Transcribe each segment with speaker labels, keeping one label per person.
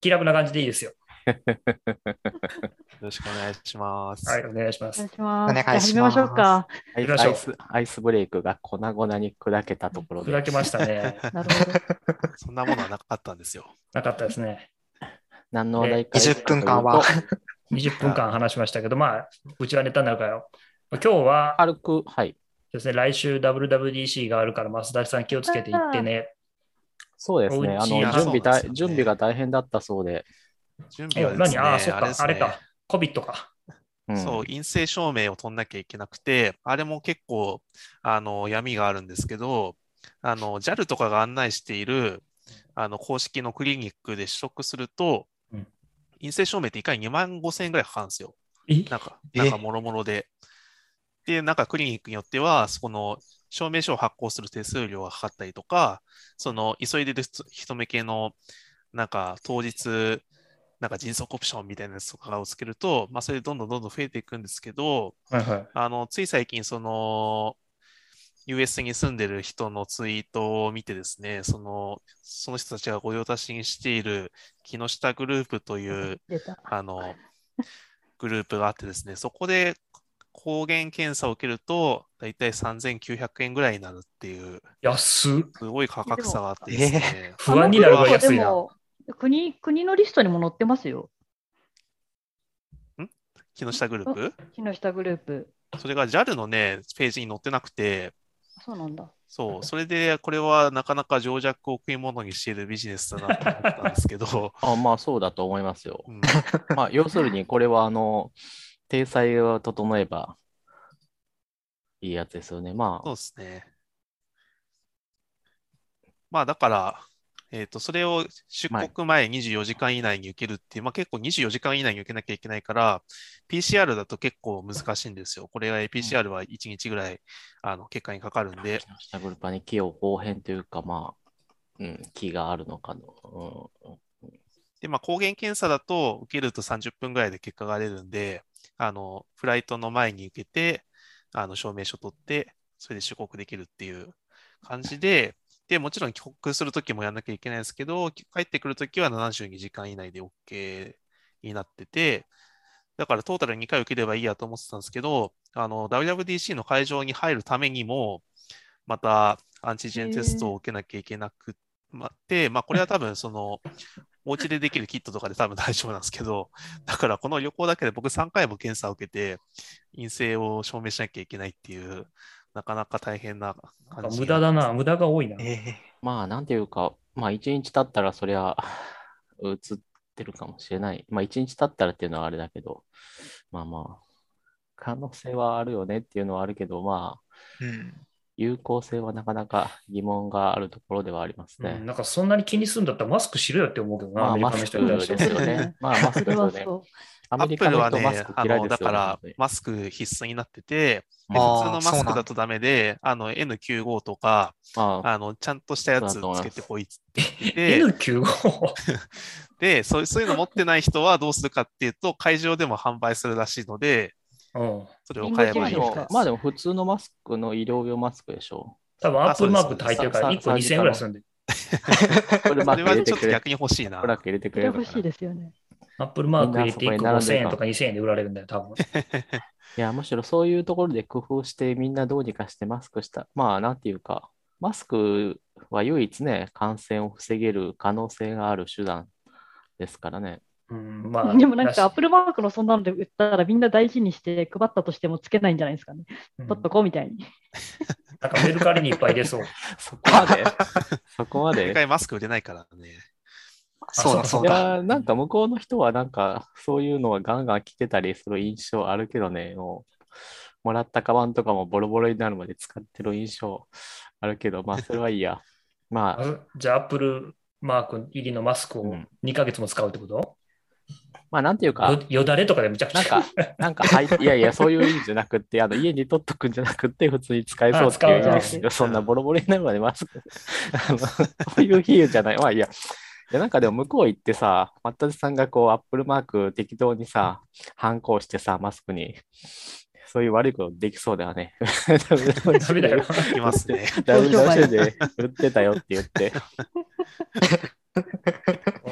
Speaker 1: 気楽な感じでいいですよ。
Speaker 2: ろしくお願いします。
Speaker 1: はい、お願いしま
Speaker 3: お願
Speaker 1: す
Speaker 3: い。します。
Speaker 4: お願いします
Speaker 3: じゃあ始めましょうか。
Speaker 1: 行きましょう
Speaker 4: アイスアイスブレイクが粉々に砕けたところで。
Speaker 1: 砕けましたね。
Speaker 3: なるほど。
Speaker 2: そんなものはなかったんですよ。
Speaker 1: なかったですね。
Speaker 4: 何の話題か
Speaker 1: えー
Speaker 4: 20
Speaker 1: 20
Speaker 4: 分間はは
Speaker 1: 20分間話しましたけど、まあ、うちはネタになるから、今日は
Speaker 4: 軽く、 はい。
Speaker 1: ですね、来週 WWDC があるから、増田さん気をつけて行ってね。
Speaker 4: そうですね。
Speaker 1: おう
Speaker 4: あの
Speaker 1: ち
Speaker 4: 準
Speaker 1: や
Speaker 4: 備
Speaker 2: そうなん
Speaker 4: 大
Speaker 2: ですよね
Speaker 4: 準備が大変だったそうで。
Speaker 2: 準
Speaker 1: え
Speaker 2: 備はです
Speaker 1: 何
Speaker 2: ね、
Speaker 1: ああ、そっか
Speaker 2: で、す
Speaker 1: あ
Speaker 2: ね
Speaker 1: れか。COVID か。
Speaker 4: うん
Speaker 2: そう、陰性証明を取んなきゃいけなくて、あれも結構、あの、闇があるんですけど、あの、JAL とかが案内している、あの、公式のクリニックで取得すると
Speaker 1: うん、
Speaker 2: 陰性証明って1回2万5千円ぐらいかかるんですよ。
Speaker 1: え
Speaker 2: なんか、
Speaker 5: え
Speaker 2: なんかもろもろで。で、なんかクリニックによっては、そこの証明書を発行する手数料がかかったりとか、その急いでる人人目系の、なんか当日、なんか迅速オプションみたいなやつとかをつけると、まあそれでどんどんどんどん増えていくんですけど、
Speaker 1: はいはい。
Speaker 2: あの、つい最近、その、US に住んでる人のツイートを見てですね、その、その人たちが御用達にしている木下グループという、
Speaker 3: 出た。
Speaker 2: あの、グループがあってですね、そこで抗原検査を受けると、だいたい3900円ぐらいになるっていう、
Speaker 1: 安っ
Speaker 2: すごい価格差があってですね、
Speaker 1: 不安になるぐ
Speaker 3: あの
Speaker 1: らい
Speaker 3: 結
Speaker 1: 安
Speaker 3: 構
Speaker 1: い
Speaker 3: で
Speaker 1: な。
Speaker 3: も国国のリストにも載ってますよ。
Speaker 2: 木下グループ
Speaker 3: 木下グループ。
Speaker 2: それが JAL のね、ページに載ってなくて、
Speaker 3: そうなんだ。
Speaker 2: そう、それで、これはなかなか情弱を食い物にしているビジネスだなと思ったんですけど、
Speaker 4: あまあそうだと思いますよ
Speaker 2: う。ん
Speaker 4: まあ要するにこれはあの、体裁を整えばいいやつですよね。ま
Speaker 2: そう
Speaker 4: あ、
Speaker 2: ですね。まあだから、えっと、それを出
Speaker 4: はい
Speaker 2: 国前24時間以内に受けるっていう、まあ結構24時間以内に受けなきゃいけないから、PCR だと結構難しいんですよ。これが PCR は1日ぐらい、あの、結果にかかるんで、
Speaker 4: 木下グルーパに気を後編というか、まあ、うん、気があるのかの。うん
Speaker 2: で、まあ抗原検査だと受けると30分ぐらいで結果が出るんで、あの、フライトの前に受けて、あの、証明書取って、それで出国できるっていう感じで、で、もちろん帰国するときもやんなきゃいけないですけど、帰ってくるときは72時間以内で OK になってて、だからトータル2回受ければいいやと思ってたんですけど、あの、WWDC の会場に入るためにも、またアンチジェンテストを受けなきゃいけなくて、まあ、これは多分その、お家でできるキットとかで多分大丈夫なんですけど、だからこの旅行だけで僕3回も検査を受けて、陰性を証明しなきゃいけないっていう、なかなか大変な
Speaker 1: なん
Speaker 2: 感
Speaker 1: か
Speaker 2: じ。
Speaker 1: 無駄だな、無駄が多いな。
Speaker 5: え
Speaker 4: まあ、なんていうか、まあ、一日経ったら、そりゃ、 映ってるかもしれない。まあ、一日経ったらっていうのはあれだけど、まあまあ、可能性はあるよねっていうのはあるけど、まあ、
Speaker 5: えうん。
Speaker 4: 有効性はなかなか疑問があるところではあります
Speaker 1: う
Speaker 4: ね
Speaker 1: ん。なんかそんなに気にするんだったらマスクしろよって思うけどな、
Speaker 4: ま
Speaker 1: ア
Speaker 4: あ、
Speaker 1: メリ
Speaker 4: マ
Speaker 1: カの
Speaker 4: ス
Speaker 1: 人に対
Speaker 4: ク
Speaker 1: して
Speaker 4: で
Speaker 1: は。
Speaker 4: すよね。まあ、マスク
Speaker 3: そ
Speaker 4: で
Speaker 3: れ
Speaker 4: すよ
Speaker 3: は
Speaker 4: ね。
Speaker 3: そ
Speaker 4: ア
Speaker 2: ア
Speaker 4: メ
Speaker 2: ッ
Speaker 4: リ
Speaker 2: プ
Speaker 4: カ
Speaker 2: ル
Speaker 4: の
Speaker 2: は
Speaker 4: 人マス
Speaker 2: ね、
Speaker 4: ク
Speaker 2: あ
Speaker 4: 嫌い
Speaker 2: の、
Speaker 4: で
Speaker 2: だ
Speaker 4: すよ
Speaker 2: か
Speaker 4: ね。
Speaker 2: ら
Speaker 4: 本当に
Speaker 2: マスク必須になってて、で
Speaker 5: あー
Speaker 2: 普通のマ
Speaker 5: そ
Speaker 2: ス
Speaker 5: うな
Speaker 2: ク
Speaker 5: ん
Speaker 2: だとダメで、あの N95 とか、
Speaker 4: まあ、
Speaker 2: あの、ちゃんとしたやつ
Speaker 4: そうだと思い
Speaker 2: つ
Speaker 4: ま
Speaker 2: け
Speaker 4: す
Speaker 2: てこいって言ってて
Speaker 1: N95?
Speaker 2: で、そうそういうの持ってない人はどうするかっていうと、会場でも販売するらしいので、
Speaker 1: うん。
Speaker 2: それを買え
Speaker 4: ま
Speaker 2: ば
Speaker 4: あ
Speaker 2: いい
Speaker 4: で
Speaker 2: みたい
Speaker 4: も
Speaker 2: です。
Speaker 4: まあでも普通のマスクの医療用マスクでしょ
Speaker 1: 多分アップルマークって入ってるから
Speaker 4: あ
Speaker 1: 1個
Speaker 4: そうです
Speaker 1: 2000円ぐらいするんで。
Speaker 4: う。これマ
Speaker 2: そ
Speaker 4: ーク入
Speaker 2: れは
Speaker 4: れて
Speaker 2: ちょっ
Speaker 4: くれ
Speaker 2: と
Speaker 4: る
Speaker 2: 逆。に欲しいな
Speaker 4: これ。マーク入れてく
Speaker 3: れ
Speaker 4: れるの
Speaker 3: 欲
Speaker 4: か
Speaker 3: し。
Speaker 4: ない
Speaker 3: ですよね。
Speaker 1: アップルマーク入れて1個5000円とか2000円で売られるんだよ、多分。
Speaker 4: いや、むしろそういうところで工夫してみんなどうにかしてマスクした。まあ、なんていうか、マスクは唯一ね、感染を防げる可能性がある手段ですから ね。
Speaker 1: うん、まあ。
Speaker 3: でもなんかアップ
Speaker 1: ル、
Speaker 3: ルマークのそんなので売ったらみんな大事にして配ったとしてもつけないんじゃないですかね。
Speaker 1: うん
Speaker 3: 取っとこうみたいに。
Speaker 1: なんかメルカリにいっぱい出そう。
Speaker 4: そこま で、そこま
Speaker 2: で
Speaker 4: で。
Speaker 2: かいマスク売れないからね。
Speaker 5: そうだそう
Speaker 4: い
Speaker 5: だ。
Speaker 4: やー、なんか向こうの人はなんか、そういうのはガンガン着てたりする印象あるけどね、もう、もらったカバンとかもボロボロになるまで使ってる印象あるけど、まあ、それはいいや。まあ、
Speaker 1: あじゃあアップルマーク入りのマスク
Speaker 4: う
Speaker 1: を
Speaker 4: ん
Speaker 1: 2ヶ月も使うってこと、
Speaker 4: まあ、なんていうか、
Speaker 1: よよだれとかでめちゃくち
Speaker 4: なん
Speaker 1: ゃ。
Speaker 4: か、なんか、はい、いやいや、そういう意味じゃなくって、あの、家に取っとくんじゃなくって、普通に使えそうっていう意味です
Speaker 3: あ使う
Speaker 4: よ。そんなボロボロになるまでマスク。あの、そういう比喩じゃない。まあ、いや。いや、なんかでも向こう行ってさ、マッタジさんがこう、アップルマーク適当にさ、反抗してさ、マスクに、そういう悪いことできそうだ よね。
Speaker 1: ダメだよ。
Speaker 2: いますね。
Speaker 4: ダブルダッシュで売ってたよって言って。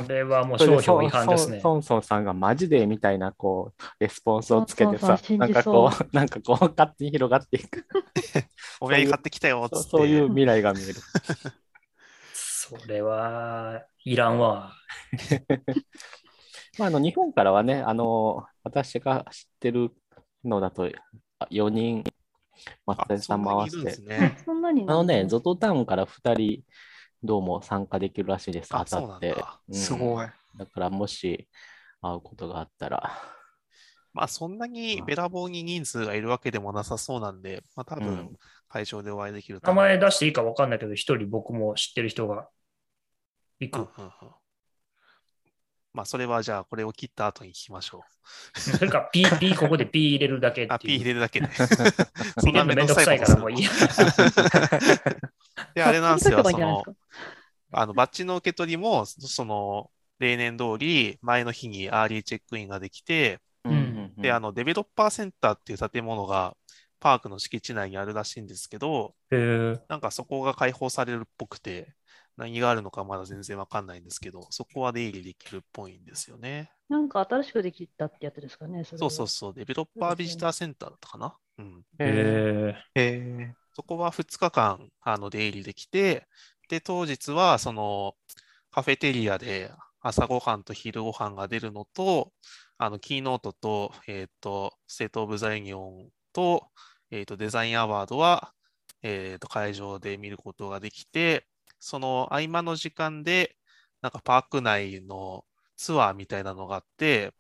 Speaker 1: れはもう
Speaker 4: それ
Speaker 1: 商標
Speaker 4: でソン
Speaker 1: 違反ですね。
Speaker 4: ソンソンさんがマジでみたいな、こう、レスポンスをつけて
Speaker 3: ソンソン
Speaker 4: さ
Speaker 3: さ、ん
Speaker 4: なんかこう、なんかこう、勝手に広がっていく。
Speaker 2: お土産買ってきたよ、
Speaker 4: そう
Speaker 2: つって。
Speaker 4: そういう未来が見える。
Speaker 1: それはいらんわ。
Speaker 4: まあ、あの、日本からはね、あの、私が知ってるのだと、4人、松
Speaker 2: あ
Speaker 4: 田さんも合わせて。
Speaker 2: そんなにいるんですね
Speaker 3: そんなに
Speaker 4: あ
Speaker 3: な
Speaker 4: の
Speaker 3: んだ
Speaker 4: ね、ゾトタウンから2人、どうも参加できるらしいです。
Speaker 2: あ、
Speaker 4: 当
Speaker 2: そう
Speaker 4: た
Speaker 2: な
Speaker 4: っ
Speaker 2: ん
Speaker 4: て。
Speaker 2: だ。
Speaker 4: うん
Speaker 5: すごい。
Speaker 4: だから、もし会うことがあったら、
Speaker 2: まあ、そんなにべらぼうに人数がいるわけでもなさそうなんで、まあ、多
Speaker 4: う
Speaker 2: 分
Speaker 4: ん
Speaker 2: 会場でお会いできると
Speaker 1: 名
Speaker 2: 思う。
Speaker 1: 前出していいか分かんないけど、一人僕も知ってる人が行
Speaker 2: うんうん
Speaker 1: く。
Speaker 2: うんまあ、それはじゃあ、これを切った後に聞きましょ
Speaker 1: それか、ピー、ピー、ここでピー入れるだけ
Speaker 2: う。あ、
Speaker 1: って
Speaker 2: ピー入
Speaker 1: いう。
Speaker 2: れるだけ ね。
Speaker 1: 見るのめんどくさいからもういいや。
Speaker 2: で、あれなんですよ、
Speaker 3: 書けばい
Speaker 2: そ
Speaker 3: いんじゃないで
Speaker 2: の
Speaker 3: す、か
Speaker 2: あの、バッジの受け取りも、そその、例年通り、前の日にアーリーチェックインができて、
Speaker 1: ん
Speaker 4: うん
Speaker 2: で、あの、デベロッパーセンターっていう建物が、パークの敷地内にあるらしいんですけど、
Speaker 1: へー
Speaker 2: なんかそこが開放されるっぽくて、何があるのかまだ全然わかんないんですけど、そこは出入りできるっぽいんですよね。
Speaker 3: なんか新しくできたってやつですかね。それ
Speaker 2: そ
Speaker 3: は
Speaker 2: うそうそう、デベロッパービジターセンターだったかな。うん。
Speaker 5: え
Speaker 1: へー
Speaker 5: え
Speaker 2: そこは2日間、あの、出入りできて、で、当日は、その、カフェテリアで朝ごはんと昼ごはんが出るのと、あの、キーノートと、えっ、と、ステート・オブ・ザ・ユニオンと、えっ、と、デザイン・アワードは、えっ、と、会場で見ることができて、その合間の時間で、なんかパーク内のツアーみたいなのがあって、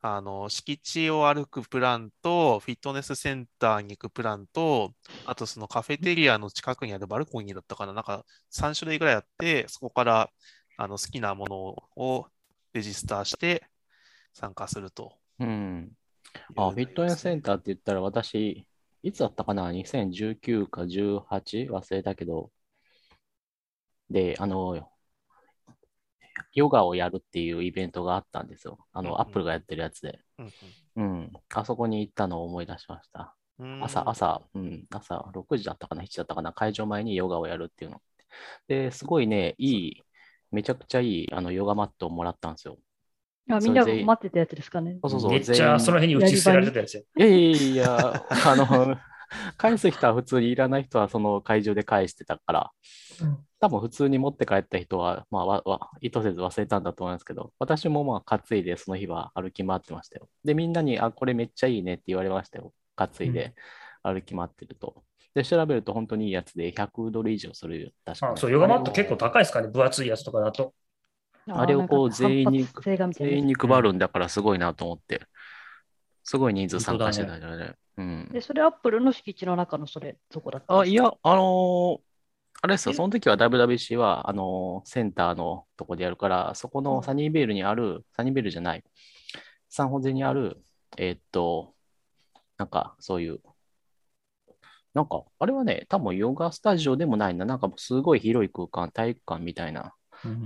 Speaker 2: あの、敷地を歩くプランと、フィットネスセンターに行くプランと、あとそのカフェテリアの近くにあるバルコニーだったかな、なんか3種類ぐらいあって、そこからあの好きなものをレジスターして参加すると
Speaker 4: うん。
Speaker 2: いう
Speaker 4: あ、
Speaker 2: 内
Speaker 4: フィット
Speaker 2: 容
Speaker 4: ネ
Speaker 2: で
Speaker 4: ス
Speaker 2: す
Speaker 4: セ
Speaker 2: ね
Speaker 4: ンターって言ったら私、いつだったかな ?2019 か 18? 忘れたけど。で、あの、ヨガをやるっていうイベントがあったんですよ。あ
Speaker 2: うんう
Speaker 4: の、
Speaker 2: ん
Speaker 4: アップルがやってるやつで。うん。あそこに行ったのを思い出しました。
Speaker 2: うんうんうーん
Speaker 4: 朝、朝、うん、朝6時だったかな ?7 時だったかな会場前にヨガをやるっていうの。で、すごいね、いい、めちゃくちゃいい、あの、ヨガマットをもらったんですよ。
Speaker 3: あみんなが待ってたやつですかね。
Speaker 4: そうそうそう
Speaker 1: めっちゃ
Speaker 4: 全員
Speaker 1: その辺に打ち捨てられてたやつや。
Speaker 4: いやいやいや、あの、返す人は普通にいらない人はその会場で返してたから
Speaker 1: うん、
Speaker 4: 多分普通に持って帰った人は、まあ、わわ意図せず忘れたんだと思いますけど、私もまあ担いでその日は歩き回ってましたよ。で、みんなに、あ、これめっちゃいいねって言われましたよ。担いで歩き回ってると。で、調べると本当にいいやつで100ドル以上する、確か
Speaker 1: あ
Speaker 4: ね
Speaker 1: そう、ヨガマット結構高いですかね、分厚いやつとかだと。
Speaker 4: あれをこう全員に
Speaker 3: 全
Speaker 4: 全員に配るんだからすごいなと思って、すごい人数参加してた
Speaker 1: 本
Speaker 4: んじゃないうん。
Speaker 3: で、それアップルの敷地の中のそれ、そこだった。
Speaker 4: あ、いや、あのーあれですよ、その時は WWC は、あのーセンターのとこでやるから、そこ
Speaker 3: う
Speaker 4: の
Speaker 3: ん
Speaker 4: サニーベールにある、サニーベールじゃない、サンホゼにある、えーっと、なんか、そういう、なんか、あれはね、多分ヨガスタジオでもないな、なんかすごい広い空間、体育館みたいな、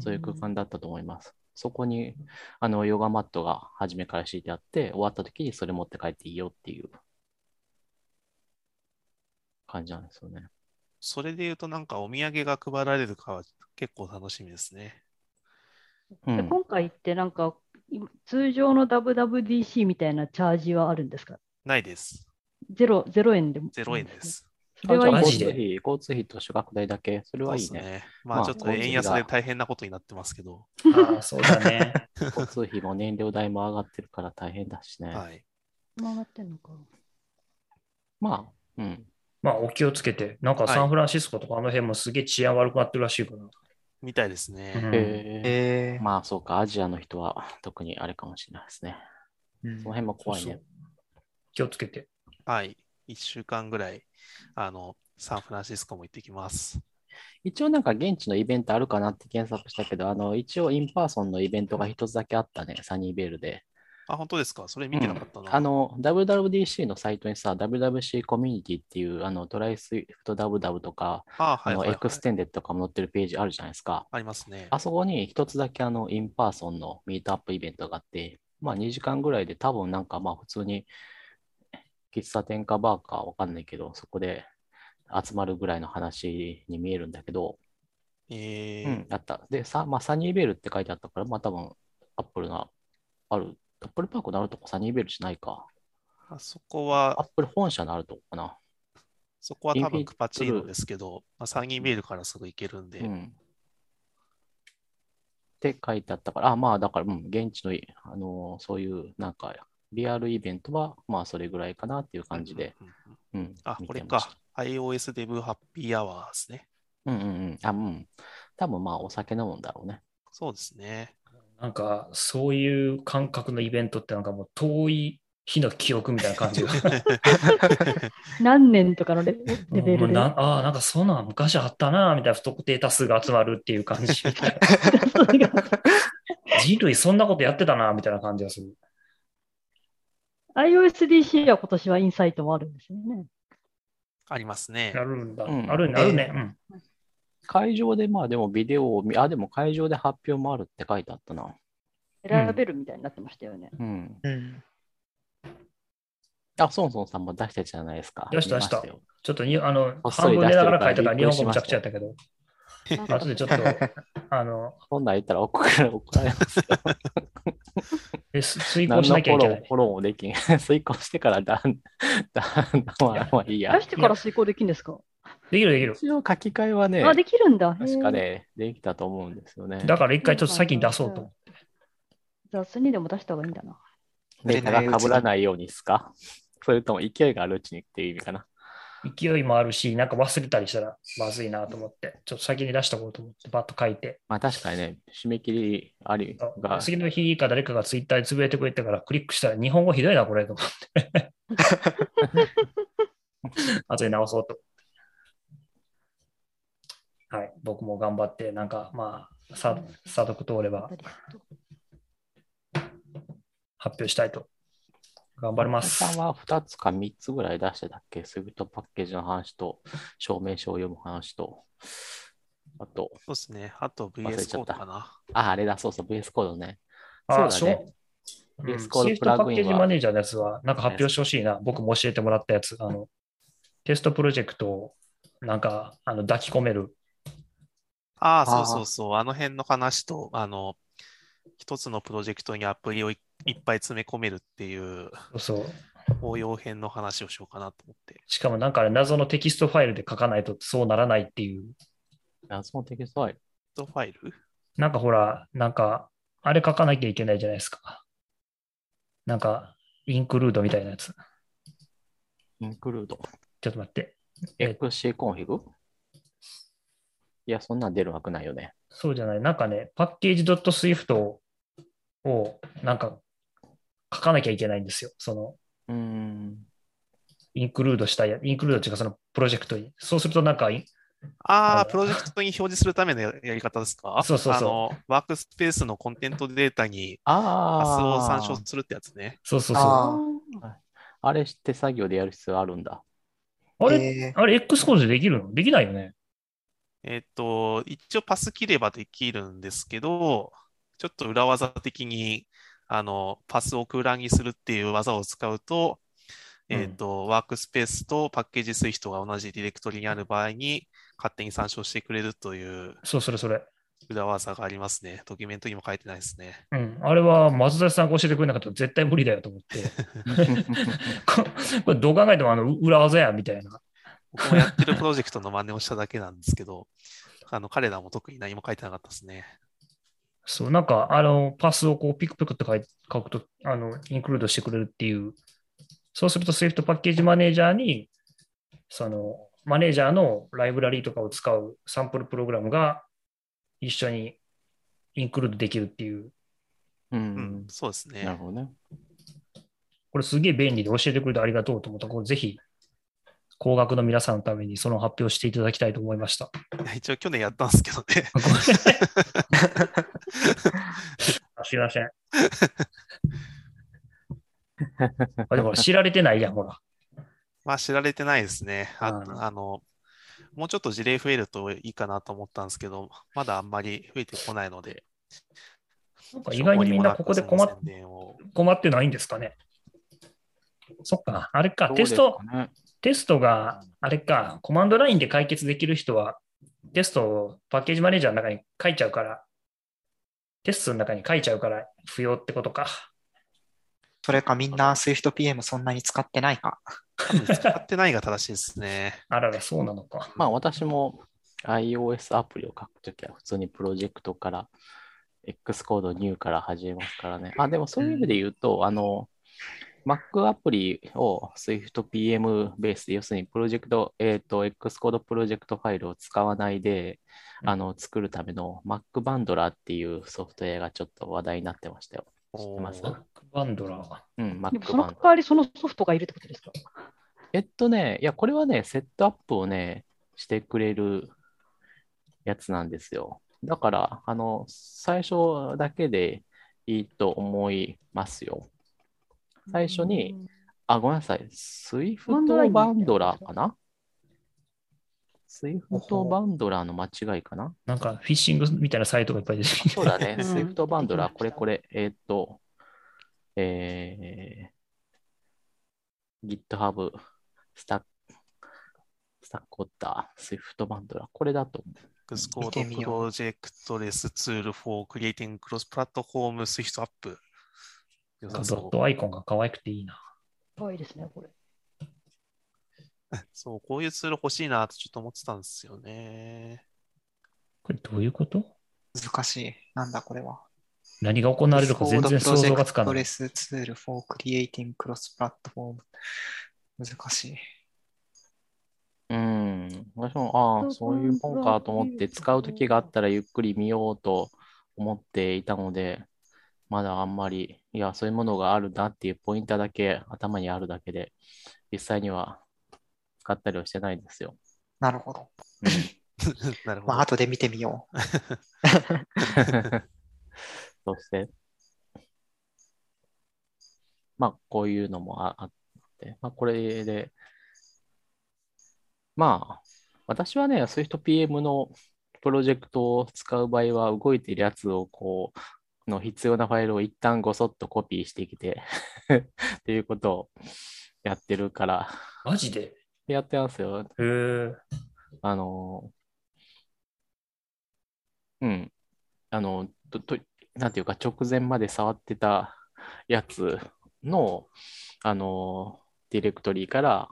Speaker 4: そういう空間だったと思います。そこに、あの、ヨガマットが初めから敷いてあって、終わった時にそれ持って帰っていいよっていう感じなんですよね。
Speaker 2: それで言うとなんかお土産が配られるかは結構楽しみですね。
Speaker 4: うん
Speaker 3: で今回ってなんか、今通常の WWDC みたいなチャージはあるんですか
Speaker 2: ないです。
Speaker 3: ゼロゼロ円でも。
Speaker 2: 0円です。
Speaker 3: それはいい
Speaker 1: あマ
Speaker 3: で
Speaker 4: 交
Speaker 1: ジ
Speaker 3: す
Speaker 1: で
Speaker 4: 通費、交通費と宿泊代だけ、それ
Speaker 2: そう
Speaker 4: は
Speaker 2: で
Speaker 4: いい
Speaker 2: す
Speaker 4: ね。
Speaker 2: ね。ま
Speaker 4: ま
Speaker 2: あ
Speaker 4: あ
Speaker 2: ちょっと円安で大変なことになってますけど、
Speaker 1: ああ、そうだ ね。
Speaker 4: 交通費も燃料代も上がってるから大変だしね。
Speaker 2: はい。
Speaker 3: 回ってんのか。
Speaker 4: まあ、うん。
Speaker 1: まあ、お気をつけて。なんか
Speaker 2: はい
Speaker 1: サンフランシスコとかあの辺もすげえ治安悪くなってるらしいから。
Speaker 2: みたいですね。
Speaker 1: うん
Speaker 4: へえ
Speaker 5: ええ
Speaker 4: まあ、そうか、アジアの人は特にあれかもしれないですね。
Speaker 1: うん
Speaker 4: その辺も怖い
Speaker 1: そうそ
Speaker 4: ね
Speaker 1: う。気をつけて。
Speaker 2: はい。1週間ぐらい、あの、サンフランシスコも行ってきます。
Speaker 4: 一応なんか現地のイベントあるかなって検索したけど、あの、一応インパーソンのイベントが一つだけあったね、サニーベールで。
Speaker 2: あ、本当ですかそれ見てなかったな。
Speaker 4: あの、WWDC のサイトにさ、WWC コミュニティっていう、あの、トライスイフト WW とか、
Speaker 2: あ、は
Speaker 4: あ
Speaker 2: い、
Speaker 4: の、
Speaker 2: はい、
Speaker 4: エ
Speaker 2: はい
Speaker 4: クステンデッドとかも載ってるページあるじゃないですか。
Speaker 2: ありますね。
Speaker 4: あそこに一つだけあのインパーソンのミートアップイベントがあって、まあ2時間ぐらいで多分なんかまあ普通に喫茶店かバーかわかんないけど、そこで集まるぐらいの話に見えるんだけど、
Speaker 2: え
Speaker 4: う
Speaker 2: ー
Speaker 4: ん、あった。で、さ、まあ、サニーベールって書いてあったから、まあ、多分、アップルがある、アップルパークのあるとこサニーベールじゃないか。
Speaker 2: あそこ
Speaker 4: アッ
Speaker 2: は、
Speaker 4: プル本社のあるとこかな。
Speaker 2: そこは
Speaker 4: インフィ
Speaker 2: 多分
Speaker 4: ニ
Speaker 2: クパチー
Speaker 4: ブ
Speaker 2: ノ
Speaker 4: ルー
Speaker 2: ですけど、まあ、サニーベールからすぐ行けるんで、
Speaker 4: うん。って書いてあったから、あ、まあだから、うん、現地のい、あのーそういう、なんか、リアルイベントは、まあそれぐらいかなっていう感じで、
Speaker 2: うんうんうんうん。
Speaker 4: うん、
Speaker 2: あ、
Speaker 4: 見
Speaker 2: これ
Speaker 4: てました
Speaker 2: か。。iOS デブハッピーアワーですね。
Speaker 4: うんうんうん。あ、うん。多分まあお酒飲むんだろうね。
Speaker 2: そうで すね。
Speaker 1: なんか、そういう感覚のイベントって、なんかもう遠い日の記憶みたいな感じ が。
Speaker 3: 何年とかのレレベ
Speaker 1: もう
Speaker 3: ルで。
Speaker 1: なああ、なんかそんなん昔あったな、みたいな不特定多数が集まるっていう感 じ。
Speaker 3: それが
Speaker 1: 人類そんなことやってたな、みたいな感じがする。
Speaker 3: iOSDC は今年はインサイトもあるんですよね。
Speaker 2: ありますね
Speaker 1: あ。るんだ。
Speaker 4: うん
Speaker 1: あるね、あるね。うん。
Speaker 4: 会場でまあでもビデオを見、あ、でも会場で発表もあるって書いてあったな。
Speaker 3: 選べるみたいになってましたよね。
Speaker 4: うん。
Speaker 5: うん。
Speaker 4: あ、ソンソンさんも出してたじゃないですか。
Speaker 1: 出した
Speaker 4: 見まよ
Speaker 1: ちょっとにあの
Speaker 4: こっそ
Speaker 1: 半
Speaker 4: り
Speaker 1: 分
Speaker 4: 出
Speaker 1: 寝
Speaker 4: して
Speaker 1: な
Speaker 4: る
Speaker 1: が
Speaker 4: から
Speaker 1: ら書いてたら
Speaker 4: び
Speaker 1: 日
Speaker 4: っくり
Speaker 1: 本語むち
Speaker 4: しました
Speaker 1: ゃくちゃやったけど、
Speaker 3: なんか
Speaker 1: 後でちょっと、 あの、
Speaker 4: そんなん言ったら怒ら怒られますよ。
Speaker 1: えす遂行
Speaker 4: 何
Speaker 1: し
Speaker 4: のフ
Speaker 1: なきゃ
Speaker 4: ォ
Speaker 1: い
Speaker 4: ロ
Speaker 1: けな
Speaker 4: ーも
Speaker 1: い
Speaker 4: フ。ォローもできん。 遂行してからだん、だん、まあまあいいや
Speaker 3: 出。してから遂行できるんですか
Speaker 1: できるできる。
Speaker 4: 一応書き換えはね、
Speaker 3: あ、できるんだ。
Speaker 4: 確か
Speaker 3: へえ。
Speaker 4: ね、できたと思うんですよね。
Speaker 1: だから一回ちょっと先に出そうと思って。
Speaker 3: 雑にでも出した方がいいんだな。
Speaker 4: データが被らないようにですか それとも勢いがあるうちにっていう意味かな。
Speaker 1: 勢いもあるし、なんか忘れたりしたらまずいなと思って、ちょっと先に出しとこうと思って、バッと書いて。
Speaker 4: まあ確かにね、締め切りありが、
Speaker 1: 次の日か誰かがツイッターでつぶやいてくれたから、クリックしたら日本語ひどいな、これと思 って。後で直そうと。はい、僕も頑張って、なんかまあ、さ査読通れば発表したいと。頑張ります。
Speaker 4: さんは2つか3つぐらい出してたっけスイフトパッケージの話と、証明書を読む話と、あと、
Speaker 2: そうですね。あと
Speaker 4: 忘れ
Speaker 2: VS
Speaker 4: ちゃ
Speaker 2: コ
Speaker 4: っ
Speaker 2: ー
Speaker 4: た
Speaker 2: ドかな。
Speaker 4: あ、あれだ、そうそう、VS コードね。
Speaker 1: あ
Speaker 4: そうだ
Speaker 1: そ
Speaker 4: ね。
Speaker 1: ううん
Speaker 4: VS
Speaker 1: シ
Speaker 4: Code
Speaker 1: フトパッケージマネージャーのやつは、なんか発表してほしいな。僕も教えてもらったやつ。あの、テストプロジェクトを、なんか、あの、抱き込める。
Speaker 2: ああ、
Speaker 4: あー
Speaker 2: そうそうそう。あの辺の話と、あの、一つのプロジェクトにアプリをいいっぱい詰め込めるっていう
Speaker 1: そうそう。
Speaker 2: 応用編の話をしようかなと思って。
Speaker 1: しかもなんかあれ謎のテキストファイルで書かないとそうならないっていう。
Speaker 4: 謎のテキストファイル。
Speaker 2: ドファイル
Speaker 1: なんかほら、なんか、あれ書かなきゃいけないじゃないですか。なんか、インクルードみたいなやつ。
Speaker 4: インクルード。
Speaker 1: ちょっと待って。え
Speaker 4: XC コンフィグいや、そんなん出るわけないよね。
Speaker 1: そうじゃない。なんかね、パッケージ .swift を、をなんか、書かなきゃいけないんですよ。その、
Speaker 4: うーん。
Speaker 1: インクルードしたいや、インクルードっていうかそのプロジェクトに。そうするとなんか、い
Speaker 2: あ
Speaker 1: あ
Speaker 2: あ、
Speaker 1: の
Speaker 2: プロジェクトに表示するためのややり方ですか
Speaker 1: そうそうそう
Speaker 2: あの、ワークスペースのコンテントデータにパス
Speaker 4: あ
Speaker 2: を
Speaker 4: あ。
Speaker 2: 参照するってやつね。
Speaker 1: そうそうそう。あ
Speaker 5: あ
Speaker 4: あれして作業でやる必要あるんだ。
Speaker 5: あ。
Speaker 1: れ、
Speaker 5: えー
Speaker 1: あれ X コードでできるのできないよね。
Speaker 2: えっと、一応パス切ればできるんですけど、ちょっと裏技的に、あの、パスを空欄にするっていう技を使うと、えっと、ワークスペースとパッケージスイフトが同じディレクトリにある場合に、勝手に参照してくれるという
Speaker 1: そう、それそれ。
Speaker 2: 裏技がありますね。ドキュメントにも書いてないですね。
Speaker 1: うん。あれは松田さんが教えてくれなかったら絶対無理だよと思って。 ここれどう考えてもあの裏技やみたいな。
Speaker 2: 僕もやってるプロジェクトの真似をしただけなんですけ ど、あの、彼らも特に何も書いてなかったですね。
Speaker 1: そう、なんか、あの、パスをこう、ピクピクって書い書くと、あの、インクルードしてくれるっていう。そうすると、Swift パッケージマネージャーに、その、マネージャーのライブラリーとかを使うサンプルプログラムが一緒にインクルードできるっていう。
Speaker 4: う
Speaker 2: うんん、。そうです
Speaker 4: なる
Speaker 2: ね。
Speaker 4: ほどね。
Speaker 1: これすげえ便利で教えてくれてありがとうと思った。これぜひ、工学の皆さんのためにその発表をしていただきたいと思いました。
Speaker 2: 一応去年やったんですけどね。
Speaker 1: ごめんなさいあ すいません。あでも知られてないやん、ほら。
Speaker 2: まあ知られてないですね。あ
Speaker 1: うん
Speaker 2: あの、もうちょっと事例増えるといいかなと思ったんですけど、まだあんまり増えてこないので、
Speaker 1: なんか意外にみんなここで困
Speaker 2: そ
Speaker 1: っ
Speaker 2: の宣伝を
Speaker 1: 困ってないんですかね。そっか、あれか、
Speaker 4: どう
Speaker 1: テ
Speaker 4: で
Speaker 1: ス
Speaker 4: す
Speaker 1: ト
Speaker 4: か、ね
Speaker 1: テストがあれか、コマンドラインで解決できる人はテストをパッケージマネージャーの中に書いちゃうから、テストの中に書いちゃうから不要ってことか。
Speaker 5: それかみんな SwiftPM そんなに使ってないか。
Speaker 2: 多分使ってないが正しいですね。
Speaker 1: あらら、そうなのか。
Speaker 4: まあ私も iOS アプリを書くときは普通にプロジェクトから X コードニューから始めますからね。あ、でもそういう意味で言うと、あの、Mac アプリを SwiftPM ベースで、要するにプロジェクト、えっ、と、X コードプロジェクトファイルを使わないで、
Speaker 1: うん
Speaker 4: あの、作るための Mac バンドラーっていうソフトウェアがちょっと話題になってましたよ。知ってます
Speaker 2: おー
Speaker 1: バンドラー。
Speaker 4: うん、
Speaker 3: でも
Speaker 4: Mac
Speaker 3: そ
Speaker 4: バ
Speaker 3: の
Speaker 4: ンド
Speaker 3: 代
Speaker 4: ラー。
Speaker 3: わりそのソフトがいるってことですか
Speaker 4: えっとね、いや、これはね、セットアップをね、してくれるやつなんですよ。だから、あの、最初だけでいいと思いますよ。最初に、あ、ごめんなさい。スイフトバンドラーかなスイフトバンドラーの間違いかな
Speaker 1: なんかフィッシングみたいなサイトがいっぱい出てきて
Speaker 4: そうだね、
Speaker 3: うん
Speaker 4: スイフトバンドラー、これ
Speaker 3: でき
Speaker 4: これ、えーっと、えー、GitHub、スタック、スタックオッター、スイフトバンドラー、これだと思う。
Speaker 2: Xcode
Speaker 5: 見てみ
Speaker 2: Project
Speaker 5: よう
Speaker 2: Less Tool for Creating Cross Platform Swift App。良
Speaker 1: ド
Speaker 2: さ
Speaker 1: ッ
Speaker 2: そ
Speaker 1: トアイコンが可愛くていいな。
Speaker 3: かわいいですね、これ。
Speaker 2: う。 そう、こういうツール欲しいなってちょっと思ってたんですよね。
Speaker 1: これどういうこと
Speaker 5: 難しい。なんだこれは。
Speaker 1: 何が行われるか全然想像がつかな
Speaker 5: レ
Speaker 1: い。
Speaker 5: スツール for creating cross platform。難しい。
Speaker 4: うん、私も、ああ、そういうもんかと思って、使う時があったらゆっくり見ようと思っていたので、まだあんまり、いや、そういうものがあるなっていうポインターだけ頭にあるだけで、実際には使ったりはしてないんですよ。
Speaker 5: なるほど。
Speaker 4: うん
Speaker 2: なるほ
Speaker 5: ま
Speaker 2: ど
Speaker 5: あ、。後で見てみよう。
Speaker 4: そして、まあ、こういうのもああって、まあ、これで、まあ、私はね、SwiftPM のプロジェクトを使う場合は、動いてるやつを、こう、の必要なファイルを一旦ごそっとコピーしてきて っていうことをやってるから、
Speaker 1: マジで
Speaker 4: やってますよ。
Speaker 1: へえ。
Speaker 4: あのー、うん、あの、と、と、なんていうか、直前まで触ってたやつの、あのー、ディレクトリから、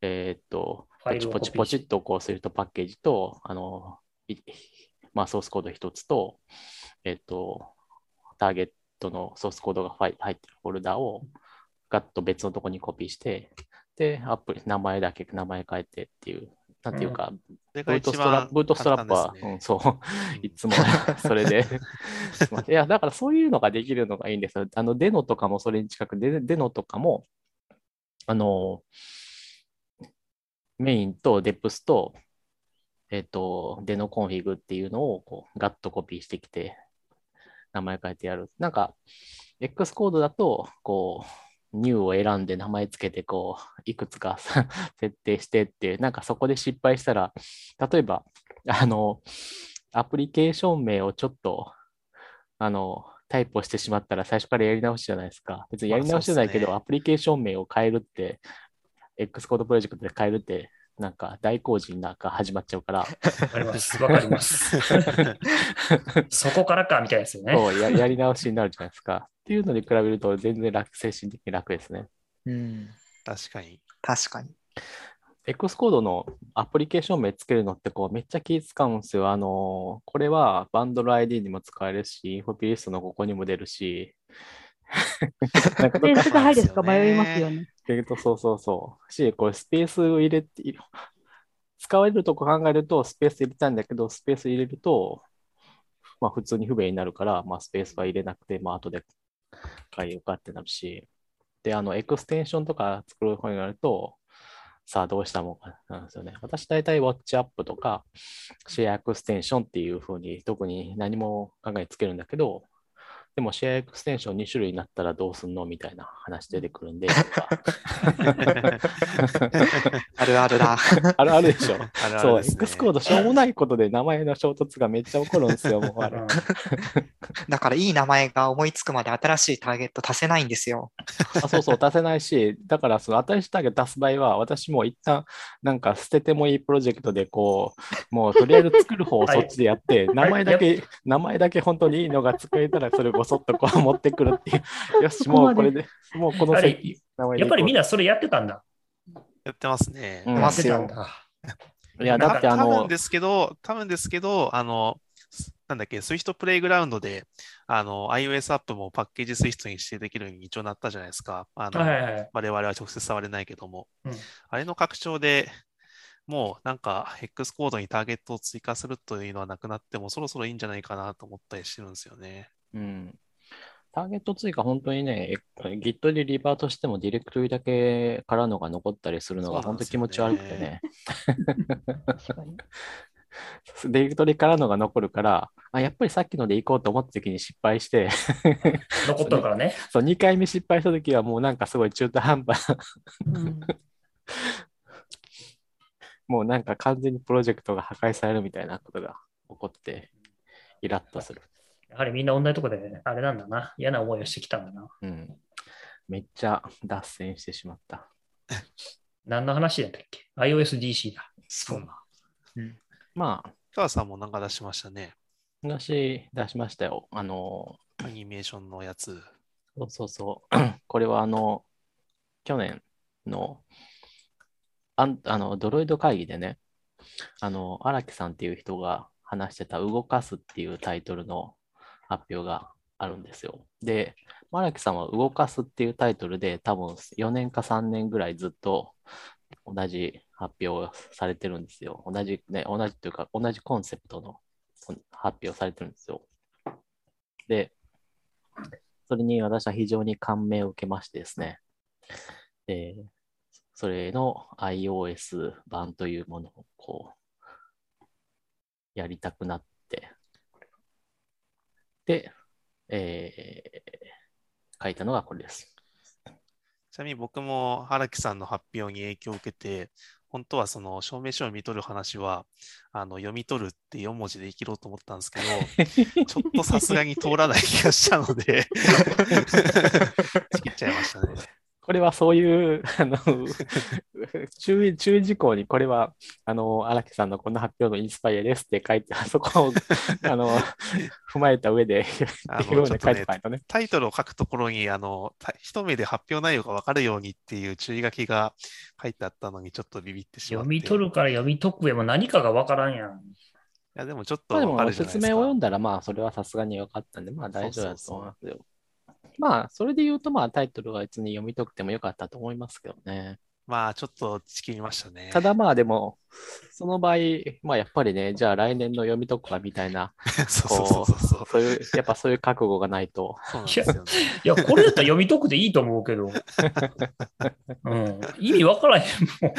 Speaker 4: えーっと、
Speaker 1: ファイルを
Speaker 4: ポチ
Speaker 1: コピー
Speaker 4: ポ
Speaker 1: し
Speaker 4: チポチっとこうするとパッケージと、あのー、いまあ、ソースコード一つと、えーっと、ターゲットのソースコードがファイ入ってるフォルダを、ガッと別のとこにコピーして、で、アプリ、名前だけ、名前変えてっていう、なんていうか、
Speaker 2: それ
Speaker 4: ブ
Speaker 2: が
Speaker 4: ート
Speaker 2: 一
Speaker 4: ストラ
Speaker 2: 番
Speaker 4: ブートストラップは
Speaker 2: 簡、単
Speaker 4: うん、
Speaker 2: です
Speaker 4: そう、
Speaker 2: ね
Speaker 4: いつも それでします。いや、だからそういうのができるのがいいんですよ。あの、デノとかもそれに近く、でデノとかも、あの、メインとデプスと、えっと、デノコンフィグっていうのをこうガッとコピーしてきて、名前変えてやる。なんか、X コードだと、こう、ニューを選んで名前つけて、こう、いくつか 設定してっていう、なんかそこで失敗したら、例えば、あの、アプリケーション名をちょっと、あの、タイプをしてしまったら最初からやり直しじゃないですか。別にやり直しじゃないけど、
Speaker 2: まあ
Speaker 4: アプリケーション名を変えるって、X コードプロジェクトで変えるって、なんか大工事なんか始まっちゃう から、
Speaker 1: わかります。わかります。そこからかみたいですよね。
Speaker 4: そうや やり直しになるじゃないですか。っていうのに比べると全然楽、精神的に楽ですね。
Speaker 5: うん。
Speaker 2: 確かに。
Speaker 5: 確かに。
Speaker 4: X コードのアプリケーション名つけるのってこうめっちゃ気使うんですよ。あのーこれはバンドル ID にも使えるし、インフォピリストのここにも出るし、なんか
Speaker 3: で、すぐ入るですか
Speaker 2: そうですよね
Speaker 3: 迷いますよね。
Speaker 4: えっと、そうそうそう。し、こうスペースを入れて、使われるとこ考えるとスペース入れたいんだけど、スペース入れると、まあ普通に不便になるから、まあスペースは入れなくて、まあ後で変えようかってなるし、で、あの、エクステンションとか作る方になると、さあどうしたもんかなんですよね。私大体ウォッチアップとか、シェアエクステンションっていう風に特に何も考えつけるんだけど、でもシェアエクステンション2種類になったらどうすんのみたいな話出てくるんで、
Speaker 5: あるあるだ。
Speaker 4: あるあるでしょ。
Speaker 2: あるあ
Speaker 4: そう、
Speaker 2: るですね
Speaker 4: X コードしょうもないことで名前の衝突がめっちゃ起こるんですよ、もうあれ。
Speaker 5: だからいい名前が思いつくまで新しいターゲット足せないんですよ。
Speaker 4: あそうそう、出せないし、だからその新しいターゲット出す場合は、私も一旦なんか捨ててもいいプロジェクトで、こう、もうとりあえず作る方をそっちでやって、名前だ
Speaker 1: あ
Speaker 4: け、名前だけ本当にいいのが作れたら、それをごそっとこう持ってくるっていう。よし、
Speaker 3: そこ
Speaker 4: もう
Speaker 3: まで
Speaker 4: これで、もうこの
Speaker 1: あれ
Speaker 4: 席、名前で
Speaker 1: やっ
Speaker 4: いこ
Speaker 1: ぱ
Speaker 4: う
Speaker 1: りみんなそれやってたんだ。
Speaker 2: やってますね。
Speaker 4: うん
Speaker 1: や
Speaker 5: ま
Speaker 1: って
Speaker 5: す
Speaker 1: た
Speaker 5: よ
Speaker 1: んだ。
Speaker 4: いや、だってあ
Speaker 2: た多
Speaker 4: の
Speaker 2: 分、ですけど、多分ですけど、あの、すなんだっけ、Swift プレイグラウンドで、あの、iOS アップもパッケージ Swift に指定できるように一応なったじゃないですか。あの、
Speaker 1: はいはいはい。
Speaker 2: 我々は直接触れないけども、
Speaker 1: うん
Speaker 2: あれの拡張でもうなんか X コードにターゲットを追加するというのはなくなってもそろそろいいんじゃないかなと思ったりしてるんですよね。
Speaker 4: うん。ターゲット追加、本当にね、え Git でリバートしてもディレクトリだけからのが残ったりするのが
Speaker 2: そう
Speaker 4: 本
Speaker 2: なん
Speaker 4: 当
Speaker 2: で
Speaker 4: に
Speaker 2: す
Speaker 4: 気
Speaker 2: よ
Speaker 4: 持
Speaker 2: ね
Speaker 4: ち悪くてね。
Speaker 3: 確かに。
Speaker 4: ディレクトリからのが残るから、あ、やっぱりさっきので行こうと思った時に失敗して、
Speaker 1: 残っとるからね。
Speaker 4: そう、2回目失敗した時はもうなんかすごい中途半端 な、
Speaker 3: うん、
Speaker 4: もうなんか完全にプロジェクトが破壊されるみたいなことが起こって、イラッとする。
Speaker 1: やはりみんな同じとこで、あれなんだな。嫌な思いをしてきたんだな。
Speaker 4: うん。めっちゃ脱線してしまった。
Speaker 1: 何の話だったっけ ?iOSDC だ。
Speaker 2: そう
Speaker 1: な。
Speaker 4: まあ、
Speaker 2: 北川さんもなんか出しましたね。
Speaker 4: 話出しましたよ。あの、
Speaker 2: アニメーションのやつ。
Speaker 4: そうそうそう。 これはあの、去年の、あんあの、ドロイド会議でね、あの、荒木さんっていう人が話してた、動かすっていうタイトルの発表があるんですよ。で、荒木さんは動かすっていうタイトルで、多分4年か3年ぐらいずっと同じ発表をされてるんですよ。同じね、同じというか、同じコンセプトの発表されてるんですよ。で、それに私は非常に感銘を受けましてですね、えーそれの iOS 版というものをこう、やりたくなって、で、えー書いたのがこれです。
Speaker 2: ちなみに僕も荒木さんの発表に影響を受けて、本当はその証明書を読み取る話は、あの読み取るって4文字で生きろうと思ったんですけど、ちょっとさすがに通らない気がした ので、仕切っちゃいましたね。
Speaker 4: これはそういう、あの、 注意、注意事項に、これは、あの、荒木さんのこの発表のインスパイアですって書いて、あそこを、あ の、踏まえた上で、
Speaker 2: あ
Speaker 4: っ
Speaker 2: の
Speaker 4: ていうように書い
Speaker 2: ちょ
Speaker 4: て
Speaker 2: っと
Speaker 4: な
Speaker 2: ね
Speaker 4: いとね。
Speaker 2: タイトルを書くところに、あの、た一目で発表内容が分かるようにっていう注意書きが書いてあったのに、ちょっとビビってしまって。
Speaker 1: 読み取るから読み解くへも何かがわからんやん。
Speaker 2: いや、でもちょっと
Speaker 4: まあで
Speaker 2: 分か
Speaker 4: も
Speaker 2: るじゃない
Speaker 4: 説
Speaker 2: ですか。
Speaker 4: 明を読んだら、まあそれはさすがに分かったんで、まあ大丈夫だと思いますよ。まあそれで言うと、まあタイトルは別に読み解くてもよかったと思いますけどね。
Speaker 2: まあ、ちょっと仕切りましたね。
Speaker 4: ただまあでも、その場合、まあやっぱりね、じゃあ来年の読み解くかみたいな、
Speaker 2: そうそうそうそう。
Speaker 4: そう いう、やっぱそういう覚悟がないと、
Speaker 2: そうなんですよね。
Speaker 1: いや、これだったら読み解くでいいと思うけど。うん、意味わからへんもん。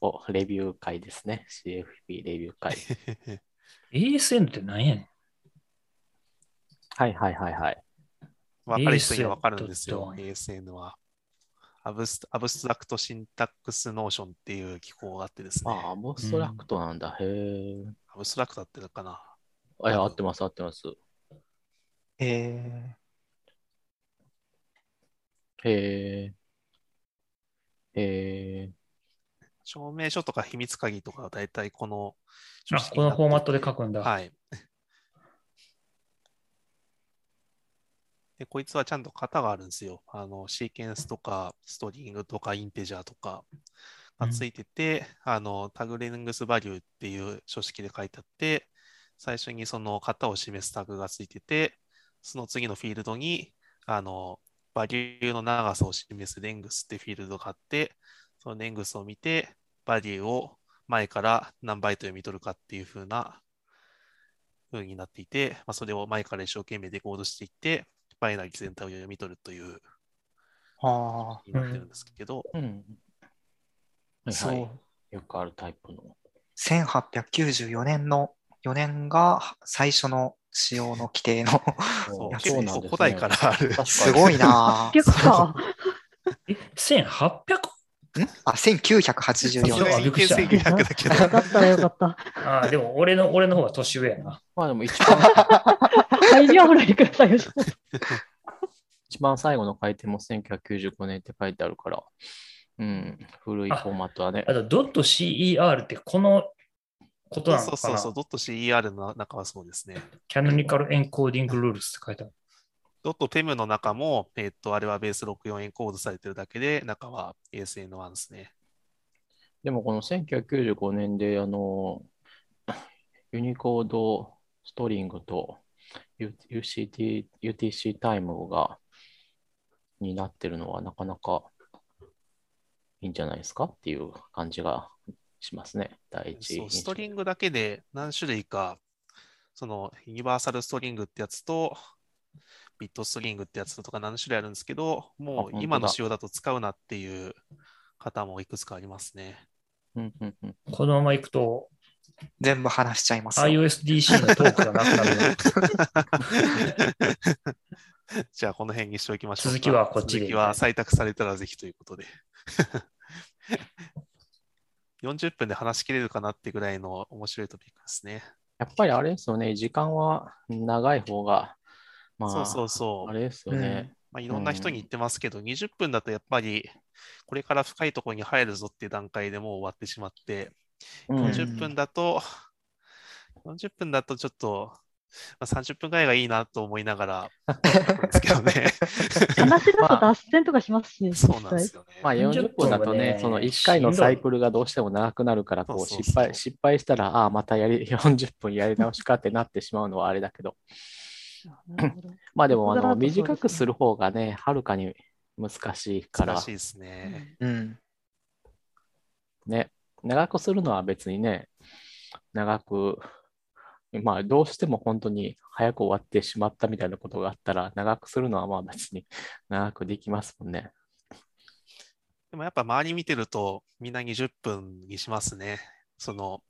Speaker 4: おレビュー会ですね。CFP レビュー 会。
Speaker 1: ASN って何やねん。
Speaker 4: はいはいはいはい。
Speaker 2: 分かる人には分かるんですよ、
Speaker 1: ASN
Speaker 2: ASN は。アブスアブストラクトシンタックスノーションっていう機構があってですね。
Speaker 4: ああ、アブストラクトなんだ。へえ。
Speaker 2: アブストラクトだってのかな。
Speaker 4: あ、いや、合ってます合ってます。
Speaker 5: え
Speaker 4: へえ。へえ。
Speaker 2: 証明書とか秘密鍵とかは大体この書
Speaker 1: あ
Speaker 2: 式
Speaker 1: こ
Speaker 2: に
Speaker 1: の
Speaker 2: なってて。
Speaker 1: フォーマットで書くんだ。
Speaker 2: はい。 で、こいつはちゃんと型があるんですよ。あの、シーケンスとか、ストリングとか、インテジャーとかがついてて、あの、タグレングスバリューっていう書式で書いてあって、最初にその型を示すタグがついてて、その次のフィールドに、あの、バリューの長さを示すレングスってフィールドがあって、そのレングスを見て、バリューを前から何バイト読み取るかっていう風な風になっていて、まあ、それを前から一生懸命デコードしていって、バイナリー全体を読み取るという
Speaker 5: ー、ああ、
Speaker 2: になってるんですけど、
Speaker 4: うん。はい
Speaker 5: そう。
Speaker 4: よくあるタイプの。
Speaker 5: 1894年の4年が最初の使用の規定の。
Speaker 2: そう
Speaker 4: いや
Speaker 2: 結
Speaker 4: そう
Speaker 2: 構
Speaker 4: なんですね
Speaker 2: 古代からある。
Speaker 4: 確かに
Speaker 5: すごいなぁ
Speaker 3: 結か。
Speaker 1: え、1800?
Speaker 5: あ、1984
Speaker 1: そう
Speaker 5: 年。
Speaker 1: びっくりした
Speaker 2: 1900だけど。
Speaker 3: だったらよかった。
Speaker 1: ああ、でも俺の、俺の方が年上やな。
Speaker 4: まあでも一番、
Speaker 3: 入りはもらいくださいよ。
Speaker 4: 一番最後の回転も1995年って書いてあるから、うん、古いフォーマットだね
Speaker 1: あ。と、ドット CER ってこのことなのか
Speaker 2: そう
Speaker 1: な
Speaker 2: そうそう、ドット CER の中はそうですね。
Speaker 1: キャノニカルエンコーディングルールスって書いてある。
Speaker 2: ドット PEM の中も、えっと、あれはベース64エンコードされてるだけで、中は ASN1 ですね。
Speaker 4: でもこの1995年で、あの、ユニコードストリングと U- UCT、UTC タイムが、になってるのはなかなかいいんじゃないですかっていう感じがしますね。第一
Speaker 2: そう、
Speaker 4: 印象
Speaker 2: ストリングだけで何種類か、そのユニバーサルストリングってやつと、ビットストリングってやつとか何種類あるんですけど、
Speaker 4: あ
Speaker 2: も
Speaker 4: 本当
Speaker 2: う
Speaker 4: だ
Speaker 2: 今の仕様だと使うなっていう方もいくつかありますね。
Speaker 4: うんうんうん。
Speaker 1: このまま行くと、
Speaker 5: 全部話しちゃいますよ。
Speaker 1: iOSDC のトークがなくなるな。
Speaker 2: じゃあ、この辺にしておきましょうか。
Speaker 1: 続きはこっちで
Speaker 2: 続きは採択されたらぜひということで。40分で話し切れるかなってぐらいの面白いトピックですね。
Speaker 4: やっぱりあれですよね。時間は長い方が、まあ、
Speaker 2: そうそうそう。
Speaker 4: あれですよね。
Speaker 2: まあ、いろんな人に言ってますけど、20分だとやっぱり、これから深いところに入るぞっていう段階でもう終わってしまって、
Speaker 4: うん
Speaker 5: うん
Speaker 2: 40分だと、40分だとちょっと、まあ、30分ぐらいがいいなと思いな がら、ですけどね。
Speaker 3: 話だと
Speaker 4: ま
Speaker 3: 脱線とかしますしね、
Speaker 2: そうなんです
Speaker 3: 実際
Speaker 2: よね。
Speaker 4: まあ40分だと
Speaker 1: 40分は
Speaker 4: ね
Speaker 1: ね、
Speaker 4: その1回のサイクルがどうしても長くなるから、こう
Speaker 2: そうそうそう
Speaker 4: 失敗、失敗したら、ああ、またやり、40分 やり直しかってなってしまうのはあれだけど、
Speaker 3: なるほど
Speaker 4: まあでも、あ
Speaker 3: そこ
Speaker 4: の、
Speaker 3: がそうですね
Speaker 4: 短くする方がね、はるかに難しいから
Speaker 2: 難、しいですね。
Speaker 5: うん。
Speaker 4: ね、長くするのは別にね、長く、まあどうしても本当に早く終わってしまったみたいなことがあったら、長くするのはまあ別に 長くできますもんね。
Speaker 2: でもやっぱ周り見てると、みんな20分にしますね。その、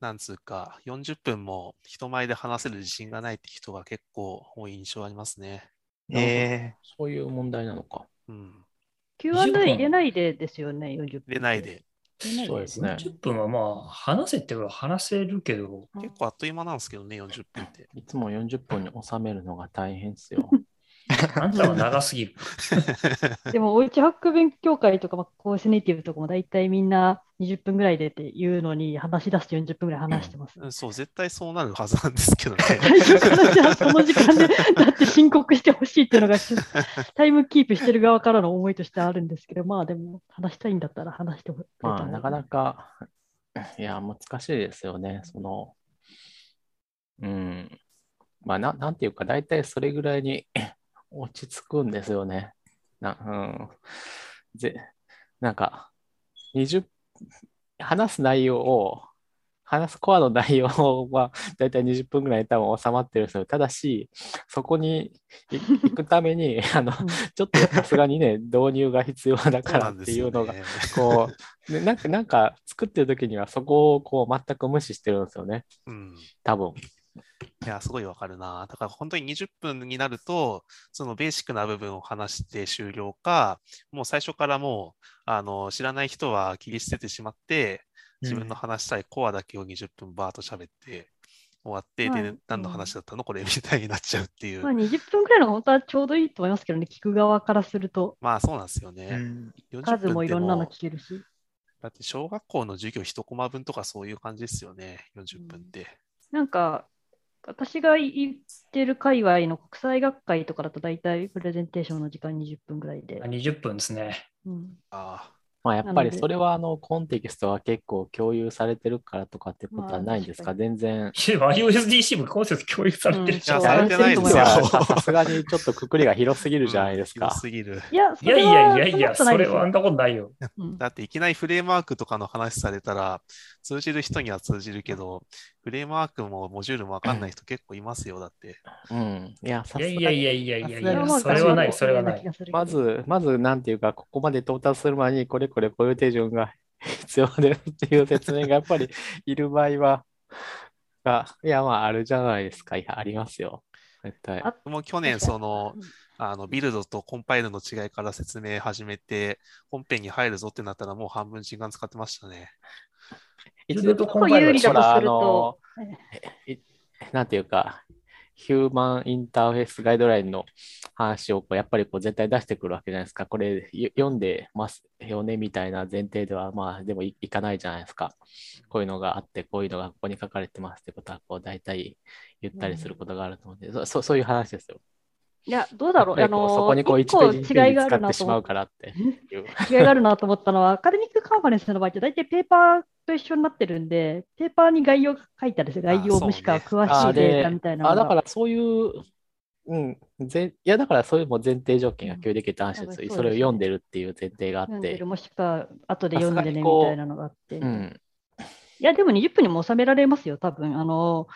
Speaker 2: なんつうか、40分も人前で話せる自信がないって人が結構多い印象ありますね。
Speaker 4: なるほど
Speaker 5: え
Speaker 4: そういう問題なのか。
Speaker 2: うん。
Speaker 1: 20
Speaker 3: Q&A
Speaker 1: 分
Speaker 3: 入れないでですよね、40分。
Speaker 2: 出ない。で。
Speaker 4: そうですね
Speaker 1: 40分はまあ、話せっては話せるけど、
Speaker 2: 結構あっという間なんですけどね、40分って。
Speaker 4: いつも40分に収めるのが大変ですよ。
Speaker 1: あんたは長すぎる。
Speaker 3: でも、おうちハック勉強会とか、まあ、コースネイティブとかも大体みんな20分ぐらいでって言うのに、話し出すと40分ぐらい話してます。
Speaker 2: うんそう、絶対そうなるはずなんですけどね。
Speaker 3: 最初からじゃあその時間で、だって申告してほしいっていうのが、タイムキープしてる側からの思いとしてあるんですけど、まあでも、話したいんだったら話してほしい。
Speaker 4: まあ、なかな
Speaker 3: か。
Speaker 4: か、 いや、難しいですよね。その、うん。まあ、ななんていうか、大体それぐらいに 落ち着くんですよね。な、うん。ぜ、なんか、20、話す内容を、話すコアの内容は、だいたい20分ぐらいに多分収まってるんですけど、ただし、そこにい行くために、 あの、ちょっとさすがにね、導入が必要だ
Speaker 2: そ う
Speaker 4: か
Speaker 2: な
Speaker 4: ら
Speaker 2: ん
Speaker 4: っ
Speaker 2: で
Speaker 4: て
Speaker 2: す
Speaker 4: いう
Speaker 2: よ
Speaker 4: のが、
Speaker 2: ね。
Speaker 4: こう、ねなんか、なんか作ってる時にはそこをこう全く無視してるんですよね、
Speaker 2: うん。
Speaker 4: 多分。
Speaker 2: いや、すごいわかるな。だから本当に20分になると、そのベーシックな部分を話して終了か、もう最初からもう、あの、知らない人は切り捨ててしまって、
Speaker 5: ー
Speaker 2: 自分の話したいコアだけを20分バーッと喋って、終わって、
Speaker 3: はい
Speaker 2: で、何の話だったのこれみたいになっちゃうっていう。
Speaker 3: まあ、20分ぐらいの方が本当はちょうどいいと思いますけどね、聞く側からすると、
Speaker 2: まあそうなんですよ
Speaker 5: う
Speaker 2: ね。
Speaker 5: ん。
Speaker 2: 40
Speaker 3: 数もいろんな
Speaker 2: 分
Speaker 3: の
Speaker 2: って
Speaker 3: 聞けるし。
Speaker 2: だって小学校の授業1コマ分とかそういう感じですよね、40分って。
Speaker 3: なんか、私が行ってる界隈の国際学会とかだと大体プレゼンテーションの時間20分ぐらいで
Speaker 1: あ。20分ですね。
Speaker 3: うん
Speaker 2: あ
Speaker 4: まあ、やっぱ
Speaker 3: な
Speaker 4: り
Speaker 3: ので
Speaker 4: それはあのコンテキストが結構共有されてるからとかってこと
Speaker 3: ま
Speaker 4: は
Speaker 3: あ
Speaker 4: ないんですか、
Speaker 3: 確
Speaker 4: 全然。
Speaker 1: いや iOSDC も今節教育されてるじゃん。
Speaker 2: い
Speaker 3: うん
Speaker 2: やされてないですよ
Speaker 4: ささすがにちょっとくくりが広すぎ
Speaker 2: あ。
Speaker 4: るじゃないです
Speaker 2: うん
Speaker 4: か
Speaker 2: 広。すぎる。
Speaker 3: い や、そ
Speaker 1: いや
Speaker 3: れ
Speaker 1: い
Speaker 3: は
Speaker 1: やいやいや、
Speaker 3: んなことな
Speaker 1: そ
Speaker 3: で
Speaker 1: れ
Speaker 3: すよ
Speaker 1: はあんなことないよ。
Speaker 3: うん
Speaker 2: だっていきなりフレームワークとかの話されたら、通じる人には通じるけど、フレームワークもモジュールもわかんない人結構いますよ、だって。
Speaker 4: うん。いや、さ
Speaker 1: い
Speaker 4: すが
Speaker 1: や
Speaker 4: に
Speaker 1: いやいやいやいやい
Speaker 4: さすが
Speaker 1: や
Speaker 4: に、
Speaker 1: それはない、それは
Speaker 3: まあ
Speaker 1: な
Speaker 3: 気が
Speaker 1: い。
Speaker 3: するけど
Speaker 4: まず、まず、なんていうか、ここまで到達する前に、これこ れこういう手順が必要ですっていう説明がやっぱりいる場合は、が、いや、まあ、あるじゃないですか。いや、ありますよ。絶対。
Speaker 3: あ
Speaker 2: 僕も去年、その、あの、ビルドとコンパイルの違いから説明始めて、本編に入るぞってなったらもう半分時間使ってましたね。
Speaker 1: ビルドとコン
Speaker 3: パイル
Speaker 4: ほ
Speaker 3: 有利だと
Speaker 4: ら、あ
Speaker 3: する
Speaker 4: の
Speaker 3: と、
Speaker 4: えいなんていうか、ヒューマンインターフェースガイドラインの話をこうやっぱりこう絶対出してくるわけじゃないですか。これよ読んでますよねみたいな前提では、まあでもいいかないじゃないですか。こういうのがあって、こういうのがここに書かれてますってことは、こう大体言ったりすることがあると思うんで、そそそういう話ですよ。
Speaker 3: いや、どうだろう。
Speaker 4: やっぱ
Speaker 3: あ
Speaker 4: りこ
Speaker 3: の、
Speaker 4: そこにこう
Speaker 3: 一
Speaker 4: 1
Speaker 3: 個
Speaker 4: ページ
Speaker 3: 違いがあ
Speaker 4: 使
Speaker 3: る
Speaker 4: って
Speaker 3: な
Speaker 4: し
Speaker 3: と
Speaker 4: ま
Speaker 3: 思
Speaker 4: う
Speaker 3: っ
Speaker 4: からっていう。
Speaker 3: 違いがあるなと思ったのは、アカデミックカンファレンスの場合って大体ペーパーと一緒になってるんで、ペーパーに概要が書いてあるんですよ。概要もしか詳
Speaker 4: あ
Speaker 3: し
Speaker 4: ー
Speaker 3: いデー
Speaker 4: で
Speaker 3: タみたいなの
Speaker 4: あ、
Speaker 3: が
Speaker 4: だからそういう、うん、ぜいやだからそういうもう前提条件が共有できるって話です
Speaker 3: うん
Speaker 4: よ。それを読んでるっていう前提があっ
Speaker 3: 読んで
Speaker 4: て
Speaker 3: る、。もしくは後で読んでねみたいなのがあって。
Speaker 4: うん。
Speaker 3: いや、でも20分にも収められますよ、多分あの、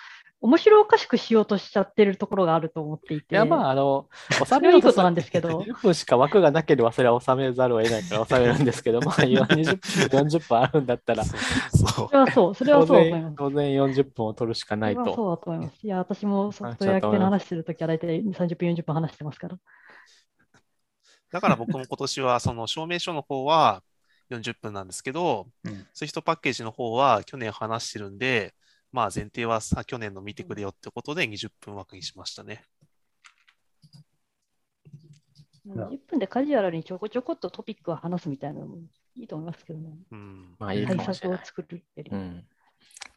Speaker 3: 面白おかしくしようとしちゃってるところがあると思ってい
Speaker 4: い
Speaker 3: て。
Speaker 4: や、まあ、あの、収
Speaker 3: それ
Speaker 4: め
Speaker 3: は
Speaker 4: よ
Speaker 3: いうい
Speaker 4: と
Speaker 3: こ
Speaker 4: す
Speaker 3: と
Speaker 4: る
Speaker 3: なんですけ ど、
Speaker 4: 10分しか枠がなければそれは収めざるを得ないから収めるんですけど、 まあ今20分、40分あるんだったら、
Speaker 2: そうそう
Speaker 3: それはそう、それは
Speaker 4: 当
Speaker 3: そう思いま
Speaker 4: 然
Speaker 3: す。
Speaker 4: 当然40分を取るしかない
Speaker 3: それはそ
Speaker 4: と。
Speaker 3: うだと思います。いや、私もソフトウェア系の話するときは大体30分、40分話してますから。
Speaker 2: だから僕も今年は、その証明書の方は40分なんですけど、
Speaker 1: うん
Speaker 2: スイフトパッケージの方は去年話してるんで、まあ前提はさ、去年の見てくれよってことで20分枠にしましたね。
Speaker 1: な
Speaker 3: 10分でカジュアルにちょこちょこっとトピックを話すみたいなのもいいと思いますけどね。
Speaker 2: うん。
Speaker 4: まあいいか
Speaker 3: 対
Speaker 4: もしれ
Speaker 3: 策を
Speaker 4: ない。
Speaker 3: 作るってより
Speaker 4: うん。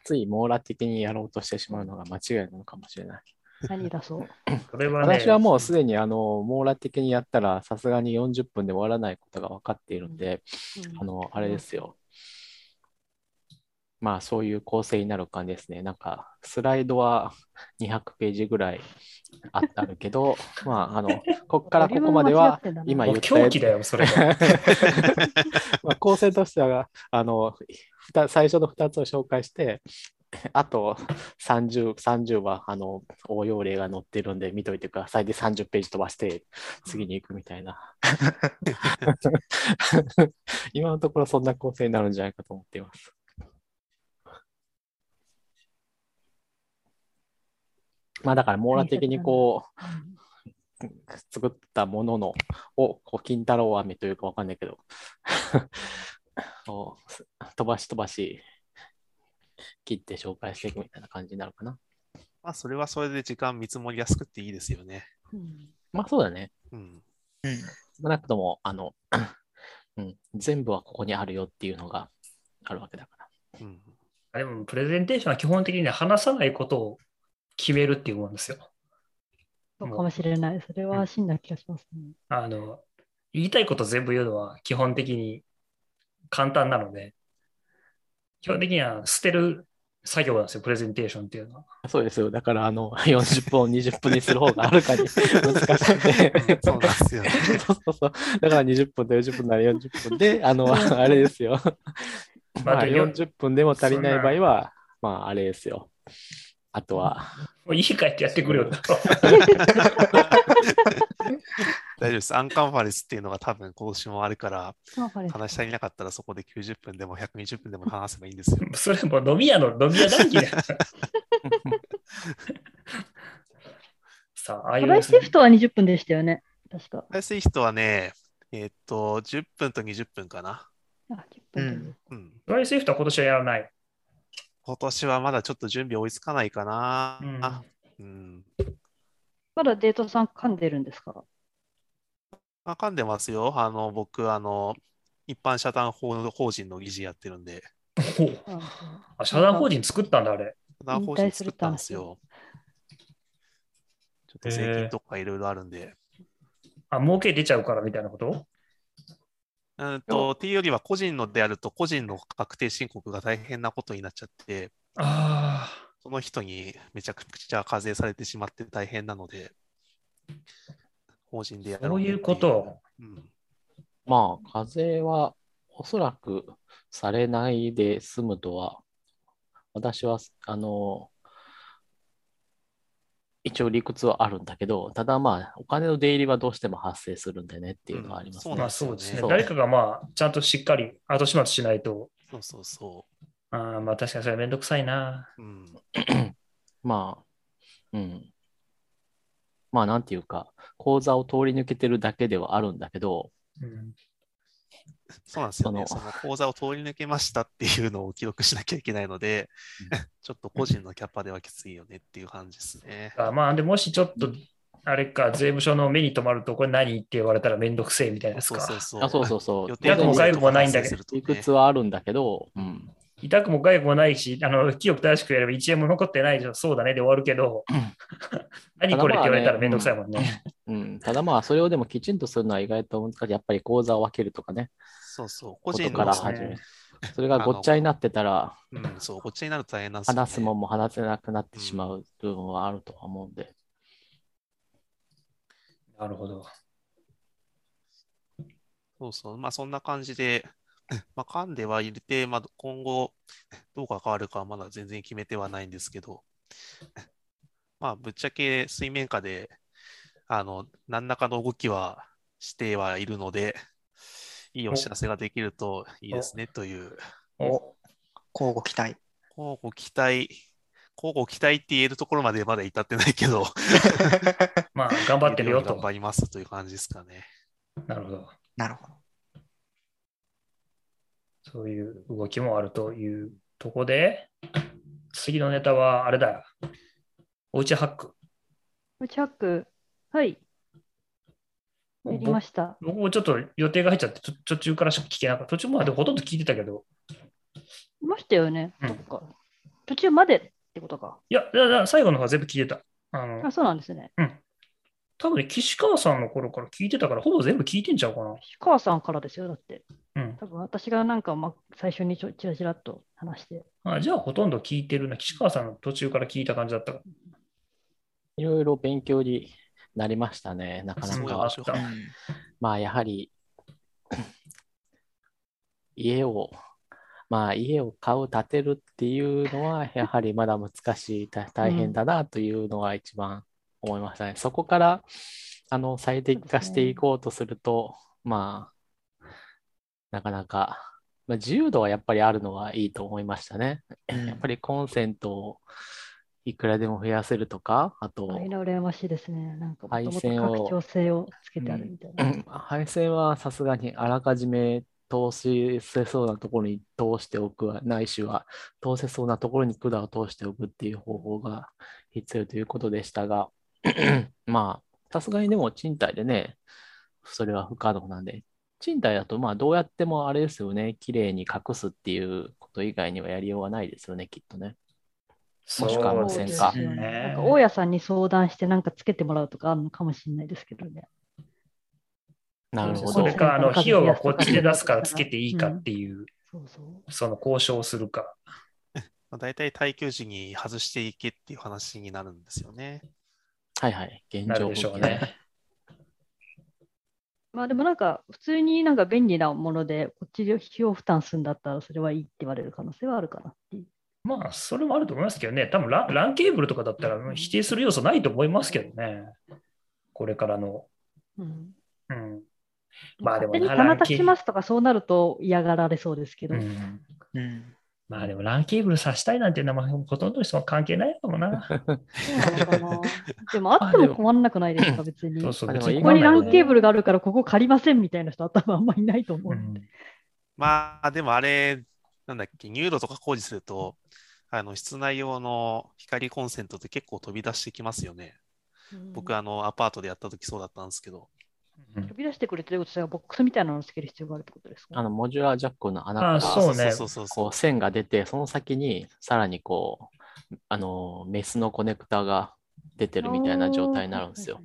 Speaker 4: つい網羅的にやろうとしてしまうのが間違いなのかもしれない。
Speaker 3: 何出そう。
Speaker 1: それはね、
Speaker 4: 私はもうすでにあの網羅的にやったらさすがに40分で終わらないことが分かっているんで、
Speaker 3: うん
Speaker 4: あの、あれですよ。まあ、そういう構成になる感じですね。なんか、スライドは200ページぐらいあったるけど、 まあ、あの、ここからここまでは、
Speaker 3: ボリューム間違ってんだな
Speaker 4: 今
Speaker 1: も
Speaker 4: 言
Speaker 1: う
Speaker 4: ったや
Speaker 1: 狂気
Speaker 4: つ、
Speaker 1: だよ、それ は。
Speaker 4: まあ、構成としては、あの、ふた最初の2つを紹介して、あと30、30は、あの、応用例が載ってるんで、見といてください。で、30ページ飛ばして、次に行くみたいな。 今のところ、そんな構成になるんじゃないかと思っています。まあ、だから、網羅的にこう、作ったもののをこう金太郎飴というかわかんないけど こうす飛ばし飛ばし切って紹介していくみたいな感じになるかな。
Speaker 2: まあそれはそれで時間見積もりやすくっていいですよね。
Speaker 3: うん
Speaker 4: まあそうだね。
Speaker 2: うん。
Speaker 5: うん。
Speaker 4: 少なくともあの、うん、全部はここにあるよっていうのがあるわけだから。
Speaker 2: うん。
Speaker 1: でも、プレゼンテーションは基本的にね話さないことを決めるっていうもんですよ。
Speaker 3: そうかもしれない。それは真な気がします ね。
Speaker 1: あの、言いたいこと全部言うのは基本的に簡単なので、基本的には捨てる作業なんですよ、プレゼンテーションっていうのは。
Speaker 4: そうですよ。だからあの40分を20分にする方がはるかに難しくて。
Speaker 2: そうなんですよ ね。
Speaker 4: そうそうそう。だから20分と40分なら40分で、あ の、あれですよ。まあ、
Speaker 1: あとよ
Speaker 4: 40分でも足りない場合は、まあ、あれですよ。あとは、
Speaker 1: もういいかいってやってくるよ と。
Speaker 2: 大丈夫です。アンカンファレンスっていうのが多分今年もあるから、
Speaker 3: カンファレンス
Speaker 2: 話し足りなかったらそこで90分でも120分でも話せばいいんですよ。
Speaker 1: それもう飲み屋の飲み屋談 義だよ。さあ、ああい
Speaker 3: トライシ
Speaker 1: う
Speaker 3: フトは20分でしたよね。確か。
Speaker 2: 安い人はね、えーっと、10分と20分かな。
Speaker 3: あ10分で
Speaker 2: うん。
Speaker 1: トライセーフトは今年はやらない。
Speaker 2: 今年はまだちょっと準備追いつかないか
Speaker 1: うん
Speaker 2: な。うん。
Speaker 3: まだデートさん噛んでるんですか
Speaker 2: まあ、噛んでますよ。あの、僕、あの、一般社団法法人の議事やってるんで、
Speaker 1: ほうあ社団法人作ったんだ、あれ。
Speaker 2: 社団法
Speaker 3: 引
Speaker 2: 人
Speaker 3: 退す
Speaker 2: 作っ
Speaker 3: るって
Speaker 2: たん
Speaker 3: 話
Speaker 2: ですよ。ちょっと税金とかいろいろあるんで。
Speaker 1: あ、儲け出ちゃうからみたいなこと
Speaker 2: うんと、っていうよりは個人のであると個人の確定申告が大変なことになっちゃって、
Speaker 1: ああ。
Speaker 2: その人にめちゃくちゃ課税されてしまって大変なので、法人でやろ
Speaker 1: そう
Speaker 2: ね
Speaker 1: い
Speaker 2: っ
Speaker 1: う
Speaker 2: て
Speaker 1: こと。
Speaker 2: うん
Speaker 4: まあ、課税はおそらくされないで済むとは、私は、あの、一応理屈はあるんだけど、ただまあ、お金の出入りはどうしても発生するんでねっていうのはあります
Speaker 2: うん
Speaker 1: ま
Speaker 4: ね
Speaker 1: あ。そうですね。
Speaker 4: そう
Speaker 1: 誰かがまあ、ちゃんとしっかり後始末しないと、
Speaker 2: そうそうそ
Speaker 1: あーまあ確かにそれはめんどくさいな。
Speaker 2: う。うん。
Speaker 4: まあ、うん。まあ、なんていうか、講座を通り抜けてるだけではあるんだけど、
Speaker 1: うん
Speaker 2: そうなんですよね。
Speaker 4: そ
Speaker 2: そ
Speaker 4: の
Speaker 2: の講座を通り抜けましたっていうのを記録しなきゃいけないので、 ちょっと個人のキャパではきついよねっていう感じですね。
Speaker 1: あまあ、でもしちょっと、あれか、税務署の目に留まると、これ何って言われたらめんどくせえみたいなやつ
Speaker 2: そ
Speaker 1: か。
Speaker 2: うそうそう。
Speaker 4: あ、そうそうそう。
Speaker 2: 予
Speaker 1: 痛
Speaker 2: 定
Speaker 1: くも
Speaker 2: 外
Speaker 1: 痒くもないんだけど
Speaker 4: いくつはあるんだけど、うん。
Speaker 1: 痛くもかゆくもないし、あの、清く正しくやれば1円も残ってないじゃん、そうだねで終わるけど、 何これって言われたらめんどくさいもんね。
Speaker 4: うん、ただまあ、それをでもきちんとするのは意外と難しい。やっぱり講座を分けるとかね、
Speaker 2: そうそう。個
Speaker 4: こと
Speaker 2: 人
Speaker 4: か
Speaker 2: の
Speaker 4: ら
Speaker 1: そう
Speaker 4: 始
Speaker 1: ね
Speaker 4: め。それがごっちゃになってたら、
Speaker 2: うん、そう、こっちになると大変なんですよ、ね。
Speaker 4: 話すもんも話せなくなってしまう部分はあるとは思うんで。
Speaker 1: なるほど。
Speaker 2: そうそう。まあ、そんな感じで、 まあ、噛んでは入れて、まあ、今後、 どう関わるかはまだ全然決めてはないんですけど、 まあ、ぶっちゃけ水面下で、あの、何らかの動きはしてはいるので、 いいお知らせができるといいですねという、
Speaker 1: お
Speaker 5: 交互期待。
Speaker 2: こうご期待、こうご期待って言えるところまでまだ至ってないけど、
Speaker 1: まあ、頑張ってるよ
Speaker 2: 言えるように頑
Speaker 1: と。
Speaker 2: 張りますという感じですかね。
Speaker 1: なるほど。
Speaker 5: なるほど。
Speaker 1: そういう動きもあるというとこで、次のネタはあれだよ。おうちハック。
Speaker 3: うちハック、はい、やりました。
Speaker 1: 僕もちょっと予定が入っちゃって、ちょ途中からしか聞けなかった。途中までほとんど聞いてたけど、
Speaker 3: いましたよね。
Speaker 1: うん
Speaker 3: そっか。途中までってことか。
Speaker 1: いや、だだ最後の方は全部聞いてた。あの
Speaker 3: あ、そうなんですね。
Speaker 1: 多分ね、岸川さんの頃から聞いてたから、ほぼ全部聞いてんちゃうかな。
Speaker 3: 石川さんからですよ、だって。
Speaker 1: うん。
Speaker 3: 多分私がなんか、ま、最初にちょちらちらっと話して。
Speaker 1: あじゃあ、ほとんど聞いてるな。岸川さんの途中から聞いた感じだったから。
Speaker 4: いろいろ勉強になりましたね、なかな
Speaker 2: す
Speaker 1: そう
Speaker 2: ごい
Speaker 1: だ
Speaker 4: か
Speaker 2: 面
Speaker 1: あ。
Speaker 2: 白
Speaker 1: っ。
Speaker 2: かった
Speaker 5: うん
Speaker 4: まあやはり家をまあ家を買う建てるっていうのはやはりまだ難しいた大変だなというのは一番思いましたね。そこからあの最適化していこうとするとまあなかなか、まあ、自由度はやっぱりあるのはいいと思いましたね。
Speaker 5: うん
Speaker 4: やっぱりコンセントをいくらでも増やせるとかあと
Speaker 3: あれな羨ましいですね。なんか、も
Speaker 4: 配
Speaker 3: とも
Speaker 4: 線を
Speaker 3: と拡張性をつけてあるみたいな。
Speaker 4: 配線はさすがにあらかじめ通せそうなところに通しておくはないしは通せそうなところに管を通しておくっていう方法が必要ということでし たがまあさすがにでも賃貸でねそれは不可能なんで賃貸だとまあどうやってもあれですよね綺麗に隠すっていうこと以外にはやりようがないですよねきっとね
Speaker 1: そう
Speaker 4: もしくは無線か
Speaker 1: ですよ
Speaker 3: な
Speaker 1: ね
Speaker 3: んか大家さんに相談してなんかつけてもらうとかあるのかもしれないですけどね。
Speaker 4: なるほ
Speaker 1: そ
Speaker 4: ど
Speaker 1: れか、あの、
Speaker 3: そうそう
Speaker 1: 費用はこっちで出すからつけていいかっていう、
Speaker 3: そうそう。
Speaker 1: その交渉をするか。
Speaker 2: まあ、大体耐久時に外していけっていう話になるんですよね。
Speaker 4: はいはい現
Speaker 1: なる
Speaker 4: 状
Speaker 1: でしょう
Speaker 4: 復帰
Speaker 1: ね
Speaker 4: ね。
Speaker 3: まあでもなんか普通になんか便利なものでこっちで費用負担するんだったらそれはいいって言われる可能性はあるかなっていう。
Speaker 1: まあ、それもあると思いますけどね、多分ランランケーブルとかだったらうん否定する要素ないと思いますけどね、これからの。
Speaker 3: うん、
Speaker 1: うん。まあでも
Speaker 3: 勝手に
Speaker 1: な
Speaker 3: 棚
Speaker 1: ランキ
Speaker 3: 足
Speaker 1: ン
Speaker 3: しますとかそうなると嫌がられそうですけど、
Speaker 1: うん、
Speaker 5: うん。
Speaker 1: まあでも、ランケーブルさしたいなんていうのは、まあほとんどの人は関係ないかもな。
Speaker 3: そうなのかなでもあっても困んなくないですか、別に。
Speaker 1: そう
Speaker 3: こ
Speaker 1: そう、
Speaker 4: まあで
Speaker 1: 別
Speaker 4: も
Speaker 1: に
Speaker 4: 意
Speaker 3: こ
Speaker 4: 外と
Speaker 3: にラ
Speaker 4: ね
Speaker 3: ンケーブルがあるからここ借りませんみたいな人頭あんまいないと思う。
Speaker 1: うん
Speaker 2: まあ、でもあれ、なんだっけ、ニューロとか工事すると、あの、室内用の光コンセントって結構飛び出してきますよね。僕、あの、アパートでやった時そうだったんですけど。
Speaker 1: うん
Speaker 3: 飛び出してくれてることはボックスみたいなのをつける必要があるってことですか
Speaker 4: あのモジュラージャックの穴
Speaker 1: あ
Speaker 4: か
Speaker 1: ー
Speaker 4: ら
Speaker 1: そうね
Speaker 2: そうそうそ
Speaker 4: こ
Speaker 2: う
Speaker 4: う。線が出て、その先にさらにこう、あの、メスのコネクタが出てるみたいな状態になるんですよ。。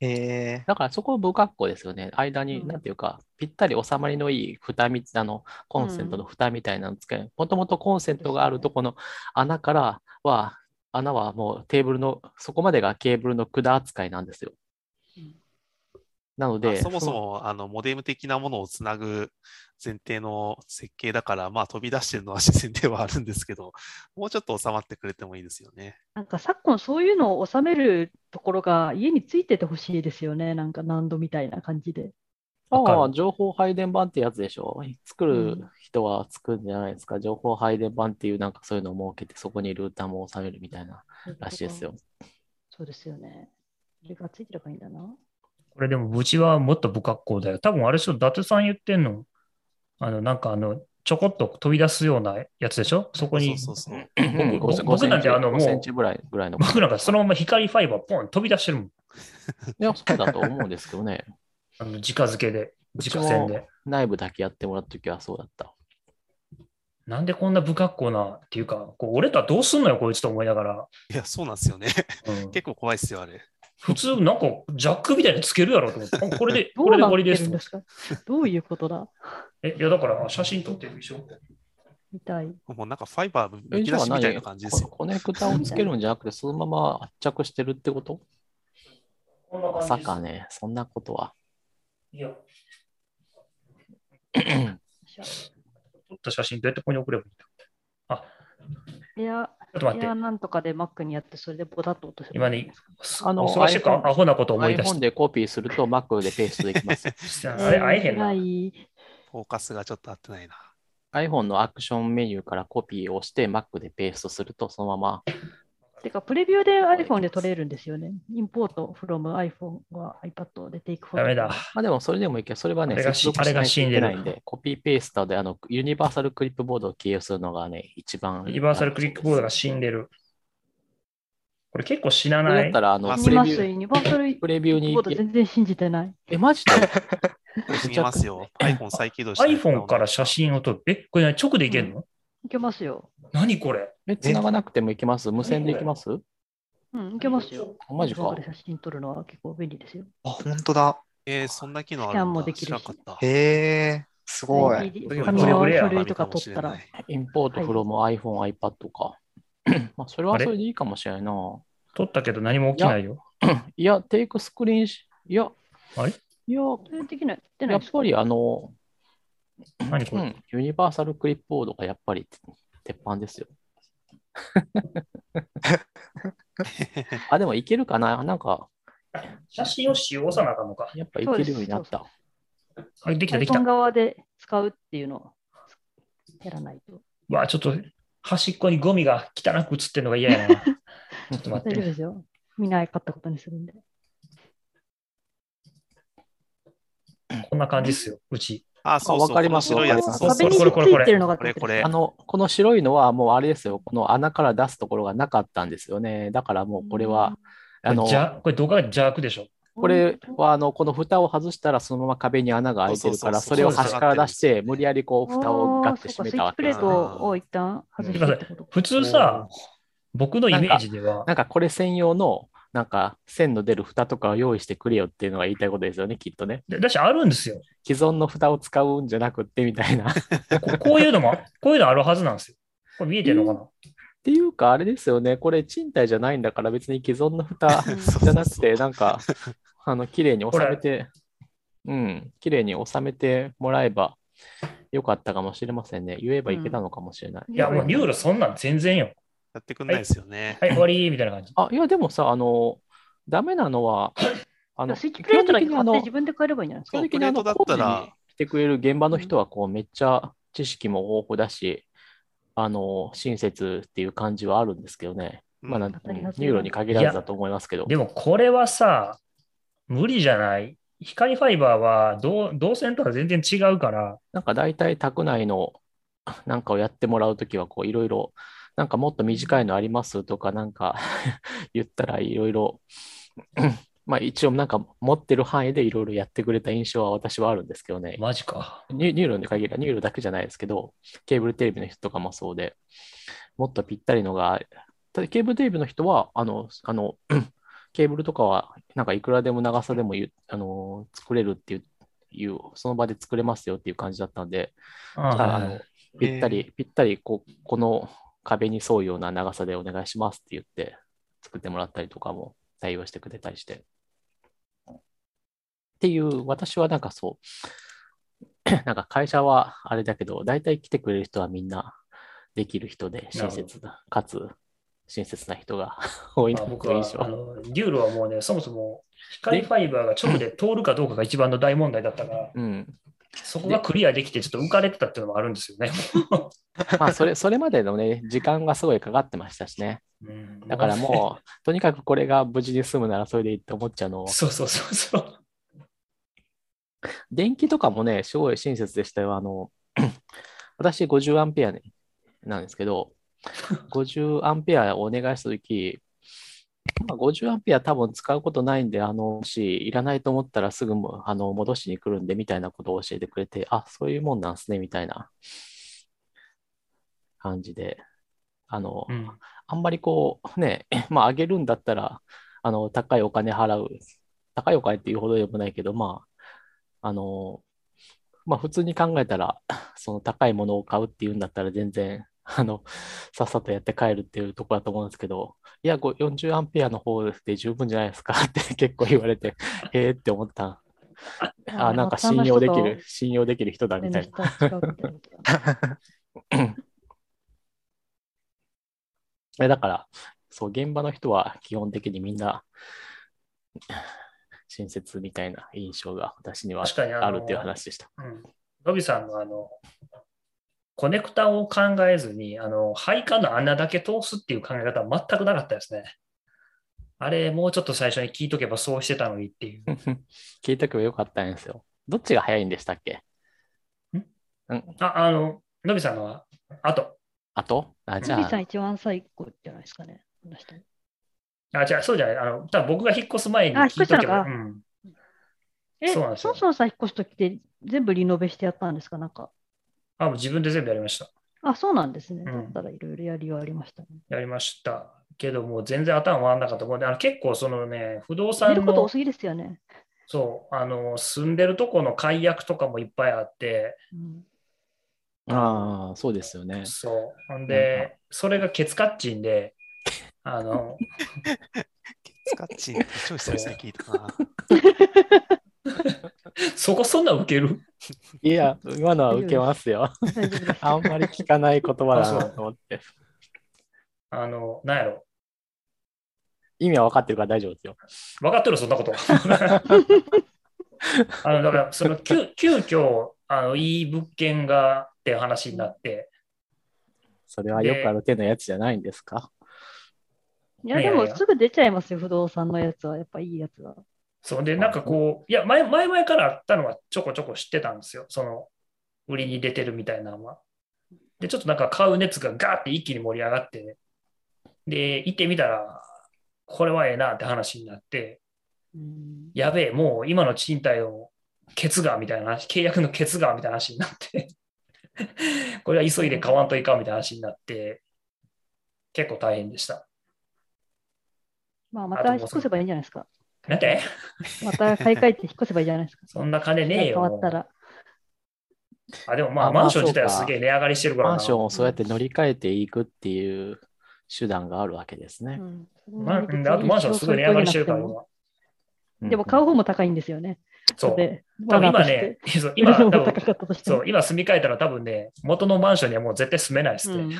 Speaker 5: え
Speaker 4: だからそこ不格好ですよね。間に、
Speaker 3: うん
Speaker 4: なんていうか、ぴったり収まりのいい蓋み、あの、コンセントの蓋みたいなのつけ、もともとコンセントがあるとこの穴からは、穴はもうテーブルの、そこまでがケーブルの管扱いなんですよ。
Speaker 3: うん
Speaker 4: なの
Speaker 2: まあ
Speaker 4: で、
Speaker 2: そもそ
Speaker 4: の
Speaker 2: も、あの、モデム的なものをつなぐ前提の設計だから、まあ、飛び出してるのは自然ではあるんですけど、もうちょっと収まってくれてもいいですよね。
Speaker 3: なんか昨今そういうのを収めるところが家についててほしいですよね。なんか何度みたいな感じで。
Speaker 1: わかる
Speaker 4: ああ、情報配電盤ってやつでしょ。作る人は作るんじゃないですか。情報配電盤っていうなんかそういうのを設けて、そこにルーターも収めるみたいならしいですよ。
Speaker 3: そうですよね。それがついてればいいんだな。
Speaker 1: これでも、ブチはもっと不格好だよ。多分あれでしょ、伊達さん言ってんの、あの、なんかあの、ちょこっと飛び出すようなやつでしょそこに、
Speaker 2: そうそうそう。
Speaker 1: 僕
Speaker 4: 5セン
Speaker 1: 僕なんてあのもう
Speaker 4: 5センチぐらいぐらいの。い
Speaker 1: 僕なんかそのまま光ファイバーポン飛び出してるもん。
Speaker 4: や、そうだと思うんですけどね。
Speaker 1: あの、直付けで、
Speaker 4: うち
Speaker 1: 直
Speaker 4: も
Speaker 1: 線で。
Speaker 4: 内部だけやってもらったときはそうだ った。
Speaker 1: なんでこんな不格好なっていうか、こう俺とはどうすんのよ、こいつと思いながら。
Speaker 2: いや、そうなんですよね。
Speaker 1: うん
Speaker 2: 結構怖いっすよ、あれ。
Speaker 1: 普通、なんかジャックみたいなのつけるやろと思って、あこれで、
Speaker 3: ど
Speaker 1: これ
Speaker 3: う
Speaker 1: で終
Speaker 3: な
Speaker 1: わ
Speaker 3: って
Speaker 1: りです
Speaker 3: るんですかどういうことだ
Speaker 1: え、いやだから、あ写真撮ってるでしょ
Speaker 3: みたい。
Speaker 2: もうなんかファイバーむき出しみたいな感じです
Speaker 4: こ
Speaker 2: よ。
Speaker 4: コネクタをつけるんじゃなくて、そのまま圧着してるってこと
Speaker 1: こんな
Speaker 4: ま
Speaker 1: 感じ
Speaker 4: さ
Speaker 1: です
Speaker 4: かね、そんなこと は。
Speaker 1: いや、
Speaker 3: 私は
Speaker 1: 撮った写真どうやってここに送ればいいんだ
Speaker 3: エア、
Speaker 1: ちょっと待っ
Speaker 3: エ
Speaker 1: て
Speaker 3: ア、なんとかで Mac にやって、それでボタッと落とせば
Speaker 1: 今
Speaker 3: いいん
Speaker 1: ね
Speaker 3: ですか、
Speaker 4: あの
Speaker 1: 恐ろしく
Speaker 4: iPhone
Speaker 1: アホなこと思い出
Speaker 4: iPhone
Speaker 1: し
Speaker 4: でコピーすると Mac でペーストできます。
Speaker 1: た。あれ、会えへんな。
Speaker 3: い。
Speaker 2: フォーカスがちょっと合ってないな。
Speaker 4: iPhone のアクションメニューからコピーをして Mac でペーストするとそのまま
Speaker 3: てか、プレビューで iPhone で撮れるんですよね。インポート from iPhone は iPad で take
Speaker 1: ダメだ。
Speaker 4: まあでもそれでもいいけど、それはね、
Speaker 1: あれがし
Speaker 4: 接続しないといけない
Speaker 1: あれが死ん
Speaker 4: ん
Speaker 1: で
Speaker 4: で、コピーペースターであのユニバーサルクリップボードを経由するのがね、一番。
Speaker 1: ユニバーサルクリックボードが死んでる。これ結構死な
Speaker 4: それ
Speaker 1: な
Speaker 4: だ
Speaker 1: い
Speaker 4: った。ら、あの、
Speaker 2: まあ
Speaker 4: プ
Speaker 3: 見
Speaker 4: レ
Speaker 3: ま
Speaker 4: ビ
Speaker 3: す、
Speaker 4: ュー、
Speaker 3: ユニバーサル
Speaker 4: プレビューに
Speaker 3: こと、全然信じてない。
Speaker 4: え、マジで
Speaker 2: 見えますよ。iPhone 再起動して。
Speaker 1: iPhone から写真を撮る。え、これ何直でいけるの、
Speaker 3: いけますよ。
Speaker 1: 何これ
Speaker 4: え、繋がなくてもいけます無線でいけます
Speaker 3: うん、いけますよ。
Speaker 4: あマジか
Speaker 3: iPhone で写真撮るのは結構便利ですよ。
Speaker 5: あ、本当だ。
Speaker 2: えー、そんな機能あるんだ
Speaker 3: スキャンもできるし
Speaker 2: 知らなかった。
Speaker 5: へえ、すごい。
Speaker 3: CD
Speaker 2: そういうの
Speaker 3: 紙
Speaker 1: これ
Speaker 3: の
Speaker 1: これ
Speaker 3: 書類とか撮ったら。
Speaker 4: インポート
Speaker 3: はい
Speaker 4: フロム iPhone、iPad か。 まあ、それはそれでいいかもしれないな。
Speaker 1: 撮ったけど何も起きないよ。
Speaker 4: いや、テイクスクリーンし、いや、
Speaker 1: あれ
Speaker 4: いや、
Speaker 3: それできない。出な
Speaker 4: や
Speaker 3: い
Speaker 4: っぱりあの、
Speaker 1: 何こ
Speaker 4: う
Speaker 1: れ、
Speaker 4: ん、ユニバーサルクリップボードがやっぱり鉄板ですよ。あ、でもいけるかななんか、
Speaker 1: 写真を使用さなあかんのか。
Speaker 4: やっぱいけるようになった。
Speaker 1: あできたでき
Speaker 3: iPhone
Speaker 1: た。
Speaker 3: 側で使うっていうのをやらないと。
Speaker 1: わあ、ちょっと端っこにゴミが汚く映ってるのが嫌や な。ちょっと待
Speaker 3: 大
Speaker 1: っ
Speaker 3: 丈夫
Speaker 1: て。
Speaker 3: ですよ。見なかったことにするんで。
Speaker 1: こんな感じですよ、うち。
Speaker 2: あ、そうそう。
Speaker 4: あわかります
Speaker 2: この白いやつ。
Speaker 4: わかります
Speaker 2: そう
Speaker 3: 壁に
Speaker 2: そ
Speaker 3: ひ
Speaker 2: う
Speaker 3: っ
Speaker 1: これこ
Speaker 3: つ
Speaker 1: れこれ
Speaker 3: いてるのが
Speaker 2: これこれ
Speaker 4: あ。の、この白いのはもうあれですよ。この穴から出すところがなかったんですよね。だからもうこれは、あの
Speaker 1: じ、ゃこれ動画が邪悪でしょ。
Speaker 4: これはあの、この蓋を外したらそのまま壁に穴が開いてるから、
Speaker 2: そ
Speaker 4: そう
Speaker 2: そ
Speaker 4: れ
Speaker 2: うそ
Speaker 4: を
Speaker 2: う
Speaker 4: 端から出して、無理やりこう蓋をガッて閉めたわけ
Speaker 3: スイッ
Speaker 4: で
Speaker 3: チ
Speaker 4: す
Speaker 3: プレ
Speaker 4: ね
Speaker 2: あー。
Speaker 3: ートを一旦外してってことか。
Speaker 1: 普通さ、僕のイメージでは、
Speaker 4: なんかこれ専用の、なんか線の出る蓋とかを用意してくれよっていうのが言いたいことですよね、きっとね。
Speaker 1: だだしあるんですよ。
Speaker 4: 既存の蓋を使うんじゃなくってみたいな。っ
Speaker 1: ここういうのも、こういうのあるはずなんですよ。これ見えてるのかな、
Speaker 4: ていうか、あれですよね、これ賃貸じゃないんだから別に既存の蓋
Speaker 3: うん
Speaker 4: じゃなくて、なんか、あの、綺麗に
Speaker 1: こ
Speaker 4: 収
Speaker 1: れ
Speaker 4: めて、うん、綺麗に収めてもらえばよかったかもしれませんね。言えばいけたのかもしれない。
Speaker 1: いや、もうニューロそんなん全然よ。
Speaker 2: やってくんないですよね。
Speaker 1: はい、終わりみたいな感じ。
Speaker 4: あ、いや、でもさ、あの、ダメなのは、あ
Speaker 3: じゃあ
Speaker 4: の、
Speaker 3: スイッチプレートだけ
Speaker 4: 基本的に
Speaker 3: 買って
Speaker 4: あの
Speaker 3: 自分で買えればいいんじゃないです
Speaker 4: 基
Speaker 3: か。
Speaker 4: 本的にあの
Speaker 2: プレートだったら
Speaker 4: 工事に来てくれる現場の人はこうめっちゃ知識も豊富だし、あの親切っていう感じはあるんですけどね、まあなん
Speaker 2: うん
Speaker 3: 当たり前
Speaker 4: ニューロに限らずだと思いますけど、
Speaker 1: でもこれはさ、無理じゃない光ファイバーは導導線とは全然違うから、
Speaker 4: なんか大体宅内のなんかをやってもらうときはこういろいろ、なんかもっと短いのありますとかなんか 言ったらいろいろ、 まあ一応なんか持ってる範囲でいろいろやってくれた印象は私はあるんですけどね。
Speaker 1: マジか。
Speaker 4: ニュニューロンで限らニューロだけじゃないですけど、ケーブルテレビの人とかもそうで、もっとぴったりのが、ただケーブルテレビの人は、あの、あの、 ケーブルとかは、なんかいくらでも長さでもゆあの作れるっていう、いうその場で作れますよっていう感じだったんで、
Speaker 1: あ
Speaker 4: じゃああ
Speaker 1: はい
Speaker 4: のぴったり、ぴったりこう、この壁に沿うような長さでお願いしますって言って、作ってもらったりとかも対応してくれたりして。っていう、私はなんかそう、 なんか会社はあれだけど、大体来てくれる人はみんなできる人で、親切だ、かつ親切な人 が多いな
Speaker 1: まあ
Speaker 4: と
Speaker 1: 僕
Speaker 4: いう
Speaker 1: は
Speaker 4: 印象。
Speaker 1: あのデュールはもうね、そもそも光ファイバーが直で通るかどうかが一番の大問題だったから、
Speaker 4: うん。
Speaker 1: そこがクリアできてちょっと浮かれてたっていうのもあるんですよね。
Speaker 4: まあ、それ、それまでのね、時間がすごいかかってましたしね。
Speaker 1: うん
Speaker 4: だからもう、 とにかくこれが無事に済むならそれでいいって思っちゃうのを、
Speaker 1: そうそうそうそう。
Speaker 4: 電気とかもね、すごい親切でしたよ。あの、 私50アンペアねなんですけど、50アンペアをお願いしたとき、まあ、50アンペア多分使うことないんで、あの、もしいらないと思ったらすぐもあの戻しに来るんでみたいなことを教えてくれて、あ、そういうもんなんすね、みたいな感じで、あの、
Speaker 1: うん
Speaker 4: あんまりこう、ね、 まあ、上げるんだったら、あの、高いお金払う。高いお金っていうほどでもないけど、まあ、あの、まあ、普通に考えたら、 その高いものを買うっていうんだったら全然、 あの、さっさとやって帰るっていうところだと思うんですけど、いや、ご40アンペアの方で十分じゃないですか って結構言われて、へえって思った。あ、なんか信用できる、。信用できる人だみたいな。
Speaker 3: 他の人と連絡したら違うってことだ
Speaker 4: え、だから、そう、現場の人は基本的にみんな親切みたいな印象が私には
Speaker 1: 確かにあの
Speaker 4: あるっていう話でした。
Speaker 1: うんロビさんのあの、コネクタを考えずに、あの、配管の穴だけ通すっていう考え方は全くなかったですね。あれ、もうちょっと最初に聞いとけばそうしてたのにっていう。
Speaker 4: 聞いとけばよかったんですよ。どっちが早いんでしたっけ
Speaker 1: あ、あの、ロビさんのは、あと、
Speaker 4: あとあ、じ
Speaker 3: の
Speaker 4: ゃ
Speaker 3: びさん
Speaker 4: あ、
Speaker 3: 一番最後じゃないですかね。この人
Speaker 1: あ、じゃあ、そうじゃない、あの、多分僕が引っ越す前に
Speaker 3: あ
Speaker 1: 聞いとけ
Speaker 3: 引っ
Speaker 1: ば、
Speaker 3: 越したの
Speaker 1: う
Speaker 3: か
Speaker 1: ん、
Speaker 3: え、
Speaker 1: そう
Speaker 3: そ
Speaker 1: なん
Speaker 3: も
Speaker 1: ですよ
Speaker 3: そもさ、引っ越すときって全部リノベしてやったんですかなんか。
Speaker 1: あ、もう自分で全部やりました。
Speaker 3: あ、そうなんですね。
Speaker 1: う
Speaker 3: だ
Speaker 1: ん
Speaker 3: ったらいろいろやりはありましたね。
Speaker 1: やりました。けど、もう全然頭回らなかった。もうねあの結構、そのね、不動
Speaker 3: や
Speaker 1: 産
Speaker 3: ること
Speaker 1: の
Speaker 3: 多、すぎですよね。
Speaker 1: そう、あの、住んでるとこの解約とかもいっぱいあって、
Speaker 3: うん
Speaker 4: ああ、そうですよね。
Speaker 1: そう。ほん
Speaker 4: なん
Speaker 1: で、それがケツカッチンで、あ の、
Speaker 2: スカッチンって超久々に聞いたな。
Speaker 1: そこそんな受ける
Speaker 4: いや、今のは受けますよ。
Speaker 3: 大丈 夫です
Speaker 4: あんまり聞かない言葉だ
Speaker 1: あそ
Speaker 4: な
Speaker 1: う
Speaker 4: と思 って。
Speaker 1: あの、なんやろ。
Speaker 4: 意味は分かってるから大丈夫ですよ。
Speaker 1: 分かってる、そんな こと。あの、だから、その、急、急遽、あの、いい物件がって話になって、
Speaker 4: それはよくある手のやつじゃないんですか
Speaker 3: いや、
Speaker 1: いや
Speaker 3: で
Speaker 1: いや
Speaker 3: もすぐ出ちゃいますよ、不動産のやつは。やっぱいいやつは。
Speaker 1: そうで、なんかこう、いや、前、前々からあったのはちょこちょこ知ってたんですよ。その、売りに出てるみたいなのは。で、ちょっとなんか買う熱がガーって一気に盛り上がって、で、行ってみたら、これはええなって話になって、
Speaker 3: うん
Speaker 1: やべえ、もう今の賃貸をケツがみたいな話、契約のケツがみたいな話になって、 これは急いで買わんといかんみたいな話になって、結構大変でした。
Speaker 3: まあ、ま
Speaker 1: あと
Speaker 3: た
Speaker 1: もう
Speaker 3: 引っ越せばいいんじゃないですか。
Speaker 1: なんて
Speaker 3: また買い替えて引っ越せばいいじゃないですか。
Speaker 1: そんな金ねえ
Speaker 3: 変わ
Speaker 1: よ
Speaker 3: っ。たら。
Speaker 1: あ、でもまあ、
Speaker 4: あまあ
Speaker 1: マンション自体は
Speaker 4: そ
Speaker 1: す
Speaker 4: うか
Speaker 1: げえ値上がりしてるからな。
Speaker 4: マンションをそうやって乗り換えていくっていう手段があるわけですね。
Speaker 3: うん
Speaker 1: まあうんあとマンションすごい値上がりしてるからな。
Speaker 3: でも買う
Speaker 4: うん
Speaker 3: 方も高いんですよね。
Speaker 1: そう。
Speaker 3: で、
Speaker 1: 多分
Speaker 3: 罠と
Speaker 1: 今
Speaker 3: して
Speaker 1: ね、 そう
Speaker 3: 今
Speaker 1: 今、多
Speaker 3: も高
Speaker 1: 分
Speaker 3: かったとして
Speaker 1: そ
Speaker 3: も
Speaker 1: う、今住み替えたら多分ね、元のマンションにはもう絶対住めないですね。
Speaker 3: うん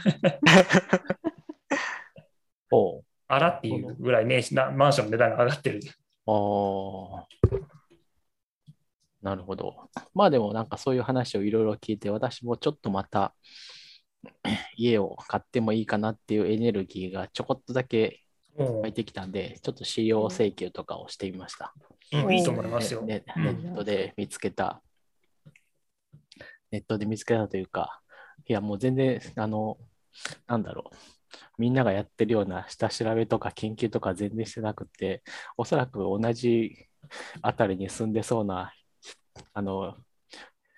Speaker 4: おう
Speaker 1: あらっていうぐらいね、なマンションの値段が上がってる。
Speaker 4: あーなるほど。まあでもなんかそういう話をいろいろ聞いて、私もちょっとまた 家を買ってもいいかなっていうエネルギーがちょこっとだけ
Speaker 1: うん
Speaker 4: 湧いてきたんで、ちょっと資料請求とかをしてみました。
Speaker 1: うん、いいと思いますよ。
Speaker 4: ね
Speaker 1: うん
Speaker 4: ネットで見つけた。ネットで見つけたというか、いやもう全然、あの、なんだろう。みんながやってるような下調べとか研究とか全然してなくて、おそらく同じあたりに住んでそうな、あの、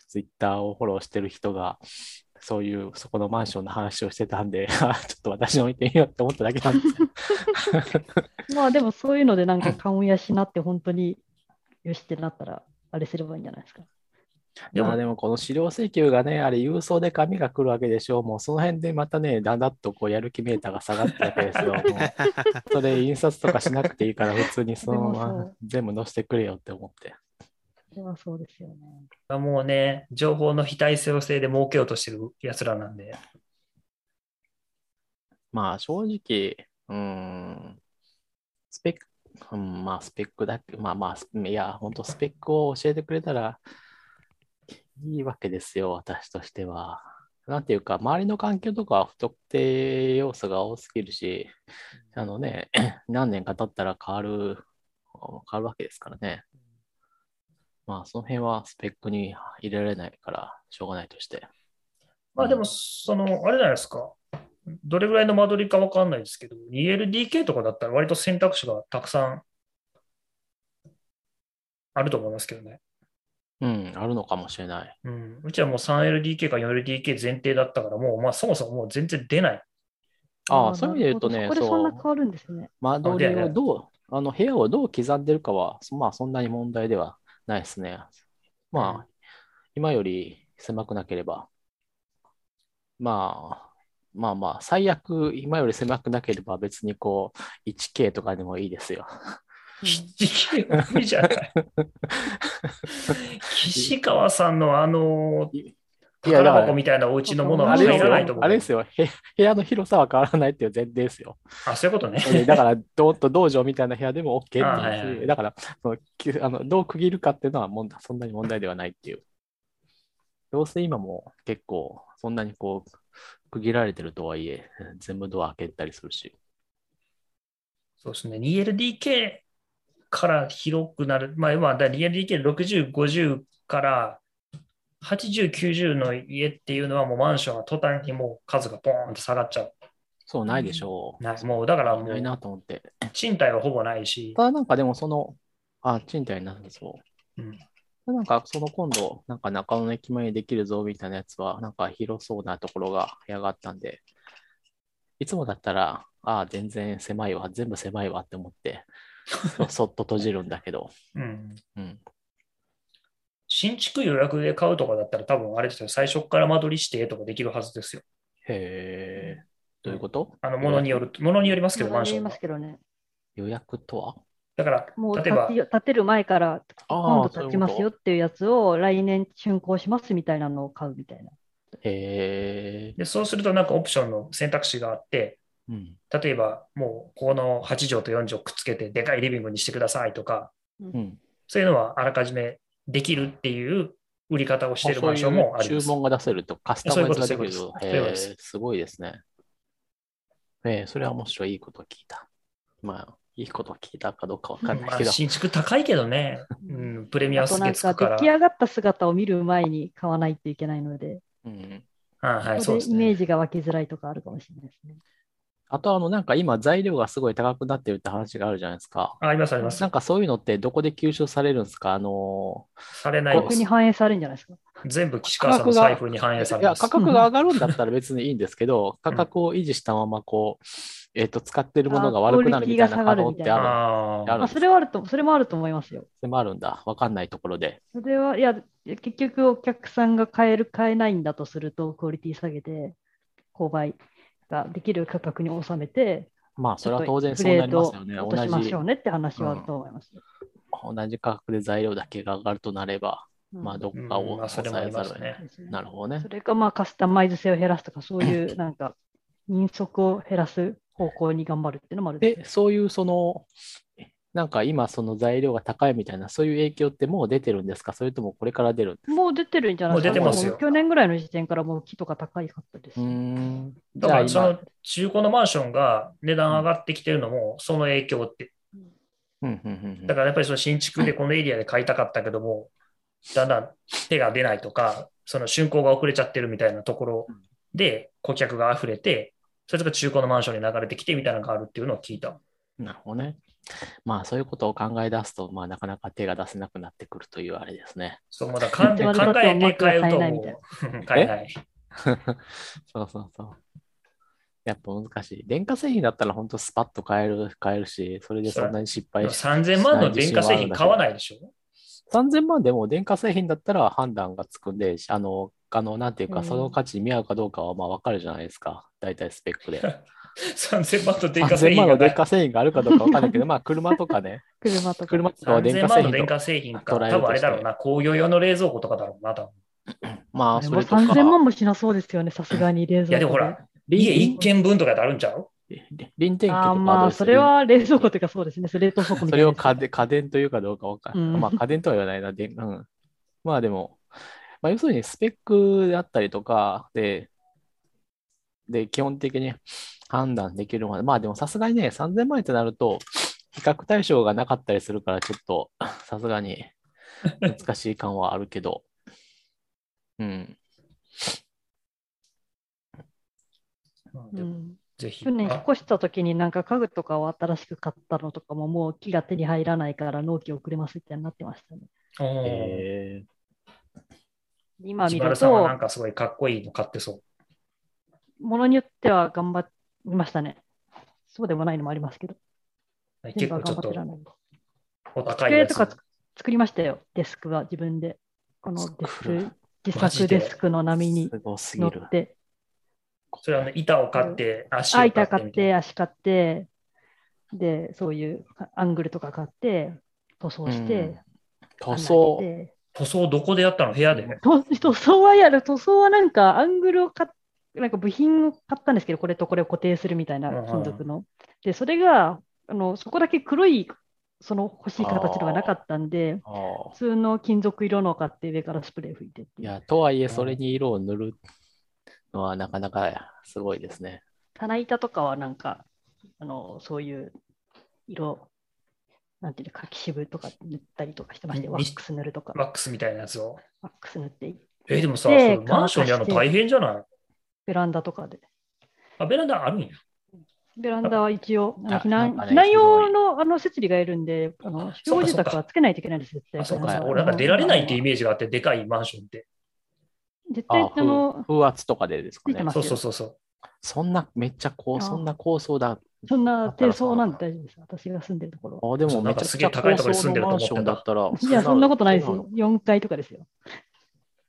Speaker 4: ツイッターをフォローしてる人が、そういう、そこのマンションの話をしてたんで、 あちょっと私も見てみようって思っただけなんですけど
Speaker 3: まあでもそういうのでなんか勘やしなって本当によしってなったらあれすればいいんじゃないですか。
Speaker 1: で
Speaker 4: あー
Speaker 1: も、
Speaker 4: でもこの資料請求がね、あれ、郵送で紙が来るわけでしょう。もうその辺でまたね、だんだんとこうやる気メーターが下がったわけですよ。もう それ印刷とかしなくていいから、普通にそのま
Speaker 3: でもそ
Speaker 4: ま
Speaker 3: う
Speaker 4: 全部載せてくれよって思って。
Speaker 3: それはそうですよね。
Speaker 1: もうね、情報の非対称性で儲けようとしてるやつらなんで、
Speaker 4: まあ正直、うーん。スペック、うん、まあ、スペックだけ、まあまあス、いや、本当スペックを教えてくれたらいいわけですよ、私としては。なんていうか、周りの環境とかは不特定要素が多すぎるし、あのね、 何年か経ったら変わる、変わるわけですからね。まあ、その辺はスペックに入れられないから、しょうがないとして。
Speaker 1: まあでも、その、あれじゃないですか。どれぐらいの間取りかわかんないですけど、2LDK とかだったら割と選択肢がたくさんあると思いますけどね。
Speaker 4: うん、あるのかもしれない。
Speaker 1: うん、うちはもう 3LDK か 4LDK 前提だったから、もう、まあ、そもそももう全然出ない。
Speaker 4: あ
Speaker 3: ー
Speaker 4: あ、そういう意味で言うとね、
Speaker 3: なるほどそこでそんな
Speaker 4: そう
Speaker 3: 変わるんですね。
Speaker 4: 間取り
Speaker 1: あで
Speaker 4: をどう、あの部屋をどう刻んでるかは、そまあそんなに問題ではないですね。
Speaker 1: う
Speaker 4: まあ、今より狭くなければ。まあ、まあまあ、最悪、今より狭くなければ別にこう、1K とかでもいいですよ。
Speaker 1: 岸川じゃない。岸川さんのあの
Speaker 4: い、
Speaker 1: 宝
Speaker 4: やだから
Speaker 1: 箱みたいなお家のものは
Speaker 4: あ
Speaker 1: 入
Speaker 4: れで
Speaker 1: ら
Speaker 4: す
Speaker 1: ないと
Speaker 4: よ、
Speaker 1: 思う。
Speaker 4: あれですよ、へ部屋の広さは変わらないっていう前提ですよ。
Speaker 1: あ、そういうことね。
Speaker 4: だから、どーっと道場みたいな部屋でも OK っていうし、
Speaker 1: あはいはい
Speaker 4: だからそのきゅあの、どう区切るかっていうのは問題そんなに問題ではないっていう。どうせ今も結構、そんなにこう、区切られてるとはいえ、全部ドア開けたりするし。
Speaker 1: そうですね。2LDK から広くなる。まあ、今、だから 2LDK60、50から80、90の家っていうのはもうマンションが途端にもう数がポーンと下がっちゃう。
Speaker 4: そう、ないでしょう。
Speaker 1: ないもうだからも
Speaker 4: ないうなと思って。
Speaker 1: 賃貸はほぼないし、
Speaker 4: ただなんかでもその、あ、賃貸なんですよ。
Speaker 1: うん
Speaker 4: なんかその今度、なんか中野の駅前にできるぞみたいなやつは、なんか広そうなところが部屋があったんで、いつもだったら、ああ、全然狭いわ、全部狭いわって思って、そ そっと閉じるんだけど、
Speaker 1: うん、
Speaker 4: うん、
Speaker 1: 新築予約で買うとかだったら多分あれですよ、最初から間取りしてとかできるはずですよ。
Speaker 4: へえ、どういうこと
Speaker 1: あの、ものによる、ものによりますけど、マンション
Speaker 3: ま
Speaker 1: は
Speaker 3: す。けどね。
Speaker 4: 予約とは
Speaker 1: だから
Speaker 3: もう、
Speaker 1: 例
Speaker 3: 立
Speaker 1: えば
Speaker 3: て、よ立てる前から今
Speaker 4: ああ、
Speaker 3: 度
Speaker 4: そうい
Speaker 3: 立
Speaker 4: う
Speaker 3: ちますよ
Speaker 4: こ
Speaker 3: っていうやつを来年竣工しますみたいなのを買うみたいな。
Speaker 4: と。へえ、
Speaker 1: で、そうするとなんかオプションの選択肢があって、
Speaker 4: うん、
Speaker 1: 例えばもうここの8畳と4畳くっつけてでかいリビングにしてくださいとか、
Speaker 4: うん。
Speaker 1: そういうのはあらかじめできるっていう売り方をしているマンションもあ
Speaker 4: あそ
Speaker 1: り
Speaker 4: うい
Speaker 1: ま
Speaker 4: う
Speaker 1: す
Speaker 4: 注。文が出せるとカスタマイズができる
Speaker 1: そういう
Speaker 4: と
Speaker 1: こ。とですそういうことで
Speaker 4: へえ、
Speaker 1: す
Speaker 4: すごいですね。えー、それは面白い。いいこと聞いた。まあ、いいこと聞いたかどうかわかん
Speaker 1: ま
Speaker 4: ない
Speaker 1: あ
Speaker 4: けど。
Speaker 1: 新築高いけどね、うん、プレミア
Speaker 3: あと
Speaker 1: す
Speaker 3: な
Speaker 1: げ
Speaker 3: ん
Speaker 1: つく
Speaker 3: か
Speaker 1: か
Speaker 3: 出
Speaker 1: ら
Speaker 3: 来。上がった姿を見る前に買わないといけないので、
Speaker 4: うん、
Speaker 1: あはい、
Speaker 3: そ
Speaker 1: そう
Speaker 3: こ
Speaker 1: で
Speaker 3: ですイメ
Speaker 1: ね。
Speaker 3: ージが湧きづらいとかあるかもしれないですね。
Speaker 4: あと、あの、なんか今、材料がすごい高くなってるって話があるじゃないですか。
Speaker 1: ああります、あります
Speaker 4: なん。かそういうのってどこで吸収されるんですかあの
Speaker 1: されないで
Speaker 3: 逆
Speaker 1: す
Speaker 3: に。反映されるんじゃないですか。
Speaker 1: 全部岸川さんの財布に反映さ
Speaker 4: ー、い
Speaker 1: れ
Speaker 4: や、
Speaker 1: ます
Speaker 4: 価。格が上がるんだったら別にいいんですけど、価格を維持したまま、こう、えっと、使ってるものが悪くなるみたいな可能って
Speaker 3: 価
Speaker 4: ある
Speaker 3: 格
Speaker 4: の
Speaker 1: あ
Speaker 4: あ
Speaker 1: あ
Speaker 4: る
Speaker 3: あそれはあると、それもあると思いますよ。
Speaker 4: それもあるんだ。わかんないところで。
Speaker 3: それは、いや、結局お客さんが買える、買えないんだとすると、クオリティ下げて、購買ができる価格に収めて、
Speaker 4: まあ、それは当然
Speaker 3: ち
Speaker 4: そう
Speaker 3: ょ
Speaker 4: な
Speaker 3: っ
Speaker 4: り
Speaker 3: と
Speaker 4: ますよね。
Speaker 3: グレードを
Speaker 4: 同
Speaker 3: 落としま
Speaker 4: じ
Speaker 3: しょうねって話はあると思います。
Speaker 4: 同じ価格で材料だけが上がるとなれば、
Speaker 3: うん
Speaker 4: まあ、どこ
Speaker 1: うん
Speaker 4: かを
Speaker 1: まあそれも
Speaker 4: 抑
Speaker 1: あ
Speaker 4: え
Speaker 1: りま
Speaker 4: ざ
Speaker 1: す
Speaker 4: るを得ない。
Speaker 1: ね。
Speaker 3: ですね
Speaker 4: なるほどね
Speaker 3: そ。れか、まあ、カスタマイズ性を減らすとか、そういう、なんか、人足を減らす方向に頑張るっていうのもある
Speaker 4: で、そういうその、なんか今その材料が高いみたいな、そういう影響ってもう出てるんですかそれともこれから出る
Speaker 3: もう出てるんじゃないですか。
Speaker 1: もう出てますよ
Speaker 3: もう去年ぐらいの時点からもう木とか高いかったです。
Speaker 4: うーん。じ
Speaker 1: だ
Speaker 4: ゃ
Speaker 1: か
Speaker 4: あ
Speaker 1: らそ
Speaker 4: 今
Speaker 1: の、中古のマンションが値段上がってきてるのも、その影響って。
Speaker 4: うんうんうんうん
Speaker 1: だからやっぱりその新築でこのエリアで買いたかったけども、だんだん手が出ないとか、その竣工が遅れちゃってるみたいなところで、顧客が溢れて、それが中古のマンションに流れてきてみたいなのがあるっていうのを聞いた。
Speaker 4: なるほどね。まあそういうことを考え出すと、まあなかなか手が出せなくなってくるというあれで すね。
Speaker 1: そうもうだから考え考えて買うともう買えない。
Speaker 4: そうそうそう。やっぱ難しい。電化製品だったら本当スパッと買える、買えるし、それでそんなに失敗し
Speaker 1: 3000万の電化製品買わないでしょ
Speaker 4: 3000万でも電化製品だったら判断がつくんで、あの、あのなんていう
Speaker 3: う
Speaker 4: か、
Speaker 3: ん
Speaker 4: その価値に見合うかどうかはまあ分かるじゃないですか、大体スペック で。
Speaker 1: 3000万の電化製
Speaker 4: 3000
Speaker 1: 品
Speaker 4: 万
Speaker 1: が
Speaker 4: の
Speaker 1: ない
Speaker 4: 電化製品があるかどうか分かんないけど、まあ車とかね、
Speaker 3: 車とか。
Speaker 4: 車とかは電
Speaker 1: 3000
Speaker 4: 化
Speaker 1: 万
Speaker 4: 製
Speaker 1: の
Speaker 4: 品
Speaker 1: 電
Speaker 4: とか、
Speaker 1: 化製品か、多
Speaker 4: 捉えるとして
Speaker 1: 分あれだろうな、工業用の冷蔵庫とかだろうな、多分
Speaker 4: ま
Speaker 3: あ
Speaker 4: あ
Speaker 3: れ
Speaker 4: そ
Speaker 3: も
Speaker 4: れと
Speaker 3: 3000
Speaker 4: か、
Speaker 3: 万もしなそうですよね、さすがに冷蔵庫
Speaker 1: いや、でもほら、家1軒分とかであるんちゃう
Speaker 4: り臨転機とか
Speaker 3: あ
Speaker 4: ど
Speaker 3: ー
Speaker 4: う
Speaker 3: まあ、
Speaker 4: です
Speaker 3: それは冷蔵庫というかそうですね。冷凍倉庫み
Speaker 4: そ
Speaker 3: たい
Speaker 4: れ
Speaker 3: な
Speaker 4: を
Speaker 3: やつ。
Speaker 4: 家電家電というかどうかわかん
Speaker 3: うん
Speaker 4: まあ家電とは言わないな、でうん。まあでも、まあ、要するにスペックであったりとかで、で、基本的に判断できるまで、まあでもさすがにね、3000万円ってなると、比較対象がなかったりするから、ちょっとさすがに難しい感はあるけど、 うん。
Speaker 1: まあ
Speaker 3: う
Speaker 1: でも
Speaker 3: ん
Speaker 1: ぜひ。
Speaker 3: 去年引っ
Speaker 1: あ
Speaker 3: 越した時になんか家具とかを新しく買ったのとかももう木が手に入らないから納期遅れますみたいになってましたね。
Speaker 1: あー
Speaker 4: え
Speaker 3: 今見
Speaker 1: 千原
Speaker 3: る
Speaker 1: さんはなん
Speaker 3: と、
Speaker 1: かすごいかっこいいの買ってそう。
Speaker 3: ものによっては頑張りましたね。そうでもないのもありますけど、
Speaker 1: 結
Speaker 3: 全部は
Speaker 1: 構ちょっ
Speaker 3: 頑張って
Speaker 1: と
Speaker 3: らんないんで。
Speaker 1: お高い
Speaker 3: 机
Speaker 1: や
Speaker 3: と
Speaker 1: つ。
Speaker 3: かつ作りましたよ、デスクは自分で。このデス
Speaker 4: 作る
Speaker 3: ク、自
Speaker 1: マジ
Speaker 3: 作
Speaker 1: で
Speaker 3: デスクの波
Speaker 4: ー
Speaker 3: に
Speaker 4: すごすぎ
Speaker 3: 乗
Speaker 4: る
Speaker 3: っ。て、
Speaker 1: それはあの板を買って、足を
Speaker 3: あ、
Speaker 1: 買って
Speaker 3: 板買って、足買って、で、そういうアングルとか買って、塗装して、
Speaker 4: 塗装
Speaker 3: 穴開。けて
Speaker 1: 塗装どこでやったの部屋で。
Speaker 3: 塗塗装はやる、塗装はなんかアングルを買っなんか部品を買ったんですけど、これとこれを固定するみたいな
Speaker 1: うんうん
Speaker 3: 金属の。で、それがあの、そこだけ黒い、その欲しい形のがなかったんで、
Speaker 4: ああ
Speaker 3: 普通の金属色のを買って上からスプレー吹いてって
Speaker 4: い
Speaker 3: いう
Speaker 4: や、とはいえ、
Speaker 1: ん
Speaker 4: それに色を塗るのはなかなかすごいですね。
Speaker 3: 棚板とかはなんか、あのそういう色、なんていうの、柿渋とか塗ったりとかしてまして、
Speaker 1: に
Speaker 3: ワックス塗るとか、
Speaker 1: ワックスみたいなやつを。
Speaker 3: ワックス塗って、
Speaker 1: えーでもさ、そ
Speaker 3: で
Speaker 1: れマンションやるの
Speaker 3: 乾か
Speaker 1: 大変じゃない
Speaker 3: ベランダとかで。
Speaker 1: あ、ベランダあるんや。
Speaker 3: ベランダは一応、あ
Speaker 4: あ
Speaker 3: の避難
Speaker 4: なんかね
Speaker 3: 避難用のあの設備がいるんで、あの集
Speaker 1: そう
Speaker 3: 合
Speaker 1: か
Speaker 3: 住宅はつけないといけないです、絶対。
Speaker 1: あ、そうか
Speaker 4: は
Speaker 1: そ
Speaker 4: いう
Speaker 1: か。俺なんか出られないってイメージがあって、でかいマンションって。
Speaker 3: 絶対
Speaker 4: あ
Speaker 3: あの
Speaker 4: ふ風圧とかでですか
Speaker 3: ついて
Speaker 4: ね
Speaker 3: ま。す
Speaker 1: そう
Speaker 3: よ
Speaker 1: そうそうそう。
Speaker 4: そんな、めっちゃこ
Speaker 3: あ
Speaker 4: う、そんな高層だ。
Speaker 3: そんな低層なんで大丈夫です、私が住んでるところは。
Speaker 4: あで
Speaker 1: そ
Speaker 4: も、
Speaker 1: うなん
Speaker 4: めち
Speaker 1: か
Speaker 4: ゃ
Speaker 1: す
Speaker 4: く
Speaker 1: げ
Speaker 4: ち
Speaker 1: え
Speaker 4: ゃ
Speaker 1: 高い
Speaker 4: 高
Speaker 1: とこに住ん
Speaker 4: 層
Speaker 1: でる
Speaker 4: の
Speaker 1: と
Speaker 4: マ
Speaker 1: 思っ
Speaker 4: ン
Speaker 1: てた
Speaker 4: ションだったら。
Speaker 3: いや、そんなことないです
Speaker 4: そう
Speaker 3: よ。4階とかですよ。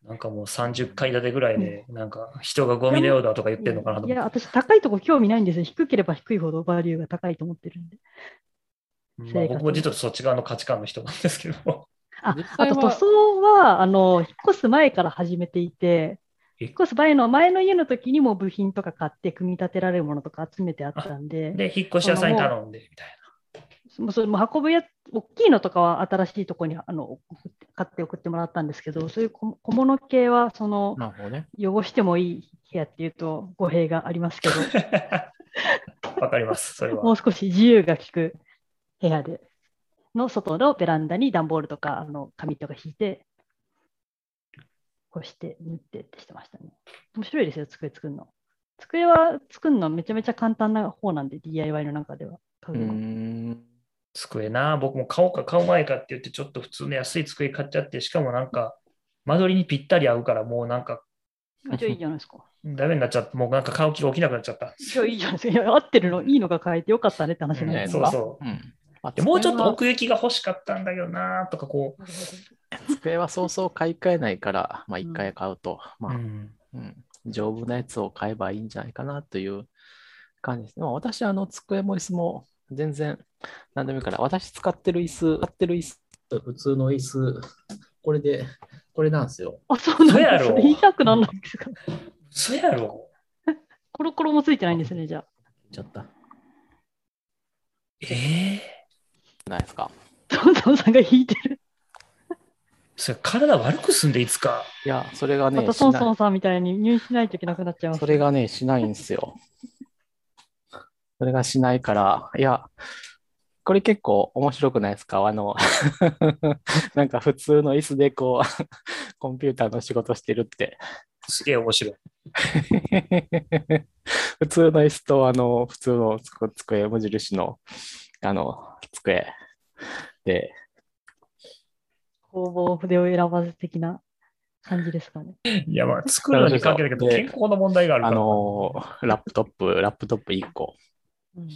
Speaker 1: なんかもう30階建てぐらいで、なんか人がゴミのようだとか言ってんのかなと
Speaker 3: い
Speaker 1: 思
Speaker 3: や、
Speaker 1: っ
Speaker 3: 私、高いとこ興味ないんですよ。低ければ低いほどバリューが高いと思ってるんで。
Speaker 1: て。
Speaker 3: 生活
Speaker 1: まあ、僕も実はそっち側の価値観の人なんですけ ど。
Speaker 3: あ
Speaker 4: 実際は
Speaker 3: あと塗装はあの引っ越す前から始めていて、
Speaker 1: え
Speaker 3: 引っ越す前の前の家の時にも部品とか買って組み立てられるものとか集めてあったんで、
Speaker 1: で、引っ越し屋さんに頼んで、みたい
Speaker 3: もうそれもう運ぶやつ、大きいのとかは新しいとこにあの送って買って送ってもらったんですけど、そういう小小物系はその
Speaker 4: なるほどね。
Speaker 3: 汚してもいい部屋っていうと語弊がありますけど、
Speaker 1: な。わかります、それ
Speaker 3: も
Speaker 1: は
Speaker 3: う。少し自由が利く部屋での外のベランダに段ボールとかあの紙とか引いて、こうして塗ってってしてましたね。面白いですよ、机作るの。机は作るのめちゃめちゃ簡単な方なんで、DIY の中では。家
Speaker 4: うー
Speaker 3: 具の
Speaker 4: ん。
Speaker 1: 机な、僕も買おうか買う前かって言って、ちょっと普通の安い机買っちゃって、しかもなんか、間取りにぴったり合うから、もうなんか、
Speaker 3: めっちゃいいじゃないですか。
Speaker 1: ダメになっちゃって、もうなんか買う気が起きなくなっちゃった。
Speaker 3: いや、いいじゃないですか。いや合ってるの、いいのが変えてよかったねって話じゃない
Speaker 4: ね
Speaker 3: です
Speaker 1: そ
Speaker 3: か。
Speaker 1: うそ
Speaker 4: うんまあ
Speaker 1: う。でもうちょっと
Speaker 4: 机
Speaker 1: 奥行きが欲しかったんだよなとか、こ
Speaker 3: なるほ
Speaker 4: は机はそうそう買い替えないから、まあ、
Speaker 3: うん
Speaker 4: 一回買うと、
Speaker 1: う。
Speaker 4: ま
Speaker 1: う
Speaker 4: あ、
Speaker 1: ん
Speaker 4: うん、丈夫なやつを買えばいいんじゃないかなという感じです。でも私、あの机も椅子も全然何でもいいから、私使ってる椅子、使ってる椅子、普通の椅子、これで、これなんですよ。
Speaker 3: どあ、そうなんだ。
Speaker 1: そうやろ
Speaker 3: それ言いたくなんないんですか。
Speaker 1: そやろ。
Speaker 3: コロコロもついてないんですね、じゃあ。
Speaker 4: ちゃった。
Speaker 1: ええ
Speaker 4: ないですか。
Speaker 3: トントンさんが引いてる。
Speaker 1: それ体悪くすんで、いつか。
Speaker 4: いや、それが
Speaker 3: ま
Speaker 4: ね、
Speaker 3: た
Speaker 4: し
Speaker 3: ソン
Speaker 4: な
Speaker 3: ソ
Speaker 4: い
Speaker 3: ンさんみたいに入院しないといけなくなっちゃいます。
Speaker 4: それがね、しないんですよ。それがしないから、いや、これ結構面白くないですかあの、 なんか普通の椅子でこう、コンピューターの仕事してるって。
Speaker 1: すげえ面白い。
Speaker 4: 普通の椅子と、あの、普通のつく机、無印の、あの、机で、
Speaker 3: 工房筆を選ばず的な感じですかね。
Speaker 1: いや、まあ、作るのに関係ないけど、
Speaker 4: で
Speaker 1: 健康の問題があるか
Speaker 4: あ
Speaker 1: ら。
Speaker 4: の、ラップトップ、ラップトップ1個。
Speaker 3: うん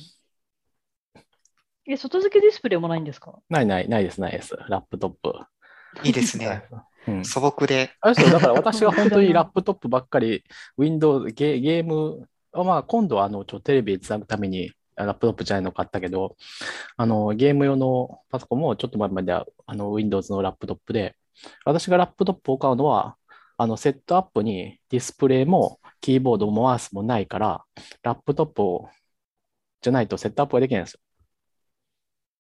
Speaker 3: え、外付けディスプレイもないんですか
Speaker 4: ないない、ないです、ないです。ラップトップ。
Speaker 5: いいですね。
Speaker 4: うん、
Speaker 5: 素朴で、
Speaker 4: あれですよだから私が本当にラップトップばっかり、Windows、ゲゲーム、あまあ、今度はあのちょっとテレビにつなぐためにあラップトップじゃないの買ったけど、あのゲーム用のパソコンもちょっと前まではあの Windows のラップトップで、私がラップトップを買うのは、あのセットアップにディスプレイもキーボードもマウスもないから、ラップトップをじゃないとセットアップができないんですよ。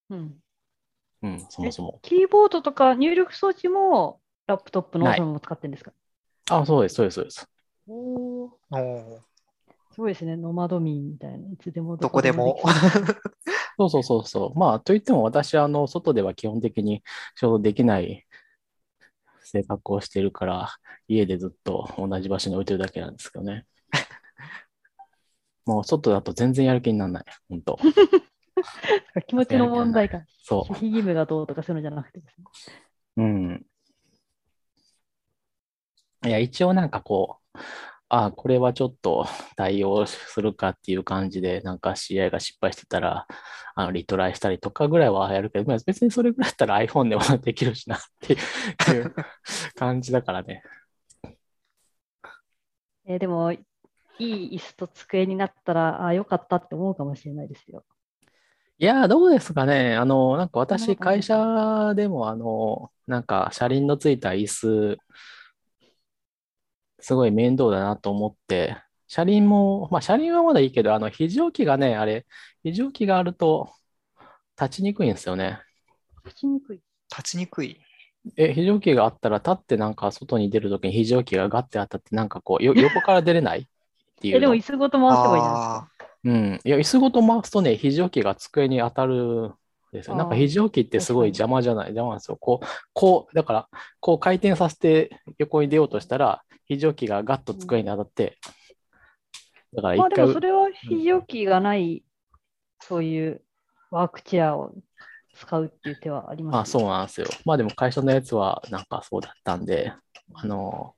Speaker 3: うん、
Speaker 4: うん、そもそも。
Speaker 3: キーボードとか入力装置もラップトップの
Speaker 4: ない
Speaker 3: そのまま使ってるんですか
Speaker 4: あ、そうです、そうです、そうです。
Speaker 3: おー
Speaker 5: おお
Speaker 3: すごいですね、ノマド民みたいな、いつでも
Speaker 5: どこでも。
Speaker 4: そうそうそうそう。まあ、といっても私は、あの、外では基本的に仕事できない性格をしてるから、家でずっと同じ場所に置いてるだけなんですけどね。もう、外だと全然やる気にならない。本当。
Speaker 3: できる 気持ちの問題か、
Speaker 4: そ
Speaker 3: 守秘義務がどうとかそういうのじゃなくてですね。
Speaker 4: う。うん。いや、一応なんかこう、あこれはちょっと 対応するかっていう感じで、なんか試合が失敗してたら、あの、リトライしたりとかぐらいはやるけど、まあ別にそれぐらいだったら iPhone でも できるしなっていう感じだからね。
Speaker 3: えーでも、いい椅子と机になったら、ああ、よかったって思うかもしれないですよ。
Speaker 4: いやー、どうですかね。あの、なんか
Speaker 3: そんな
Speaker 4: 私、
Speaker 3: ことない
Speaker 4: 会社でも、あの、なんか車輪のついた椅子、すごい面倒だなと思って、車輪も、まあ車輪はまだいいけど、あの、非常機がね、あれ、非常機があると立ちにくいんですよね。
Speaker 3: 立ちにくい。
Speaker 5: 立ちにくい。
Speaker 4: え、非常機があったら立ってなんか外に出るときに非常機がガッて当たって、なんかこう、よ、横から出れないっていう
Speaker 3: え、でも
Speaker 4: の。
Speaker 3: 椅子ごと回せばいいじゃない
Speaker 5: あ
Speaker 4: うん。いや、椅子ごと回すとね、非常機が机に当たるんですよ。なんか
Speaker 3: あー
Speaker 4: 非常機ってすごい
Speaker 3: 確か
Speaker 4: 邪魔じゃない、邪魔なんですよ。こう、こう、だから、こう回転させて横に出ようとしたら、非常機がガッと机に当たって、だから
Speaker 3: まあ
Speaker 4: 一
Speaker 3: でも
Speaker 4: 回
Speaker 3: そ、れは非常機がない、そういうワークチェアを使うっていう手はあります
Speaker 4: あ、そうなんですよ。まあでも会社のやつはなんかそうだったんで、あの、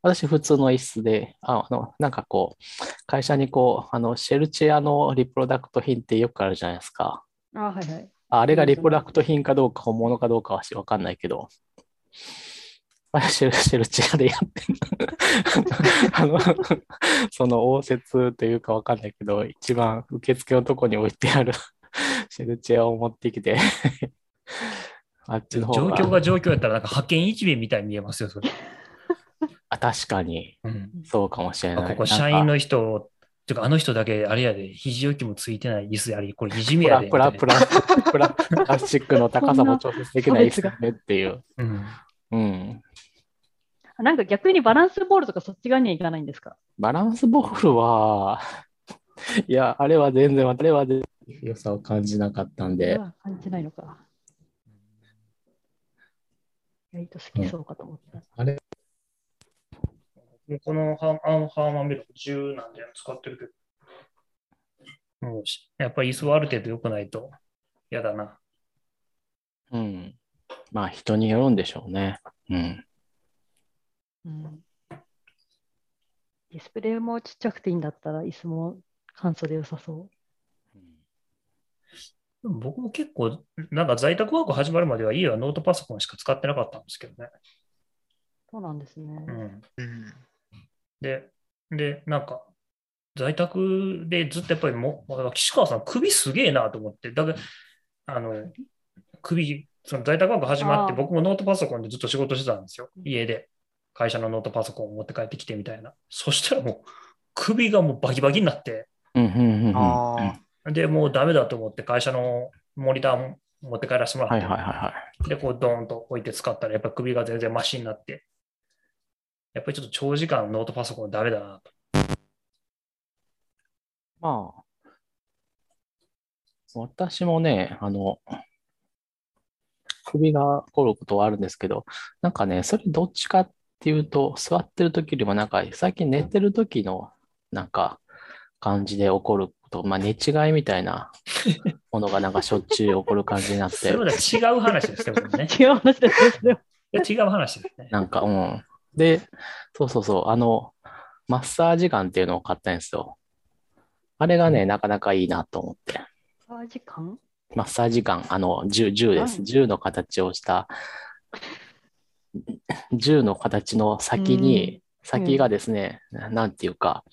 Speaker 4: 私普通の椅子で、ああの、なんかこう、会社にこう、あの、シェルチェアのリプロダクト品ってよくあるじゃないですか。
Speaker 3: あはいはい。
Speaker 4: ああれがリプロダクト品かどうか本物かどうかはしわかんないけど、 あシェルシェルチェアでやってんのあの、その応接というかわかんないけど、一番受付のとこに置いてある シェルチェアを持ってきて、あっちの
Speaker 1: 状
Speaker 4: 方
Speaker 1: 況
Speaker 4: が、
Speaker 1: が状況やったら、なんか派遣一名みたいに見えますよ、 それ。
Speaker 4: あ、確かに
Speaker 1: うん、
Speaker 4: そうかもしれ
Speaker 1: あ
Speaker 4: ない。
Speaker 1: ここ、
Speaker 4: なん
Speaker 1: 社員
Speaker 4: か
Speaker 1: の人、てか、あの人だけ、あれやで、肘置きもついてない椅子やり、これ、いじめやで。
Speaker 4: プラ
Speaker 1: み
Speaker 4: プ
Speaker 1: たいな
Speaker 4: ラプラプラプラスチックの高さも調節できないですよねっていう。
Speaker 1: うん
Speaker 4: うん。
Speaker 3: なんか逆にバランスボールとかそっち側にはいかないんですか
Speaker 4: バランスボールは、 いや、あれは全然、あれは全然良さを感じなかったん
Speaker 3: それ
Speaker 4: で、
Speaker 3: は感じないのか。意外と好きそうかと思った。
Speaker 1: もうこのハーアンハーマンベル10なんで使ってるけど。もうしやっぱり椅子はある程度良くないと嫌だな。
Speaker 4: うん。まあ、人によるんでしょうね。うん。
Speaker 3: うんディスプレイもちっちゃくていいんだったら、椅子も簡素で良さそう。
Speaker 1: でも僕も結構、なんか在宅ワーク始まるまでは家はノートパソコンしか使ってなかったんですけどね。
Speaker 3: そうなんですね。
Speaker 1: うん、
Speaker 5: あ。うん。
Speaker 1: で、で、なんか、在宅でずっとやっぱりも、だから岸川さん首すげえなと思って、だから、あの、首、その在宅ワーク始まって、
Speaker 3: あー
Speaker 1: 僕もノートパソコンでずっと仕事してたんですよ。家で。会社のノートパソコンを持って帰ってきてみたいな。そしたらもう、首がもうバキバキになって、
Speaker 4: うん、うん、うんうん。
Speaker 5: あ
Speaker 4: は
Speaker 5: ー
Speaker 1: で、もうダメだと思って、会社のモニターも持って帰らせてもら
Speaker 4: い、は
Speaker 1: っ
Speaker 4: い、
Speaker 1: て、
Speaker 4: はい、は
Speaker 1: で、こう、ドーンと置いて使ったら、やっぱ首が全然マシになって、やっぱりちょっと長時間ノートパソコンダメだなと。
Speaker 4: い。まあ、私もね、あの、首が凝ることはあるんですけど、なんかね、それどっちかっていうと、座ってる時よりも、なんか、最近寝てる時の、なんか、感じで起こること、まあ、寝違いみた いなものが、なんか、しょっちゅう起こる感じになっ
Speaker 1: そ
Speaker 4: て
Speaker 1: れ、また違う話ですね、こ れね。
Speaker 3: 違う話ですねそれは。
Speaker 1: 違う話ですね。
Speaker 4: なんか、うん。で、そうそうそう、あの、マッサージガンっていうのを買ったんですよ。あれがね、なかなかいいなと思って。
Speaker 3: 3時間
Speaker 4: マッサージガン、あの、銃、銃です。
Speaker 3: はい
Speaker 4: 銃の形をした、銃の形の先に、先がですね、なんていうか、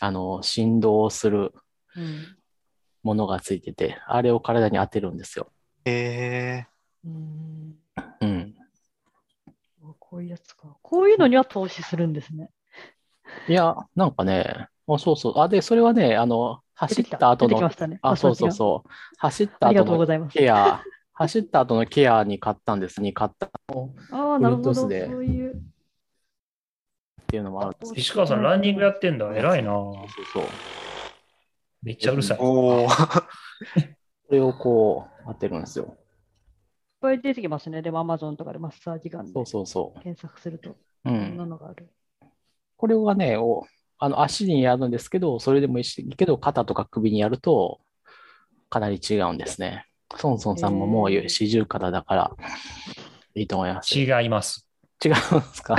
Speaker 4: あの、振動をする
Speaker 3: うん
Speaker 4: ものがついてて、あれを体に当てるんですよ。
Speaker 5: え
Speaker 3: うん。
Speaker 4: うん。
Speaker 3: こういうやつか。こういうのには投資するんですね。
Speaker 4: いや、なんかね、あ、そうそう。あ、で、それはね、あの、走った後
Speaker 3: 出てき
Speaker 4: の
Speaker 3: ま、したね。
Speaker 4: あ、そう
Speaker 3: パスワ
Speaker 4: そ
Speaker 3: ー
Speaker 4: う
Speaker 3: クが
Speaker 4: そう。走った
Speaker 3: あり
Speaker 4: 後
Speaker 3: がとうご
Speaker 4: の
Speaker 3: ざいます。
Speaker 4: ケア、走った後のケアに買ったんです。に買ったっ
Speaker 3: ああ、なるほど。そ
Speaker 4: Bluetooth
Speaker 3: う
Speaker 4: で
Speaker 3: いう。
Speaker 4: ていうのもあるんです
Speaker 1: 石川さん、ランニングやってんだ。偉いな。
Speaker 4: そうそうそう。
Speaker 1: めっちゃうるさい。
Speaker 5: おお。
Speaker 4: これをこう、当てるんですよ。
Speaker 3: いっぱい出てきますね。でも Amazon とかでマッサージガンで
Speaker 4: そうそうそ
Speaker 3: 検索すると、
Speaker 4: う。う。
Speaker 3: こんなんのがある。
Speaker 4: これはね、おあの足にやるんですけど、それでもいいしけど、肩とか首にやると、かなり違うんですね。ソンソンさんももう
Speaker 3: へー
Speaker 4: 四十肩だから、いいと思います。違
Speaker 1: 違います。
Speaker 4: うんですか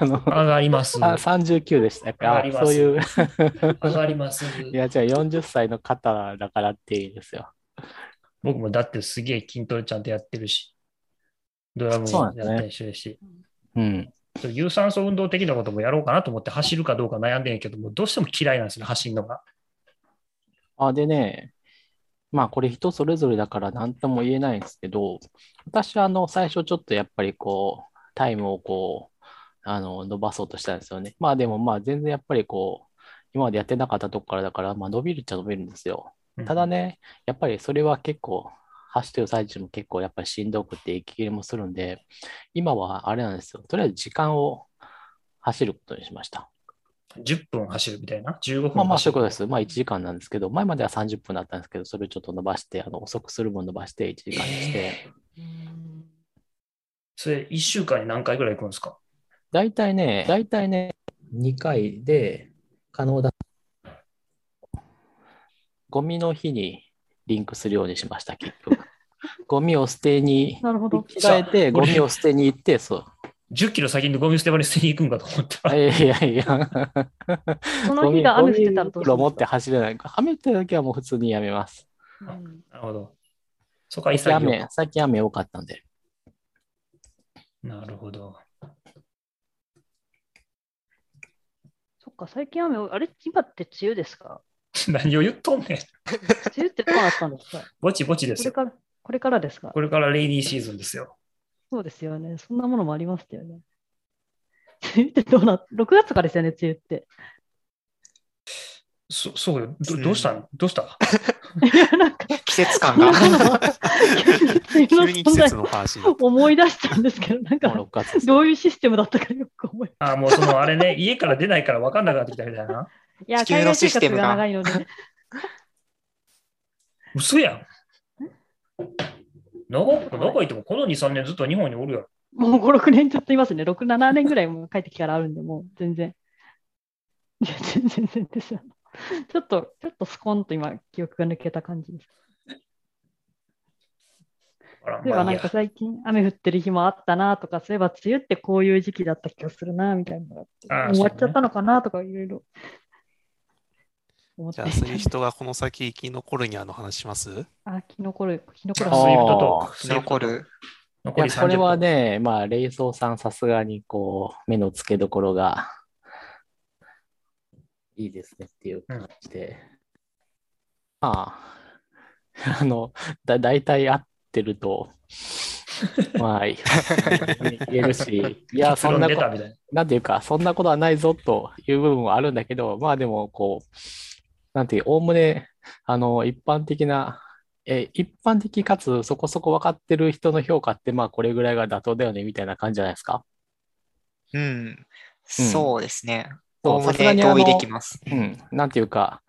Speaker 4: あの、
Speaker 1: 上がります。
Speaker 4: あ、
Speaker 1: 上
Speaker 4: 39でしたやっぱ
Speaker 1: あり
Speaker 4: り。
Speaker 1: ま
Speaker 4: あ
Speaker 1: す
Speaker 4: そういう。
Speaker 1: がります。
Speaker 4: いや、じゃあ40歳の方だからっていいですよ。
Speaker 1: 僕もだってすげえ筋トレちゃんとやってるし、ドラム
Speaker 4: そう
Speaker 1: も
Speaker 4: な
Speaker 1: や
Speaker 4: ん
Speaker 1: っ
Speaker 4: ですね
Speaker 1: たりしてるし、
Speaker 4: うん。
Speaker 1: ちょっと有酸素運動的なこともやろうかなと思って走るかどうか悩んでんやけど、もうどうしても嫌いなんですね、走るのが。
Speaker 4: あ、でね、まあこれ人それぞれだから何とも言えないんですけど、私はあの最初ちょっとやっぱりこう、タイムをこう、あの伸ばそうとしたんですよね。まあでもまあ全然やっぱりこう、今までやってなかったとこからだから、まあ伸びるっちゃ伸びるんですよ。ただ
Speaker 1: ね、
Speaker 4: ね、やっぱりそれは結構、走ってる最中も結構やっぱりしんどくて息切れもするんで、今はあれなんですよ。とりあえず時間を走ることにしました。
Speaker 1: 10分走るみたいな、15分
Speaker 4: まあまあ、
Speaker 1: 走
Speaker 4: そ
Speaker 1: る
Speaker 4: ういうことです。まあ、1時間なんですけど、前までは30分だったんですけど、それをちょっと伸ばして、あの遅くする分伸ばして、1時間にして、
Speaker 1: それ1週間に何回ぐらい行くんですか
Speaker 4: 大体ね、大体ね、2回で可能だ。ゴミの日にリンクするようにしました、結 局。ゴミを捨てに
Speaker 3: なるほど。
Speaker 4: 着替えて、
Speaker 1: じゃあ
Speaker 4: ゴミを捨てに行って、そう。
Speaker 1: 10キロ先にゴミ捨て場に捨てに行くんかと思ったら、
Speaker 4: いやいやいや。
Speaker 3: その日が雨降ってたらど
Speaker 4: ゴミ
Speaker 3: うするんですか
Speaker 4: 袋持って走れない。雨降ってる時はもう普通にやめます。
Speaker 3: うん
Speaker 1: なるほど。そこは
Speaker 4: 最
Speaker 1: 潔
Speaker 4: 近
Speaker 1: い
Speaker 4: 雨、。最近雨多かったんで。
Speaker 1: なるほど。
Speaker 3: そっか、最近雨多い、あれ、今って梅雨ですか
Speaker 1: 何を言っとんねん。
Speaker 3: 梅雨ってどうなったんですか
Speaker 1: ぼちぼちで
Speaker 3: こ
Speaker 1: す
Speaker 3: れ
Speaker 1: よ。
Speaker 3: から、これからですか
Speaker 1: これからレイニーシーズンですよ。
Speaker 3: そうですよね。そんなものもありましたよね。梅雨ってどうな、6月とかですよね、梅雨って。
Speaker 1: そそうよど。どうしたんどうした
Speaker 3: いや、なんか、
Speaker 5: 季節感
Speaker 3: 急 に
Speaker 5: が。
Speaker 2: 急に季節の
Speaker 3: の
Speaker 2: 話になっ
Speaker 3: 存在を思い出したんですけど、なん
Speaker 4: もう
Speaker 3: か、
Speaker 4: 6月です。
Speaker 3: どういうシステムだったかよく思い。
Speaker 1: あ、もうそのあれね、 家から出ないから分かんなくなってきたみたいな。
Speaker 3: いや、
Speaker 5: 地球
Speaker 3: 海
Speaker 5: の
Speaker 3: 外
Speaker 5: シ
Speaker 3: 生
Speaker 5: ステ
Speaker 3: 活
Speaker 5: ム
Speaker 3: が
Speaker 5: が
Speaker 3: 長いので、
Speaker 1: 嘘やん。どこ、どこ行ってもこの2、3年ずっと日本におるやん。
Speaker 3: もう5、6年ちょっといますね。6、7年ぐらいもう帰ってきたからあるんで、もう全然。いや、全然全然ですよ。ちょっと、ちょっとスコンと今、記憶が抜けた感じです。
Speaker 1: あら、
Speaker 3: 例え
Speaker 1: ま
Speaker 3: ば
Speaker 1: あい
Speaker 3: ないん
Speaker 1: や
Speaker 3: か最近雨降ってる日もあったなとか、そういえば梅雨ってこういう時期だった気がするなみたいなのがあって
Speaker 1: ああ
Speaker 3: 終
Speaker 1: そ
Speaker 3: わっ
Speaker 1: う
Speaker 3: ちゃ
Speaker 1: ね
Speaker 3: ったのかなとかいろいろ思って
Speaker 2: じゃあ、そういう人がこの先生き残るにあの話します
Speaker 3: あ、キノコル、キノコ
Speaker 1: スイ
Speaker 3: ル
Speaker 1: フ
Speaker 4: あ
Speaker 1: ト
Speaker 4: ー
Speaker 1: トーク。
Speaker 5: 残る。
Speaker 1: 残
Speaker 4: い
Speaker 1: り
Speaker 4: や、これ
Speaker 1: 30
Speaker 4: は
Speaker 1: 分。
Speaker 4: ね、まあ、レイソーさん、さすがに、こう、目の付けどころが、いいですねっていう感じで。まあ、 あの、だ、大体合ってると、まあ、言えるし、いや、
Speaker 1: 結
Speaker 4: そん
Speaker 1: 論
Speaker 4: な
Speaker 1: 出
Speaker 4: こ
Speaker 1: たみたいな。
Speaker 4: なんていうか、そんなことはないぞという部分はあるんだけど、まあでも、こう、なんていう、おおむね、あの、一般的な、え、一般的かつそこそこ分かってる人の評価って、まあこれぐらいが妥当だよね、みたいな感じじゃないですか。
Speaker 5: うん。そうですね。
Speaker 4: そう
Speaker 5: おおむ
Speaker 4: さすが
Speaker 5: ね
Speaker 4: にあの
Speaker 5: 同意できます。
Speaker 4: うん、なんていうか、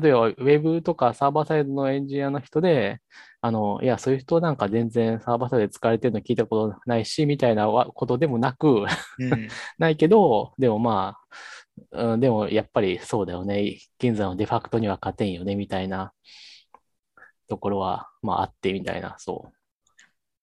Speaker 4: 例えばウェブとかサーバーサイドのエンジニアの人で、あの、いや、そういう人なんか全然サーバーサイドで使われてるの聞いたことないし、みたいなわことでもなく、
Speaker 5: うん。
Speaker 4: ないけど、でもまあ、うん、でもやっぱりそうだよね。現在のデファクトには勝てんよね、みたいなところは、まああって、みたいな、そう。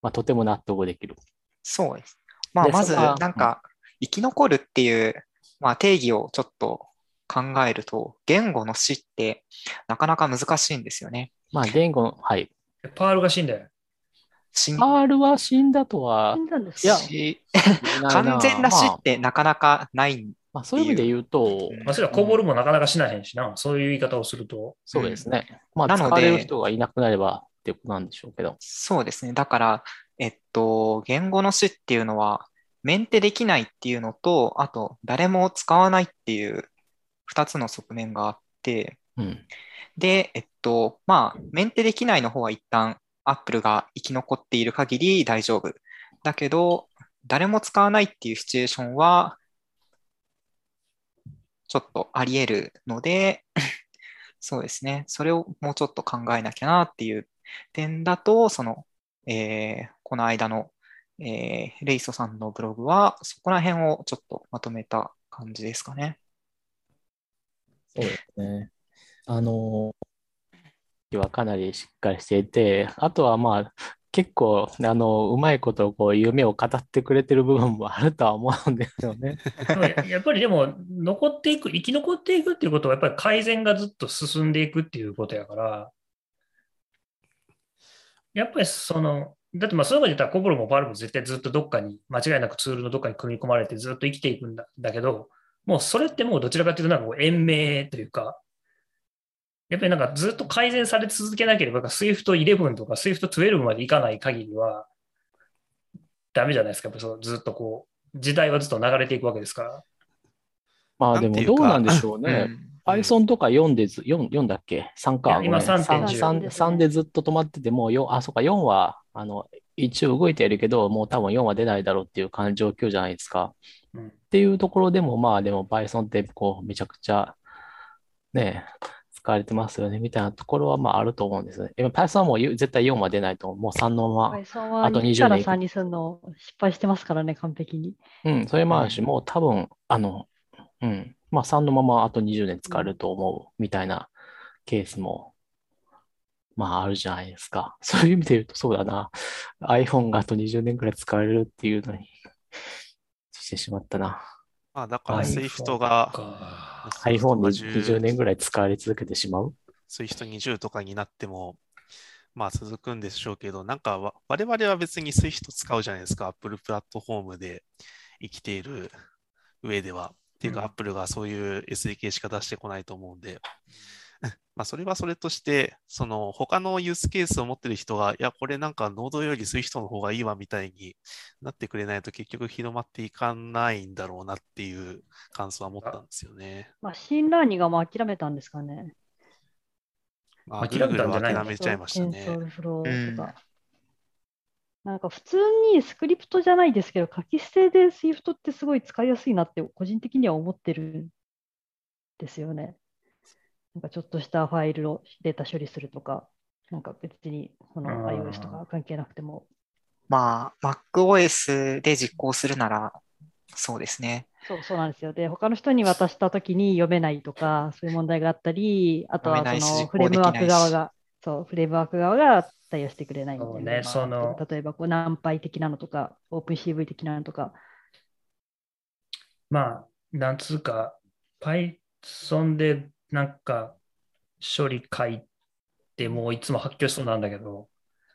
Speaker 4: まあとても納得できる。
Speaker 5: そうです。まあ、
Speaker 4: で
Speaker 5: まず、
Speaker 4: その
Speaker 5: なんか、生き残るっていう、まあ、定義をちょっと考えると、言語の死ってなかなか難しいんですよね。
Speaker 4: まあ言語の、はい。
Speaker 1: パールが死んだよ。
Speaker 5: 死ん
Speaker 4: R は死んだとは
Speaker 3: 死んだんです
Speaker 4: いや
Speaker 5: 死
Speaker 4: 言えないな
Speaker 5: 完全な死っ
Speaker 4: まあ
Speaker 5: てなかなかないん
Speaker 4: まあそういう意味で言うと、
Speaker 1: まあ、それはこぼるもなかなかしないへんしな。そういう言い方をすると。
Speaker 4: そうですね。まあ
Speaker 5: な
Speaker 4: 使
Speaker 5: ので
Speaker 4: われる人がいなくなればっていうことなんでしょうけど。
Speaker 5: そうですね。だから、えっと、言語の死っていうのは、メンテできないっていうのと、あと、誰も使わないっていう2つの側面があって、
Speaker 4: うん。
Speaker 5: で、えっと、まあ、メンテできないの方は一旦 Apple が生き残っている限り大丈夫。だけど、誰も使わないっていうシチュエーションは、ちょっとあり得るので、 そうですね。それをもうちょっと考えなきゃなっていう点だと、その、えーこの間の、えーレイソさんのブログは、そこら辺をちょっとまとめた感じですかね。
Speaker 4: そうですね。あの、はかなりしっかりしていて、あとはまあ、結構、あの、うまいこと、こう、夢を語ってくれてる部分もあるとは思うんですよね。
Speaker 1: でもややっ ぱりでも、残っていく、生き残っていくっていうことは、やっぱり改善がずっと進んでいくっていうことやから、やっぱりその、だってまあそういうこと言ったら、コブロもバルも絶対ずっとどっかに、間違いなくツールのどっかに組み込まれてずっと生きていくんだだけど、もうそれってもうどちらかというと、なんかこう延命というか、やっぱりなんかずっと改善され続けなければ、SWIFT11 とか SWIFT12 までいかない限りは、ダメじゃないですか、やっぱりそのずっとこう、時代はずっと流れていくわけですから。
Speaker 4: まあ、
Speaker 2: なん
Speaker 4: でも、
Speaker 2: ていう
Speaker 4: どう
Speaker 2: か
Speaker 4: なんでしょう
Speaker 5: う
Speaker 4: ね。
Speaker 5: ん
Speaker 4: Python とか4でず、4、4だっけ ?3 か。
Speaker 1: いや今
Speaker 4: ごめん
Speaker 1: 3.10
Speaker 4: 3 3 3でずっと止まってて、もう4、あ、そうか、4は、あの、一応動いてるけど、もう多分4は出ないだろうっていう感じ状況じゃないですか。
Speaker 1: うん
Speaker 4: っていうところでも、まあでも Python ってこうめちゃくちゃね、使われてますよねみたいなところはまああると思うんですね。今 Python はもう絶対4は出ないと思う。もう3のまま。
Speaker 3: はい、3は
Speaker 4: あと20
Speaker 3: 2から
Speaker 4: でいく
Speaker 3: 3にするの失敗してますからね、完璧に。
Speaker 4: うん、それもあるし、もう多分、あの、うん、まあ3のままあと20年使えると思うみたいなケースも、まああるじゃないですか。 そういう意味で言うとそうだな。iPhone があと20年くらい使われるっていうのに してしまったな。
Speaker 2: まあ、だから
Speaker 4: あ
Speaker 2: SWIFT が、
Speaker 1: か
Speaker 4: iPhone に20
Speaker 2: 20
Speaker 4: 年くらい使われ続けてしまう。
Speaker 2: SWIFT20 とかになっても、まあ続くんでしょうけど、なんかわ我々は別に SWIFT 使うじゃないですか、Apple プラットフォームで生きている上では。っていう
Speaker 1: う
Speaker 2: か、
Speaker 1: ん
Speaker 2: Apple がそういう SDK しか出してこないと思うんで、 まあそれはそれとして、その他のユースケースを持ってる人が、いや、これなんか Node より SWIFT の方がいいわみたいになってくれないと結局広まっていかないんだろうなっていう感想は持ったんですよね。
Speaker 3: まあ、シンラーニングはもう諦めたんですかね。
Speaker 2: まあ、
Speaker 1: 諦めたんじゃない
Speaker 2: Google は諦めちゃいましたね
Speaker 3: テン。ソーフローと
Speaker 5: うん
Speaker 3: か。なんか普通にスクリプトじゃないですけど、書き捨てで Swift ってすごい使いやすいなって個人的には思ってるんですよね。なんかちょっとしたファイルをデータ処理するとか、なんか別にこの
Speaker 1: うん
Speaker 3: iOS とか関係なくても、
Speaker 5: まあ、MacOS で実行するなら、そうですね。
Speaker 3: そうそうなんですよ。で、他の人に渡したときに読めないとか、そういう問題があったり、あとは
Speaker 5: 読めないし
Speaker 3: その
Speaker 5: 実
Speaker 3: フ
Speaker 5: 行
Speaker 3: レ
Speaker 5: で
Speaker 3: ー
Speaker 5: き
Speaker 3: ム
Speaker 5: ないし
Speaker 3: ワーク側が、そう、フレームワーク側が対応してくれないみたいな
Speaker 1: そうねその
Speaker 3: 例えばこう、ナンパイ的なのとか、オープン CV 的なのとか、
Speaker 1: まあ、なんつうか、Python でなんか処理書いて、もういつも発狂しそうなんだけど、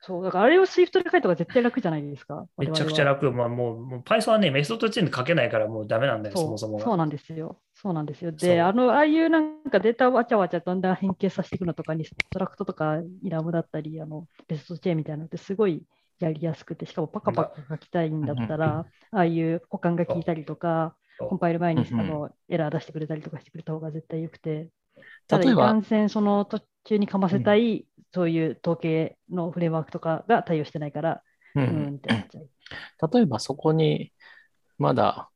Speaker 3: そう、だからあれを Swift で書いた方が絶対楽じゃないですか。
Speaker 1: めちゃくちゃ
Speaker 3: 楽
Speaker 1: 楽。まあ、もうもう Python はね、メソッドチェーンで書けないからもうダメなんだよ、そ
Speaker 3: そ
Speaker 1: も
Speaker 3: う
Speaker 1: そも
Speaker 3: そう
Speaker 1: が。
Speaker 3: なんですよ。そうなんですよ。
Speaker 1: そう
Speaker 3: で、あの、ああいうなんかデータをわちゃわちゃだんだん変形させていくのとかに、ストラクトとかイラムだったり、あの、ベストチェーンみたいなのってすごいやりやすくて、しかもパカパカ書きたいんだったら、ああいう股間が効いたりとか、
Speaker 1: そう
Speaker 3: コンパイル前に
Speaker 4: う
Speaker 3: あ
Speaker 4: んうん
Speaker 3: のエラー出してくれたりとかしてくれた方が絶対良くて、ただ
Speaker 4: 例え
Speaker 3: い
Speaker 4: ば
Speaker 3: かんせんその途中にかませたい、そういう統計のフレームワークとかが対応してないから、
Speaker 4: う
Speaker 3: うんんってなっちゃう。
Speaker 4: 例えばそこにまだ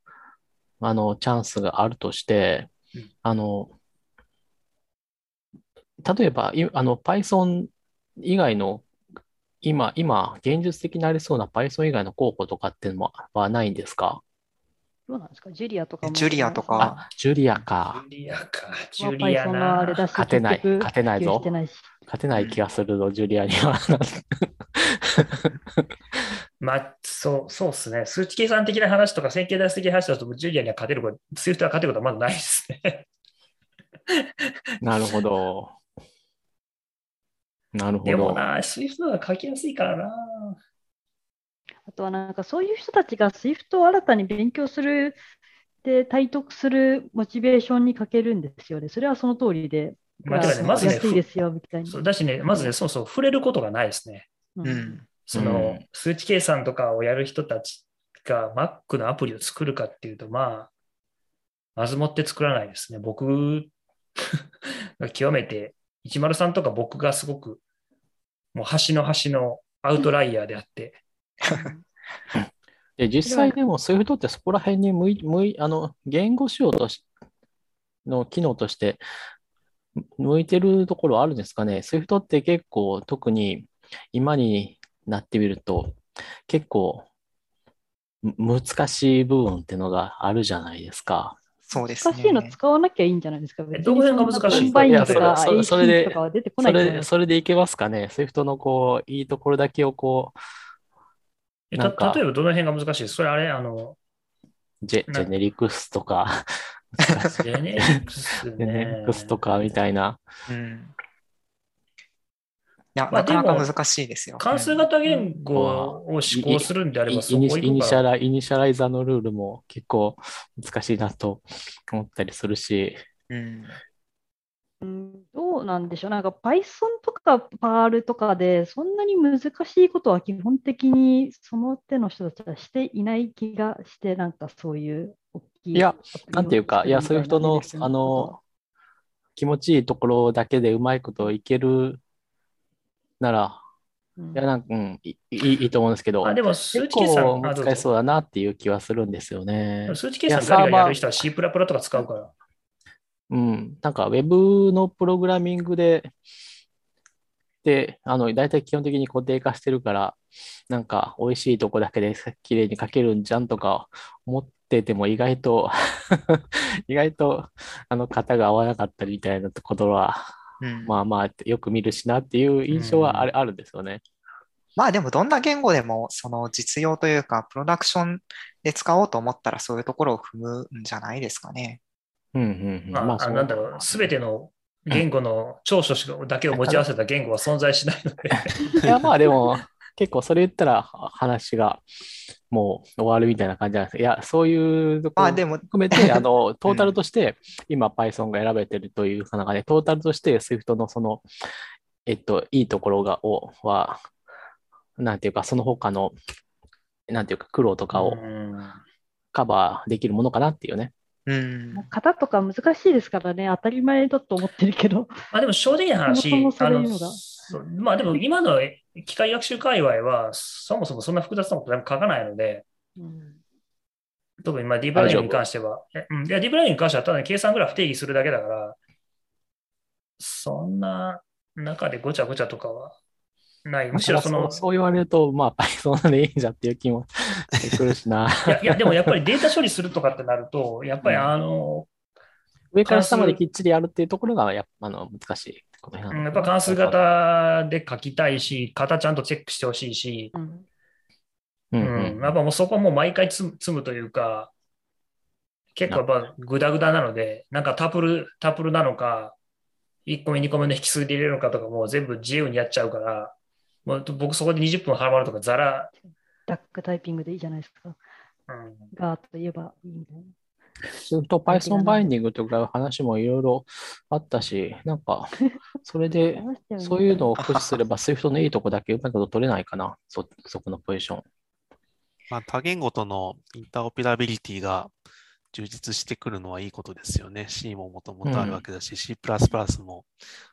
Speaker 4: あのチャンスがあるとして
Speaker 1: うん、
Speaker 4: あの例えばいあの Python 以外の今、今、現実的になりそうな Python 以外の候補とかってのもはないんですか
Speaker 3: どうなんですかジュリアとかも。
Speaker 5: ジュリアとか
Speaker 3: まあ
Speaker 4: あ、ジュリアか。
Speaker 1: ジュリアか、ジ
Speaker 3: ジュ
Speaker 1: ュ
Speaker 3: リ
Speaker 1: リ
Speaker 3: ア
Speaker 1: ア
Speaker 3: なあれだ
Speaker 1: な。
Speaker 3: し、
Speaker 4: 勝てない、
Speaker 3: 結局
Speaker 4: 勝てない
Speaker 3: 普及し
Speaker 4: ぞ
Speaker 3: て。ないし。
Speaker 4: 勝てない気がするぞ、ジュリアには。
Speaker 1: まあ、そう、そうですね。数値計算的な話とか、線形代数的な話だと、ジュリアには勝てること、スイフトは勝てることはまだないですね。
Speaker 4: なるほど。なるほ
Speaker 1: でも
Speaker 4: ど。
Speaker 1: な、スイフトは書きやすいからな。
Speaker 3: あとはなんかそういう人たちが SWIFT を新たに勉強する、で、体得するモチベーションに欠けるんですよね。それはその通りで、
Speaker 1: まあ、てかね、まずね、
Speaker 3: 安いですよみたいな
Speaker 1: そう。だしね、まずね、そもそも触れることがないですね。
Speaker 3: うん
Speaker 5: うん。
Speaker 1: その、
Speaker 4: うん
Speaker 1: 数値計算とかをやる人たちが Mac のアプリを作る かっていうと、まあ、まずもって作らないですね。僕、極めて、103とか僕がすごく、もう端の端のアウトライヤーであって、
Speaker 4: で実際でも Swift ってそこら辺に向い、向い、あの、言語仕様とし、の機能として向いてるところはあるんですかね。Swift って結構特に今になってみると結構む難しい部分ってのがあるじゃないですか。
Speaker 5: そうですね。
Speaker 3: 難しいの使わなきゃいいんじゃないですか。別に
Speaker 1: どこら辺が難しい
Speaker 3: コンバインと
Speaker 1: いや
Speaker 3: か
Speaker 4: それそれそれで
Speaker 3: AP とかは出てこな
Speaker 4: そ
Speaker 3: いじゃない
Speaker 4: れ、
Speaker 3: ですか。
Speaker 4: それでいけますかね。Swift のこう、いいところだけをこ
Speaker 1: え
Speaker 4: なんか
Speaker 1: た例えばどの辺が難しいですそれあれ、あの、
Speaker 4: う、ジェ、ジ
Speaker 1: なん
Speaker 4: ェネリクスとか、
Speaker 1: ジェネリックス
Speaker 4: ジェネ
Speaker 1: ね
Speaker 4: リ。クスとかみたいな。
Speaker 5: うん。いや、
Speaker 1: まあ
Speaker 5: なかなか
Speaker 1: でも
Speaker 5: 難しいですよ。
Speaker 1: 関数型言語を施行するんであれ
Speaker 4: イ
Speaker 1: ば、そ
Speaker 4: イ
Speaker 1: こ
Speaker 4: ニ
Speaker 1: 行
Speaker 4: シイニ
Speaker 1: く
Speaker 4: シャ
Speaker 1: から。
Speaker 4: ラ、イニシャライザーのルールも結構難しいなと思ったりするし、
Speaker 5: うん。うん
Speaker 3: うんどうなんでしょう、なんか Python とか Perl とかで、そんなに難しいことは基本的にその手の人たちはしていない気がして、なんかそういう大きい。
Speaker 4: いや、なんていうか、いや、そういう人の、
Speaker 3: そういう
Speaker 4: あ
Speaker 3: ことは
Speaker 4: の、気持ちいいところだけでうまいこといけるなら、
Speaker 3: うん
Speaker 4: いや、なんか、うん、いいいいと思うんですけど、
Speaker 1: あでも、数
Speaker 4: 結
Speaker 1: 値計算
Speaker 4: 構、
Speaker 1: あどう
Speaker 4: 難しそ
Speaker 1: ぞ
Speaker 4: うだなっていう気はするんですよね。
Speaker 1: 数値計算ガリガ
Speaker 4: いやサー
Speaker 1: リ
Speaker 4: バー
Speaker 1: やる人は C プラプラとか使うから。
Speaker 4: うん、なんか Web のプログラミングで、で、あの、大体基本的に固定化してるから、なんか美味しいとこだけで綺麗に書けるんじゃんとか思ってても意外と 意外とあの型が合わなかったりみたいなところは、
Speaker 5: うんまあ、
Speaker 4: まあまあよく見るしなっていう印象はあれ、あるんですよね。
Speaker 5: でもどんな言語でもその実用というかプロダクションで使おうと思ったらそういうところを踏むんじゃないですかね。
Speaker 4: うんうんうん。
Speaker 1: ま
Speaker 4: まあ
Speaker 1: あ、あ
Speaker 4: そう
Speaker 1: なんだろう、すべての言語の長所しかだけを持ち合わせた言語は存在しないの で、
Speaker 4: いや、まあでも、結構それ言ったらは話がもう終わるみたいな感じなんです。いや、そういうとこ
Speaker 5: ま
Speaker 4: ろ
Speaker 5: あでも、
Speaker 4: 含めて、あの、トータルとして、今 Python が選べてるという中で、トータルとして Swift のその、えっと、いいところが、を、は、なんていうか、その他の、なんていうか、苦労とかを
Speaker 1: うん
Speaker 4: カバーできるものかなっていうね。
Speaker 5: うん。
Speaker 3: もう型とか難しいですからね、当たり前だと思ってるけど、
Speaker 1: まあでも正直な話、
Speaker 3: そもそも
Speaker 1: あ
Speaker 3: そういう
Speaker 1: の
Speaker 3: のが
Speaker 1: そうまあでも今の機械学習界隈は、そもそもそんな複雑なことなんか書かないので、特にまあディープラーニングに関しては、えうん、いやディープラーニングに関してはただ計算グラフ定義するだけだから、そんな中でごちゃごちゃとかはない。むしろそ
Speaker 4: まあ
Speaker 1: の、
Speaker 4: そうそう言われると、まあ Python でいいんじゃっていう気もしてくるし な。
Speaker 1: いやいやでもやっぱりデータ処理するとかってなると、やっぱりあの、
Speaker 4: 上から下まできっちりやるっていうところが、やっぱあの難しいことになる
Speaker 1: うんやっぱ関数型で書きたいし、型ちゃんとチェックしてほしいし、
Speaker 3: うん
Speaker 4: う
Speaker 1: うんん、
Speaker 4: うん
Speaker 1: やっぱもうそこはもう毎回積む積むというか、結構やっぱグダグダなので、なんかタプル、タプルなのか、1個目、2個目の引数で入れるのかとかもう全部自由にやっちゃうから、もう僕そこで20分はまるとかザラ、
Speaker 3: ダックタイピングでいいじゃないですか。
Speaker 1: うん、
Speaker 3: ガーといえばいいみたいな。
Speaker 4: それと Python バインディングとかいう話もいろいろあったし、なんか、それで、そういうのを駆使すれば Swift のいいとこだけうまいこと取れないかな、そ、そこのポジション。
Speaker 2: まあ、多言語とのインターオペラビリティが充実してくるのはいいことですよね。C ももともとあるわけだし、C++ も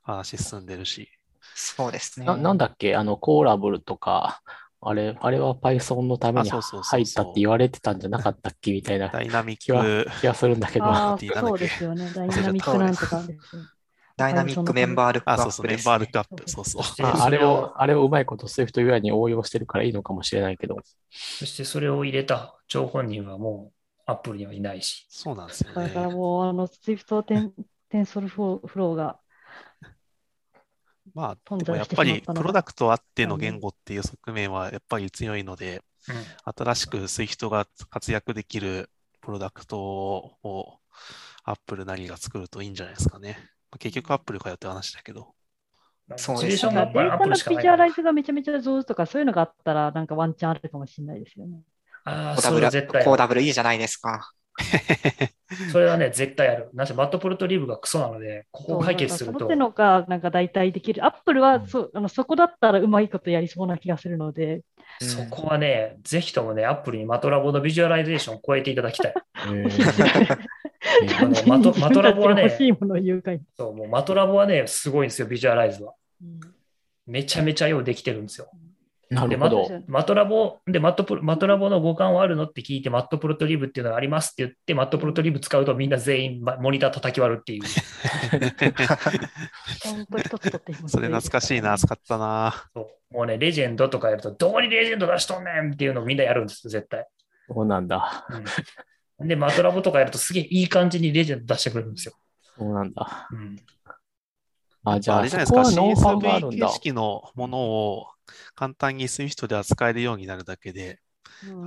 Speaker 2: 話進んでるし。
Speaker 5: そうですね。
Speaker 4: な、なんだっけ、あの、コーラブルとか、あれ、あれは Python のために
Speaker 2: あそうそうそうそう
Speaker 4: 入ったって言われてたんじゃなかったっけみたいな
Speaker 2: ダイナミッ
Speaker 4: 気は
Speaker 2: ク、
Speaker 4: 気がするんだけど。
Speaker 3: ああ、
Speaker 2: ってなんだ
Speaker 3: そ
Speaker 2: っ
Speaker 3: う
Speaker 2: け
Speaker 3: です よね。ダイ
Speaker 2: れちゃった
Speaker 3: ナミックなんとかですよね。
Speaker 5: ダイナミックメンバールックア
Speaker 2: あ、そう
Speaker 5: ッ
Speaker 2: そ
Speaker 5: プ
Speaker 2: う、メ
Speaker 5: で
Speaker 2: ン
Speaker 5: す
Speaker 2: バー
Speaker 5: ね、
Speaker 2: ルックアップ。そうそう。
Speaker 1: そして
Speaker 4: ああ
Speaker 1: それ
Speaker 4: れ
Speaker 1: を
Speaker 4: を、あれをうまいこと Swift 以外に応用してるからいいのかもしれないけど。
Speaker 1: そしてそれを入れた張本人はもうアップルにはいないし、
Speaker 2: そうなんですよ
Speaker 3: これから
Speaker 2: ね。
Speaker 3: もう、あの、Swift テンテンソルフォーフローが
Speaker 2: まあ、
Speaker 3: 混
Speaker 2: でも
Speaker 3: 在
Speaker 2: やっ
Speaker 3: してし
Speaker 2: ぱ
Speaker 3: まっ
Speaker 2: り
Speaker 3: たのが
Speaker 2: プロダクトあっての言語っていう側面はやっぱり強いので、
Speaker 1: うん
Speaker 2: 新しく Swift が活躍できるプロダクトを Apple なりが作るといいんじゃないですかね。まあ結局 Apple かよって話だけど。
Speaker 1: まあ
Speaker 5: そう
Speaker 1: モ
Speaker 5: です
Speaker 1: チベーシ
Speaker 5: ね
Speaker 1: ョンが
Speaker 3: な
Speaker 1: や
Speaker 3: ん
Speaker 1: っ
Speaker 3: か
Speaker 1: ぱりアップ
Speaker 3: データの
Speaker 1: ル
Speaker 3: ビ
Speaker 1: しか
Speaker 3: ジュ
Speaker 1: ない
Speaker 3: ア
Speaker 1: か
Speaker 3: ラ
Speaker 1: ら
Speaker 3: イ。ズがめちゃめちゃ上手とか、そういうのがあったら、なんかワンチャンあるかもしれないですよね。
Speaker 1: ああ、
Speaker 5: コーダ
Speaker 1: そ
Speaker 5: ブ
Speaker 1: れ
Speaker 5: ル
Speaker 1: は絶対あ
Speaker 5: コー
Speaker 1: る
Speaker 5: ダブルいいじゃないで すか。
Speaker 1: それはね、絶対ある。なぜマットプロトリーブがクソなので、ここを解決する
Speaker 3: そう
Speaker 1: と
Speaker 3: なん。かその手のが、なんか大体できる。アップル
Speaker 1: う
Speaker 3: は
Speaker 1: ん
Speaker 3: そう、あのそこだったらうまいことやりそうな気がするので、
Speaker 1: そこはね、ぜひともね、アップルにマトラボのビジュアライゼーションを超えていただきたい。
Speaker 3: 欲しいですよね
Speaker 1: あのマトマトラボは
Speaker 3: 自分たちが欲し
Speaker 1: ね、
Speaker 3: いものを誘拐。
Speaker 1: そうもうマトラボはね、すごいんですよ、ビジュアライズは。
Speaker 3: うん
Speaker 1: めちゃめちゃようできてるんですよ。
Speaker 4: なる
Speaker 1: で
Speaker 4: ほ
Speaker 1: ま
Speaker 4: ど。
Speaker 1: マトラボでマットプロマトラボの互換はあるのって聞いて、マットプロトリブっていうのがありますって言って、マットプロトリブ使うとみんな全員まモニター叩き割るっていう。
Speaker 3: ちゃんと一つ取ってい ます
Speaker 2: それ懐かしいな、使ったな。
Speaker 1: そうもうね、レジェンドとかやると、どこにレジェンド出しとんねんっていうのをみんなやるんですよ、絶対。
Speaker 4: そうなんだ。
Speaker 1: うんで、マトラボとかやるとすげえいい感じにレジェンド出してくれるんですよ。
Speaker 4: そうなんだ。
Speaker 1: うん、
Speaker 4: あ、じゃ
Speaker 2: あ
Speaker 4: あ、
Speaker 2: れじ
Speaker 4: そ
Speaker 2: ゃない
Speaker 4: こはノウ
Speaker 2: ですか、
Speaker 4: ハウがある
Speaker 2: CSV
Speaker 4: ん
Speaker 2: 形
Speaker 4: だ。
Speaker 2: 式のものを簡単に SWIFT で扱えるようになるだけで、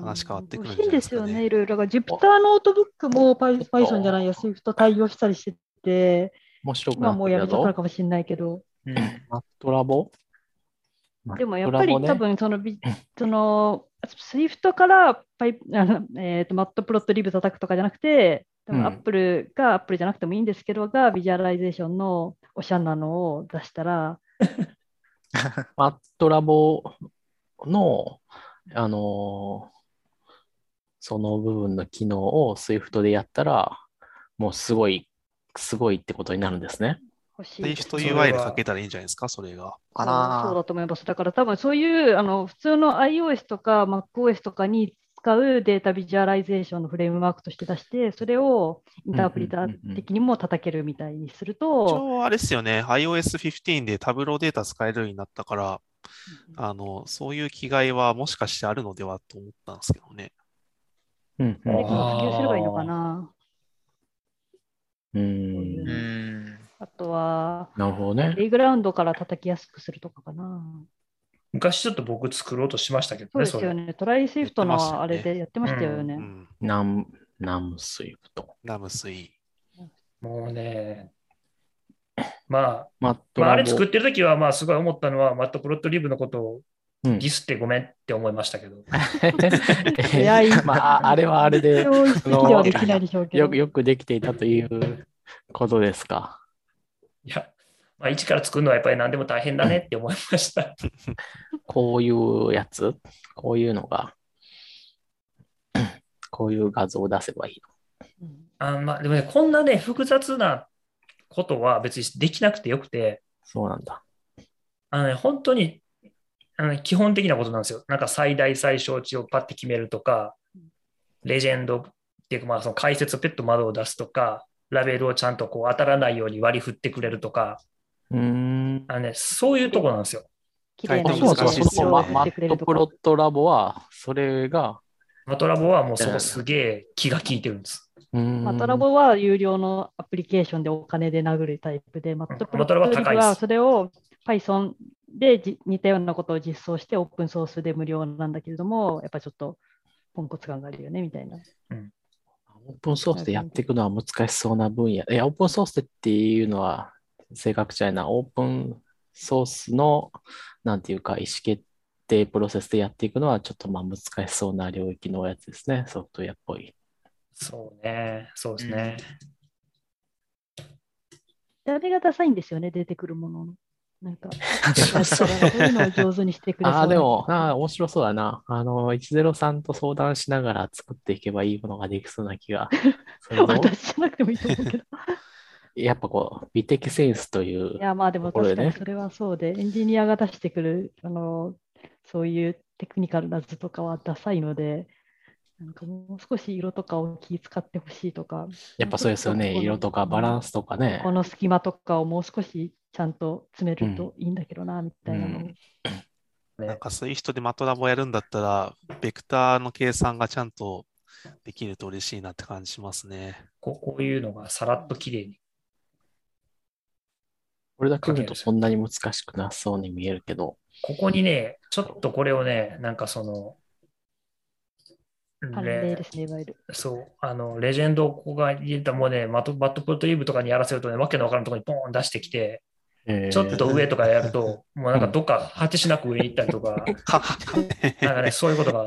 Speaker 2: 話変わってくるんじゃない
Speaker 3: 美
Speaker 2: で
Speaker 3: 味しいんですす
Speaker 2: かね
Speaker 3: よね、いろいろ。だから Jupyter ノートブックも Py- Python じゃないや、Swift 対応したりしてて、
Speaker 4: 面白くな
Speaker 3: 今
Speaker 4: って
Speaker 3: も
Speaker 4: き
Speaker 3: うやめ
Speaker 4: た
Speaker 3: ちゃったの
Speaker 4: ぞ。
Speaker 3: かもしれないけど、
Speaker 1: うん
Speaker 4: マットラボ
Speaker 3: でもやっぱり
Speaker 4: マットラボね
Speaker 3: 多分そ のビ、その、Swift からパイあの、えーとマットプロットリブ叩くとかじゃなくて、多
Speaker 4: うん
Speaker 3: 分 Apple が Apple じゃなくてもいいんですけど、がビジュアライゼーションのおしゃなのを出したら、
Speaker 4: マットラボの、あのーその部分の機能を Swift でやったら、もうすごい、すごいってことになるんですね。
Speaker 3: 欲しいです。
Speaker 1: それ
Speaker 2: SWIFT
Speaker 1: は
Speaker 2: UI でかけたらいいんじゃないですか、それが。
Speaker 3: そうそ
Speaker 5: か
Speaker 3: う
Speaker 5: な
Speaker 3: だと思います。だから多分そういうあの普通の iOS とか MacOS とかに使うデータビジュアライゼーションのフレームワークとして出して、それをインタープリタ
Speaker 4: うんうんうんうん
Speaker 3: ー的にも叩けるみたいにする
Speaker 2: 一
Speaker 3: と、
Speaker 2: 応、あれですよね、iOS15 でタブローデータ使えるようになったから、あの、そういう気概はもしかしてあるのではと思ったんですけどね。
Speaker 4: うん
Speaker 1: うん
Speaker 3: 誰かが普及すればいいのか
Speaker 4: う
Speaker 3: な。そうんいう
Speaker 5: う
Speaker 3: の
Speaker 5: ん。
Speaker 3: あとは、
Speaker 4: なるほどね
Speaker 3: プ。レイグラウンドから叩きやすくするとかかな。
Speaker 1: 昔ちょっと僕作ろうとしましたけど
Speaker 3: そう
Speaker 1: ね、
Speaker 3: です
Speaker 1: れ
Speaker 3: よね。トライスイフト
Speaker 2: やってますよね
Speaker 3: のあれでやってましたよね。
Speaker 2: うん。
Speaker 4: ナム、ナムスイフト。
Speaker 2: ラムスイ。
Speaker 1: もうね、まあ、
Speaker 4: マット
Speaker 1: まあ、あれ
Speaker 4: ラボ。
Speaker 1: 作ってる時は、まあ、すごい思ったのは、マットプロットリブのことを
Speaker 4: うん
Speaker 1: ディスってごめんって思いましたけど、
Speaker 3: 早い
Speaker 4: まあ、あれはあれで、
Speaker 3: 用意的ではできないでしょうけど。
Speaker 4: よく、よくできていたということですか。
Speaker 1: いや、まあ、一から作るのはやっぱり何でも大変だねって思いました。
Speaker 4: こういうやつこういうのが、こういう画像を出せばいい
Speaker 3: うん
Speaker 1: あまあ、でもね、こんなね、複雑なことは別にできなくてよくて、
Speaker 4: そうなんだ。
Speaker 1: あのね、本当にあのね基本的なことなんですよ。なんか最大最小値をパッて決めるとか、レジェンドっていうか、まあ、その解説をペット窓を出すとか、ラベルをちゃんとこう当たらないように割り振ってくれるとか、
Speaker 4: うーん。
Speaker 1: あのね、そういうとこなんですよ。
Speaker 3: 綺麗
Speaker 2: あ
Speaker 3: な
Speaker 2: そ
Speaker 4: そ
Speaker 2: うそ
Speaker 4: もそも
Speaker 2: う難しいっす
Speaker 4: そ
Speaker 2: よ
Speaker 4: の
Speaker 2: ね
Speaker 4: マ
Speaker 2: ま
Speaker 4: マットプロットラボは、それが、
Speaker 1: マトラボはもうそこすげえ気が利いてるんです。
Speaker 4: うーん
Speaker 3: マトラボは有料のアプリケーションでお金で殴るタイプで、マットプロ
Speaker 1: マトラボは高いです
Speaker 3: はそれを Python でじ似たようなことを実装してオープンソースで無料なんだけれども、やっぱちょっとポンコツ感があるよねみたいな。
Speaker 4: オープンソースでやっていくのは難しそうな分野。いや、オープンソースでっていうのは正確じゃないな。オープンソースの、なんていうか、意思決定プロセスでやっていくのは、ちょっとまあ難しそうな領域のやつですね。ソフトウェアっぽい。
Speaker 1: そうね、そうですね。
Speaker 3: あれがダサいんですよね、出てくるものの。なんか、
Speaker 4: そう
Speaker 3: そういうのを上手にしてくれそうな
Speaker 4: ああ、でも、ああ、面白そうだな。あの、103と相談しながら作っていけばいいものができそうな気がす るぞ。
Speaker 3: 私じゃなくてもいいと思うけど。
Speaker 4: やっぱこう、美的センスという
Speaker 3: い。や、まあでも
Speaker 4: ところで
Speaker 3: 確
Speaker 4: ね
Speaker 3: かにそれはそうで、エンジニアが出してくる、あの、そういうテクニカルな図とかはダサいので、なんかもう少し色とかを気使ってほしいとか、
Speaker 4: やっぱそうですよね。
Speaker 3: もうちょ
Speaker 4: 色
Speaker 3: っと
Speaker 4: と
Speaker 3: ここの
Speaker 4: かバランスとかね
Speaker 3: こ。の隙間とかをもう少しちゃんと詰めるといいんだけどな、みたいなのを。
Speaker 4: うん
Speaker 1: ね
Speaker 2: なんか SWIFT でマトラボやるんだったら、ベクターの計算がちゃんとできると嬉しいなって感じしま すね。
Speaker 1: ここういうのがさらっと綺麗に。
Speaker 4: これだけ見るとそんなに難しくなさそうに見えるけど。
Speaker 1: ここにね、ちょっとこれをね、なんかその、
Speaker 3: 関連
Speaker 1: ね
Speaker 3: で、すね、いわゆる。
Speaker 1: そう、あの、レジェンドをここが入れたもうね、マットバットプロトリブとかにやらせるとね、わけのわからんところにポーン出してきて、ちょっと上とかやると、もうなんかどっか果てしなく上に行ったりと か、なんかね、そういうことが、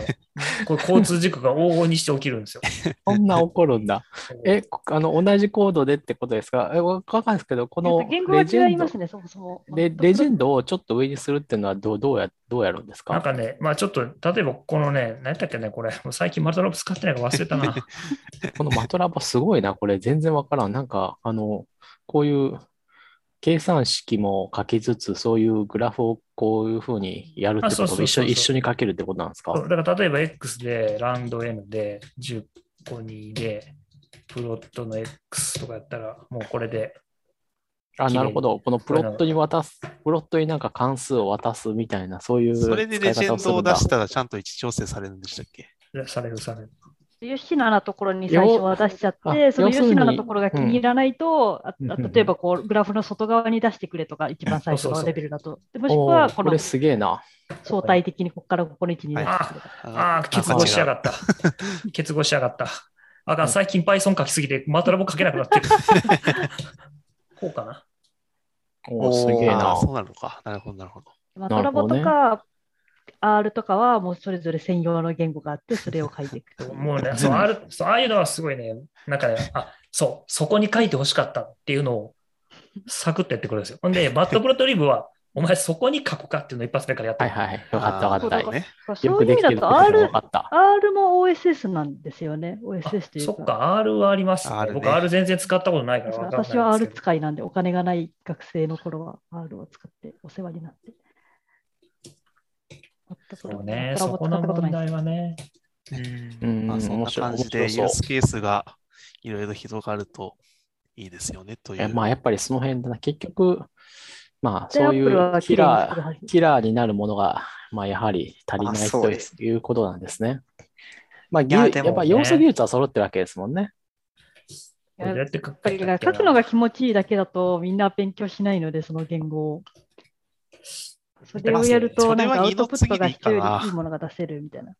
Speaker 1: こう交通事故が往々にして起きるんですよ。
Speaker 4: そんな怒るんだ。え、あの、同じコードでってことですかえ、わかんないですけど、こ
Speaker 3: やっ
Speaker 4: の
Speaker 3: ぱ言語
Speaker 4: レジェ
Speaker 3: は違い
Speaker 4: ンド
Speaker 3: ますね、そもそも。
Speaker 4: レレジェンドをちょっと上にするっていうのはどうどうやどうやるんです
Speaker 1: なん
Speaker 4: か
Speaker 1: かね、まあちょっと、例えばこのね、何やったっけね、これ、もう最近マルタロップ使ってないから忘れた な。
Speaker 4: このマトラバすごいな、これ全然わからん。なんか、あの、こういう計算式も書きつつ、そういうグラフをこういうふうにやるって
Speaker 1: あそう
Speaker 4: こと
Speaker 1: そ
Speaker 4: も
Speaker 1: う
Speaker 4: 一緒
Speaker 1: そうそう
Speaker 4: 一緒に書けるってことなんです
Speaker 1: そう
Speaker 4: か
Speaker 1: だから例えば X でランド N で10個2でプロットの X とかやったらもうこれで
Speaker 4: あ、
Speaker 1: 綺麗
Speaker 4: なるほど。このプロットに渡す、プロットになんか関数を渡すみたいな、そういう
Speaker 2: それで
Speaker 4: 使
Speaker 2: レ
Speaker 4: い
Speaker 2: ジェ
Speaker 4: 方を
Speaker 2: ン
Speaker 4: す
Speaker 2: ド
Speaker 4: る
Speaker 2: を
Speaker 4: んだ
Speaker 2: 出し。たらちゃんと位置調整されるんでしたっけ
Speaker 1: されるされる。
Speaker 3: 吉野のところに最初は出しちゃって、
Speaker 4: 要
Speaker 3: その
Speaker 4: 要するに
Speaker 3: 吉野のところが気に入らないと、あ
Speaker 4: うん
Speaker 3: あ例えばこうグラフの外側に出してくれとか、一番最初のレベルだと。でもしく
Speaker 4: お
Speaker 3: は
Speaker 4: ー
Speaker 3: こ
Speaker 4: こ
Speaker 3: の
Speaker 4: れすげえな。
Speaker 3: 相対的にここからここの位置に出してくれとか。
Speaker 1: ああ、結合しやがった。結合しやがった。あかん、最近 Python 書きすぎてマトラボ書けなくなってる。こうかな。
Speaker 4: おー
Speaker 5: おー
Speaker 4: すげえ
Speaker 2: あ
Speaker 4: な
Speaker 2: あ、。そうなのか。なるほど、なるほど。
Speaker 3: マ
Speaker 4: な
Speaker 3: ト
Speaker 4: る
Speaker 3: ラ
Speaker 4: ほど
Speaker 3: ボと
Speaker 4: ね
Speaker 3: か R とかはもうそれぞれ専用の言語があって、それを書いていく。
Speaker 1: もうね、そうあるそうああいうのはすごいね、なんかね、あそう、そこに書いてほしかったっていうのをサクッとやってくるんですよ。ほん で、バッドプロトリブは、お前そこに書くかっていうのを一発目からやって
Speaker 4: はい
Speaker 1: る。
Speaker 4: はい。よかった
Speaker 2: あ
Speaker 4: わ
Speaker 2: ー
Speaker 4: かった。
Speaker 2: ね。
Speaker 3: そ
Speaker 4: よ
Speaker 3: う
Speaker 4: く
Speaker 3: いう
Speaker 4: で
Speaker 3: 意
Speaker 4: き
Speaker 3: 味
Speaker 4: てる
Speaker 3: だ
Speaker 4: ってこととが
Speaker 3: R
Speaker 4: 分かった。
Speaker 3: R も OSS なんですよね。
Speaker 1: あ
Speaker 3: OSS という
Speaker 1: そ
Speaker 3: か。
Speaker 1: っか、R はありますね。
Speaker 2: R ね
Speaker 1: 僕、R 全然使ったことないから分かんないんです
Speaker 3: 私
Speaker 1: けど。
Speaker 3: は R 使いなんで、お金がない学生の頃は R を使ってお世話になって。
Speaker 1: そうね、
Speaker 3: 全
Speaker 1: そ
Speaker 3: く
Speaker 1: こ
Speaker 3: 使っ
Speaker 1: の
Speaker 3: たことな
Speaker 1: 問題
Speaker 3: いです
Speaker 1: はね。
Speaker 5: う
Speaker 4: う
Speaker 5: ん
Speaker 4: ん、
Speaker 2: まあ、そんな
Speaker 4: 面白い
Speaker 2: 感じで、ユ
Speaker 4: 面白
Speaker 2: ー
Speaker 4: そう
Speaker 2: スケースがいろいろ広がるといいですよね、とい
Speaker 4: え
Speaker 2: う。
Speaker 4: まあやっぱりその辺だな、結局、まあ
Speaker 3: で
Speaker 4: そうい
Speaker 3: Apple
Speaker 4: う
Speaker 3: は
Speaker 4: キ
Speaker 3: 綺麗に作る
Speaker 4: ラ
Speaker 3: は
Speaker 4: ー、
Speaker 3: ず
Speaker 4: キラーになるものが、まあやはり足り
Speaker 5: あ
Speaker 4: ない
Speaker 5: そう
Speaker 4: と
Speaker 5: です
Speaker 4: いうことなんですね。まあ
Speaker 5: いや
Speaker 4: 技
Speaker 5: で
Speaker 4: や
Speaker 5: も
Speaker 4: っぱ要素技術は揃ってるわけですもんね。
Speaker 1: これどうやって書くか
Speaker 3: やっぱり書くのが気持ちいいだけだとみんな勉強しないので、その言語を。それをやると、
Speaker 2: それ
Speaker 3: なん
Speaker 2: は
Speaker 3: かアウ
Speaker 2: 二の
Speaker 3: トプッ
Speaker 2: 次
Speaker 3: トが
Speaker 2: でいい
Speaker 3: 人
Speaker 2: かな
Speaker 3: よりいいものが出せるみたいな。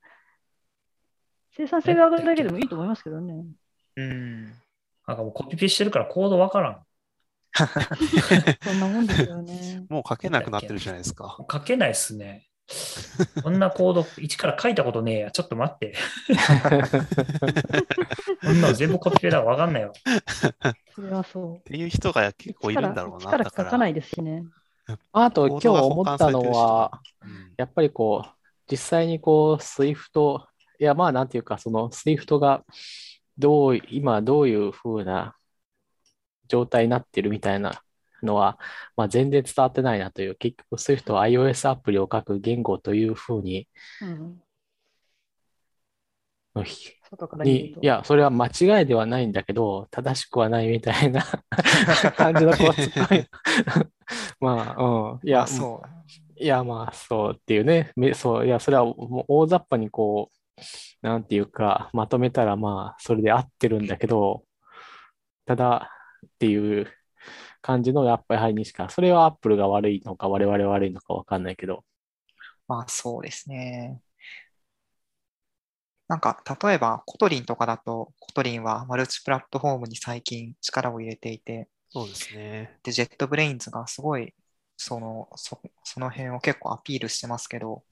Speaker 3: 生産性が上がるだけでもいいと思いますけ どね。
Speaker 5: うん
Speaker 1: なんかもうコピペしてるからコード分からん。
Speaker 3: そんなもんですよね
Speaker 2: 。もう書けなくなってるじゃないですか。
Speaker 1: 書けないっすね。こんなコード、一から書いたことねえや。ちょっと待って。こんなの全部コピペだから分かんないよ。
Speaker 3: それはそ
Speaker 2: っていう人が結構
Speaker 3: う。
Speaker 2: いるんだろうな。
Speaker 3: 力
Speaker 2: だ
Speaker 3: 力
Speaker 2: か
Speaker 3: 書
Speaker 2: ら
Speaker 3: かないですしね。
Speaker 4: あと今日思ったの
Speaker 2: コードが保管されてるし
Speaker 4: は、
Speaker 2: うん
Speaker 4: やっぱりこう、実際にこう、SWIFT、いやまあなんていうか、その SWIFT がどう、今どういうふうな状態になってるみたいなのは、まあ、全然伝わってないなという、結局 SWIFT は iOS アプリを書く言語というふうに、
Speaker 3: うん。
Speaker 4: のひ
Speaker 3: 外から見る
Speaker 4: に
Speaker 3: と。
Speaker 4: いや、それは間違いではないんだけど、正しくはないみたいな 感じの こうツッコミまあ、うん。い
Speaker 5: い
Speaker 4: や、
Speaker 5: そ
Speaker 4: いや、まあ、そうっていうね。めそう、いや、それはもう大雑把にこう、なんていうか、まとめたらまあ、それで合ってるんだけど、ただっていう感じの、やっぱり配にしか、それはアップルが悪いのか、我々悪いのかわかんないけど。
Speaker 5: う。まあそうですね。なんか、例えば、コトリンとかだと、コトリンはマルチプラットフォームに最近力を入れていて、
Speaker 2: そうで すね。
Speaker 5: で、ジェットブレインズがすごい、その、そ、その辺を結構アピールしてますけど、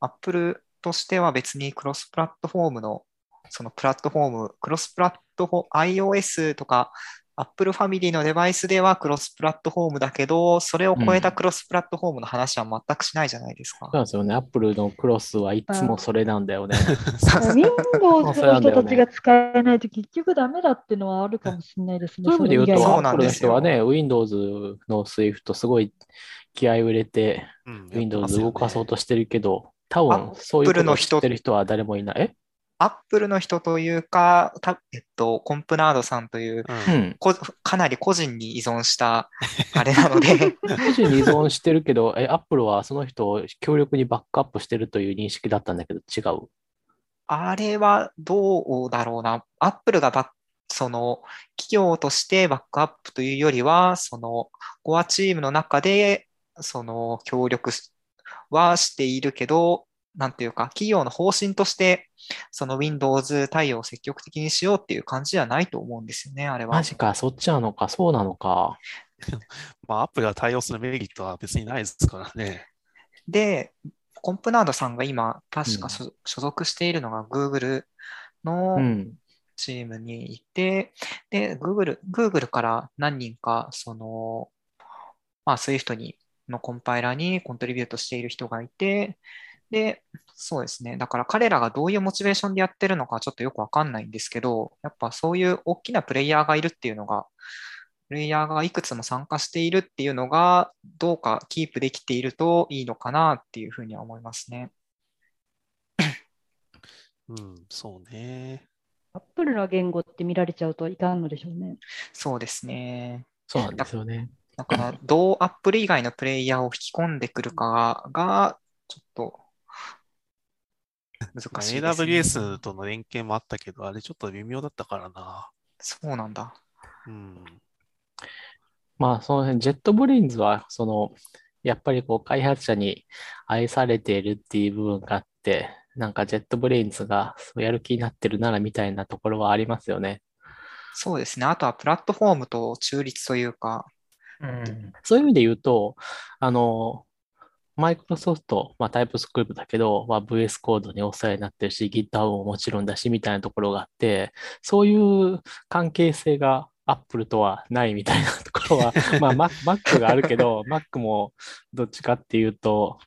Speaker 5: Apple としては別にクロスプラットフォームの、そのプラットフォーム、クロスプラットフォーム、iOS とか Apple ファミリーのデバイスではクロスプラットフォームだけど、それを超えたクロスプラットフォームの話は全くしないじゃないです
Speaker 4: そ
Speaker 5: か。
Speaker 4: うなんですよね。アップルのクロスはいつもそれなんだよね。
Speaker 3: まあ Windows
Speaker 4: そうな
Speaker 3: の
Speaker 4: んだよね
Speaker 3: 人たちが使えないと結局ダメだっていうのはあるかもしれないですね。
Speaker 4: そういう意味で言う
Speaker 3: そ
Speaker 4: と、ア
Speaker 3: の以
Speaker 5: そうな
Speaker 4: ッ
Speaker 5: ん
Speaker 4: プルの
Speaker 5: です
Speaker 4: 人
Speaker 5: よ
Speaker 4: はね、Windows の Swift すごい気合を入れて、
Speaker 2: うん、
Speaker 4: Windows 動かそう
Speaker 2: と。
Speaker 4: としてるけど、多分そういうこ
Speaker 5: Apple
Speaker 4: と
Speaker 5: の
Speaker 4: を知
Speaker 5: 人
Speaker 4: ってる人は誰もいない。え
Speaker 5: Apple の人というか、たえっと、コンプナードさんという、
Speaker 2: うん
Speaker 4: うん。
Speaker 5: こかなり個人に依存したあれなので、
Speaker 4: 個人に依存してるけど、え、アップルはその人を強力にバックアップしてるという認識だったんだけど、違う。
Speaker 5: あれはどうだろうな。アップルがバッその企業としてバックアップというよりは、そのコアチームの中でその協力しはしているけど、なんていうか、企業の方針として、その Windows 対応を積極的にしようっていう感じじゃないと思うんですよね、あれは。
Speaker 4: マジか、そっちなのか、そうなのか。
Speaker 2: まあ、アップルが対応するメリットは別にないですからね。
Speaker 5: で、コンプナードさんが今、確か所,、所属しているのが Google
Speaker 4: う
Speaker 5: の
Speaker 4: ん。
Speaker 5: チームにいて、で、Google、Google から何人か、その、まあ、Swift に、のコンパイラにコントリビュートしている人がいて、で、そうですね。だから彼らがどういうモチベーションでやってるのかちょっとよくわかんないんですけど、やっぱそういう大きなプレイヤーがいるっていうのが、プレイヤーがいくつも参加しているっていうのが、どうかキープできているといいのかなっていうふうには思いますね。
Speaker 2: うん、そうね。
Speaker 3: アップルの言語って見られちゃうといかんのでしょうね。
Speaker 5: そうですね。
Speaker 4: そうなんですよね。
Speaker 5: だから、どうアップル以外のプレイヤーを引き込んでくるかが、ちょっと、
Speaker 2: まあ
Speaker 5: 難しいです、ね。
Speaker 2: AWS との連携もあったけど、あれちょっと微妙だったからな。
Speaker 5: そうなんだ。
Speaker 2: うん。
Speaker 4: まあ、その辺、ジェットブレインズは、その、やっぱりこう、開発者に愛されているっていう部分があって、なんかジェットブレインズがそうやる気になってるならみたいなところはありますよね。
Speaker 5: そうですね。あとはプラットフォームと中立というか、
Speaker 1: うん。
Speaker 4: そういう意味で言うと、あの、マイクロソフト、まあ、タイプスクリプトだけど、まあ、VS コードにお世話になってるし、GitHub ももちろんだし、みたいなところがあって、そういう関係性が Apple とはないみたいなところは、まあ、Mac Mac があるけど、Mac もどっちかっていうと、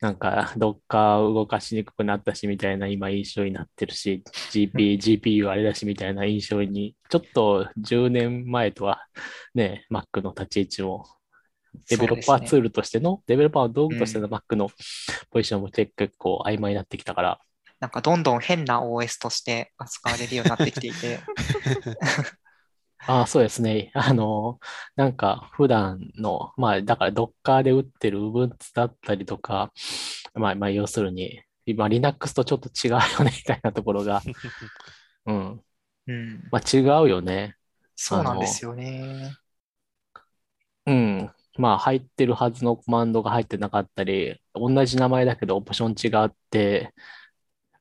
Speaker 4: なんか、どっか動かしにくくなったし、みたいな今印象になってるし、GP、GPU あれだし、みたいな印象に、ちょっと10年前とはね、Mac の立ち位置もデベロッパーツールとしての、デベロッパーの道具としての Mac のポジションも結構曖昧になってきたから、
Speaker 5: なんかどんどん変な OS として扱われるようになってきていて、
Speaker 4: ああ、そうですね。あの、なんか普段の、まあだから Docker で打ってる Ubuntu だったりとか、まあ、まあ要するに、今 Linux とちょっと違うよねみたいなところが、うん、
Speaker 5: うん、
Speaker 4: まあ違うよね。
Speaker 5: そうなんですよね。
Speaker 4: うん。まあ、入ってるはずのコマンドが入ってなかったり、同じ名前だけどオプション違って、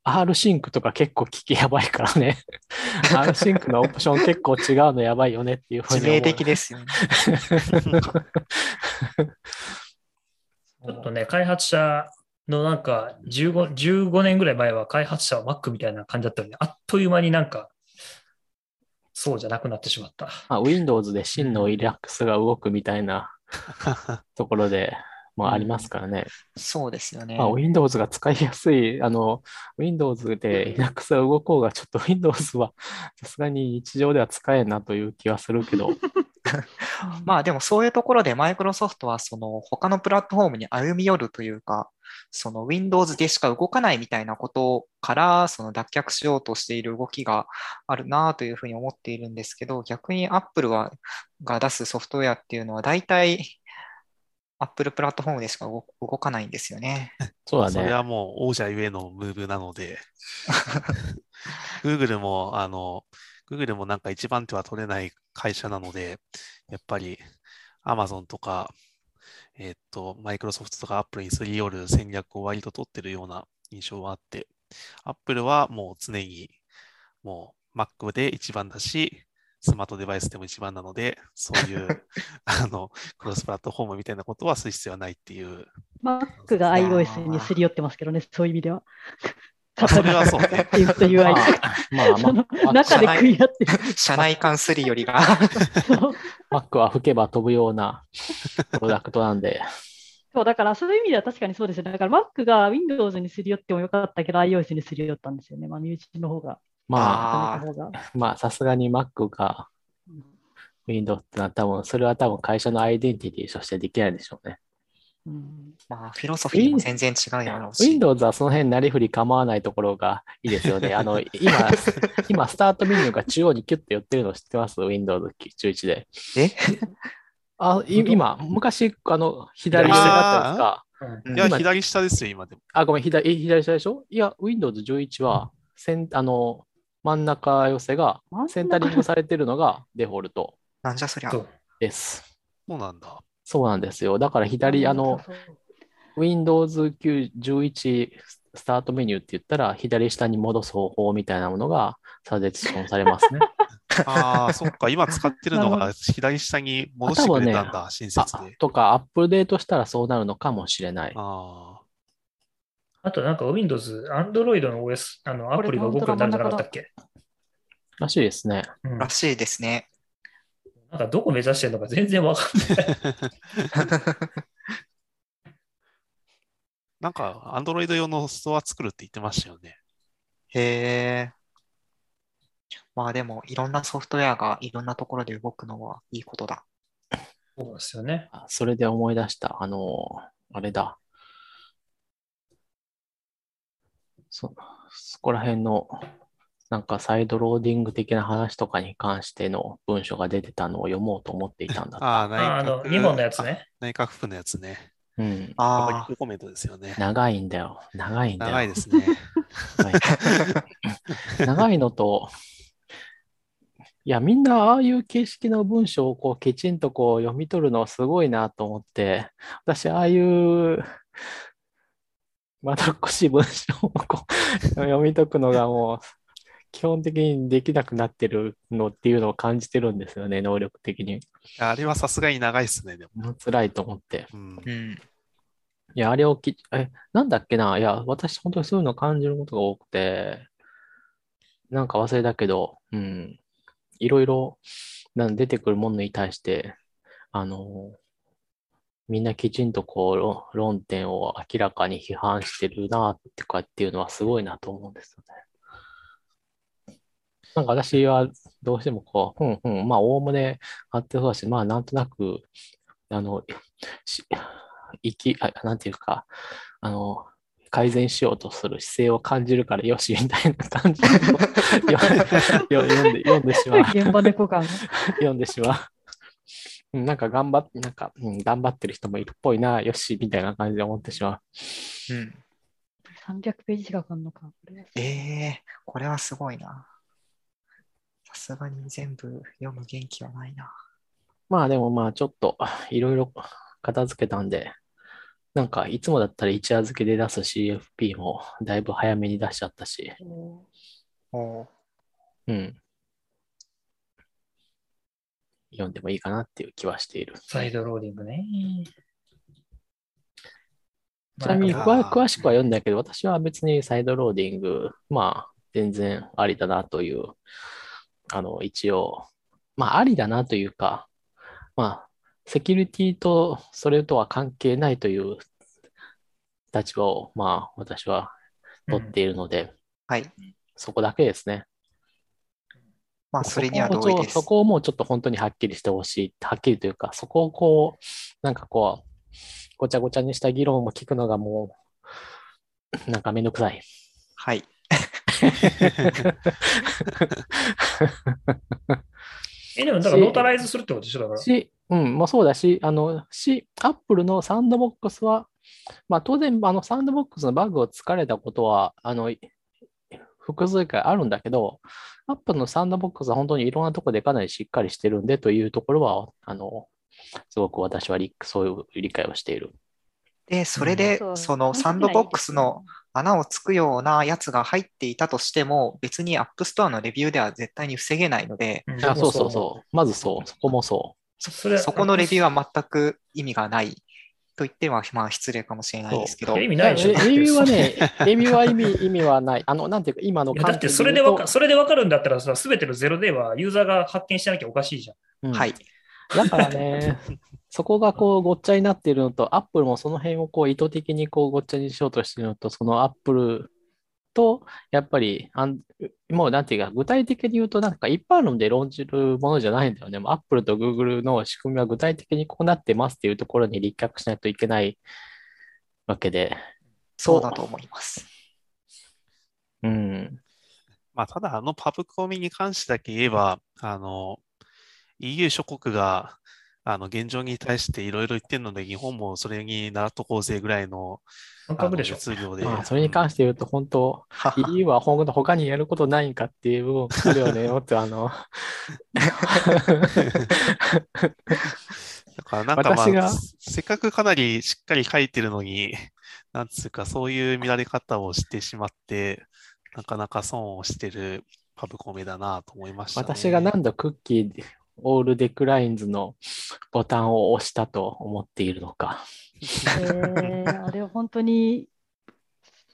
Speaker 4: rsync とか結構聞きやばいから ね。rsync のオプション結構違うのやばいよねっていうふうに
Speaker 5: 致
Speaker 4: 思う。
Speaker 5: 命的ですよね。
Speaker 1: ちょっとね、開発者のなんか15、15年ぐらい前は開発者は Mac みたいな感じだったのに、あっという間になんか、そうじゃなくなってしまった。
Speaker 4: まあ、Windows で真の Linux が動くみたいなところで、まあ、ありますからね。
Speaker 5: そうですよね
Speaker 4: ま。あ、Windows が使いやすい、あの、Windows で Linux が動こうが、ちょっと Windows はさすがに日常では使えんなという気はするけ ど、
Speaker 5: まあでもそういうところでマイクロソフトはその他のプラットフォームに歩み寄るというか、その Windows でしか動かないみたいなことからその脱却しようとしている動きがあるなというふうに思っているんですけど、逆に Apple はが出すソフトウェアっていうのは大体 Apple プラットフォームでしか動動かないんです よね。
Speaker 4: そうだ
Speaker 2: それ
Speaker 4: ね。
Speaker 2: はもう王者ゆえのムーブなので。Google も、あの、Google もなんか一番手は取れない会社なので、やっぱり Amazon とか、えっと、Microsoft とか Apple にすり寄る戦略を割と取ってるような印象はあって、Apple はもう常に、もう Mac で一番だし、スマートデバイスでも一番なので、そういう、あの、クロスプラットフォームみたいなことはする必要はないっていう、
Speaker 3: Mac が iOS にすり寄ってますけどね、そういう意味では。
Speaker 2: それはそうね
Speaker 3: っていうという
Speaker 4: まあ
Speaker 3: UI
Speaker 4: まあ、
Speaker 3: その
Speaker 4: まあ
Speaker 3: 中で食い合ってる。
Speaker 5: 社内間すりよりが。
Speaker 3: そう
Speaker 4: Mac は吹けば飛ぶようなプロダクトなんで、
Speaker 3: そうだからそういう意味では確かにそうですよね。だから Mac が Windows にすり寄ってもよかったけど iOS にすり寄ったんですよね。まあ身内の方が、
Speaker 4: まあ、
Speaker 5: あー
Speaker 3: 他の方が。
Speaker 4: まあ、さすがに Mac か Windows ってのは多分、それは多分会社のアイデンティティとしてできないでしょうね。
Speaker 3: うん、
Speaker 5: まあ、フィロソフィーも全然違うやろうし。
Speaker 4: Windows はその辺なりふり構わないところがいいですよね。あの、今、今、スタートメニューが中央にキュッて寄ってるの知ってます ?Windows 11で。
Speaker 5: え
Speaker 4: あ、い今、昔、あの、左下だったんですか
Speaker 1: うん
Speaker 2: いや、
Speaker 4: 今
Speaker 2: 左下ですよ、今でも。
Speaker 4: あ、ごめん、左、え左下でしょいや、Windows 11は、せん、あの、真ん中寄せが、
Speaker 3: 真ん中
Speaker 4: センタリングされてるのがデフォルト
Speaker 5: なんじゃそりゃ
Speaker 1: そ。う
Speaker 4: です。
Speaker 2: そうなんだ。
Speaker 4: そうなんですよ。だから左、あの、
Speaker 3: そう
Speaker 4: Windows 9 11スタートメニューって言ったら、左下に戻す方法みたいなものがサジェスションされますね。
Speaker 2: ああ、そっか、今使ってるの
Speaker 4: な
Speaker 2: が左下に戻してくれたんだ、親
Speaker 4: あ
Speaker 2: 切で。
Speaker 4: とか、アップデートしたらそうなるのかもしれない。
Speaker 2: あ
Speaker 1: あとなんか Windows、Android の OS、あのア
Speaker 3: これ
Speaker 1: プリが動くようになるんじゃなかったっけ
Speaker 4: らしいですね。
Speaker 1: うん
Speaker 5: らしいですね。
Speaker 1: なんかどこ目指してるのか全然わかんない。
Speaker 2: あ。なんか、アンドロイド用のストア作るって言ってましたよね。
Speaker 5: へえ。まあでも、いろんなソフトウェアがいろんなところで動くのはいいことだ。
Speaker 1: そうですよね。
Speaker 4: あそれで思い出した。あのー、あれだ。そ、そこら辺の、なんかサイドローディング的な話とかに関しての文章が出てたのを読もうと思っていたんだった。
Speaker 2: ああ、内
Speaker 1: ああの、
Speaker 2: 閣
Speaker 1: 2本のやつね。
Speaker 2: 内閣府のやつね。
Speaker 4: うん。
Speaker 2: パブリッ
Speaker 5: あ
Speaker 2: クコメントですよね。
Speaker 4: 長いんだよ。長いんだよ。
Speaker 2: 長いですね。
Speaker 4: はい長いの と、いや、みんなああいう形式の文章をこうきちんとこう読み取るのすごいなと思って、私、ああいうまどろっこしい文章をこう読み解くのがもう、基本的にできなくなってるのっていうのを感じてるんですよね、能力的に。
Speaker 2: あれはさすがに長いですね、でも。
Speaker 4: 辛いと思って。
Speaker 2: うん
Speaker 5: あ、うん。
Speaker 4: いや、あれをき、え、なんだっけな、いや、私、本当にそういうの感じることが多くて、なんか忘れたけど、うん、いろいろ、なん出てくるものに対して、あの、みんなきちんとこう、論論点を明らかに批判してるな、とかっていうのはすごいなと思うんですよね。なんか私はどうしてもこう、うんうん、まあ、おおむねあってそうだし、まあ、なんとなく、あの、し、生き、あ、なんていうか、あの、改善しようとする姿勢を感じるからよし、みたいな感 じで読んで、読んでしまう。
Speaker 3: 現場猫感が。
Speaker 4: 読んでしまう。うん なんか頑張っ、なんか、うん、頑張ってる人もいるっぽいな、よし、みたいな感じで思ってしまう。
Speaker 5: うん。
Speaker 3: 300ページしかあかんのか。これは
Speaker 5: ええこれはすごいな。さすがに全部読む元気はないな。
Speaker 4: まあでもまあちょっと、いろいろ片付けたんで、なんかいつもだったら一夜漬けで出す CFP もだいぶ早めに出しちゃったし、
Speaker 5: おー
Speaker 4: うん。読んでもいいかなっていう気はしている。
Speaker 1: サイドローディングね。
Speaker 4: ちなみに
Speaker 1: まあ
Speaker 4: 詳
Speaker 2: あー
Speaker 4: 詳しくは読んだけど、私は別にサイドローディング、まあ、全然ありだなという、あの、一応、まあ、ありだなというか、まあ、セキュリティとそれとは関係ないという立場を、まあ、私は取っているので、
Speaker 5: はい。
Speaker 4: そこだけですね。
Speaker 5: まあ、それには同意です
Speaker 4: そ。こをもうちょっと本当にはっきりしてほしい。はっきりというか、そこをこう、なんかこう、ごちゃごちゃにした議論を聞くのがもう、なんかめんどくさい。
Speaker 5: はい。
Speaker 1: え、でも、だからノータライズするってことでしょだから。
Speaker 4: し、うん、もうそうだし、あの、し、アップルのサンドボックスは、まあ当然、あの、サンドボックスのバグを突かれたことは、あの、い複数回あるんだけど、アップルのサンドボックスは本当にいろんなとこでかなりしっかりしてるんでというところは、あの、すごく私は理そういう理解をしている。
Speaker 5: で、それで、
Speaker 3: そう
Speaker 5: その
Speaker 3: 関係
Speaker 5: サンドボックスの穴をつくようなやつが入っていたとしても、別に App Store のレビューでは絶対に防げないので、
Speaker 1: うん
Speaker 4: あ、そうそうそう。まずそう。そこもそう。
Speaker 1: う。それ
Speaker 5: そこのレビュ
Speaker 1: は
Speaker 5: ーは全く意味がないと言っては、まあ、失礼かもしれないですけど、
Speaker 1: 意味ないでしょ。
Speaker 4: レレビューはね、レビューは意味意味はない。あの、なんていうか、今の
Speaker 1: いやだってそれでわか、それでわかるんだったらさ、すべてのゼロではユーザーが発見してなきゃおかしいじゃん。
Speaker 4: うん
Speaker 5: はい。
Speaker 4: だからね、そこがこうごっちゃになっているのと、アップルもその辺をこう意図的にこうごっちゃにしようとしているのと、そのアップルと、やっぱりあん、もうなんていうか、具体的に言うと、なんか一般論で論じるものじゃないんだよね。もうアップルとグーグルの仕組みは具体的にこうなってますっていうところに立脚しないといけないわけで。
Speaker 5: そうだと思います。
Speaker 4: うん。
Speaker 2: まあ、ただ、あのパブコミに関してだけ言えば、あの、EU 諸国が、あの、現状に対していろいろ言ってるので、日本もそれに習っとこうぜぐらいの、
Speaker 1: 感
Speaker 2: あの、
Speaker 1: 覚でしょ。
Speaker 2: 熱量で。
Speaker 4: まあ、それに関して言うと、本当、
Speaker 5: はは
Speaker 4: EU はほん他にやることないんかっていう部分あるよね、もっとあの。
Speaker 2: だからなんかま
Speaker 4: 私
Speaker 2: あ、
Speaker 4: が
Speaker 2: せっかくかなりしっかり書いてるのに、 なんつうか、そういう見られ方をしてしまって、なかなか損をしてるパブコメだなと思いました、ね。
Speaker 4: 私が何度クッキーオールデクラインズのボタンを押したと思っているのか。
Speaker 3: えー、あれは本当に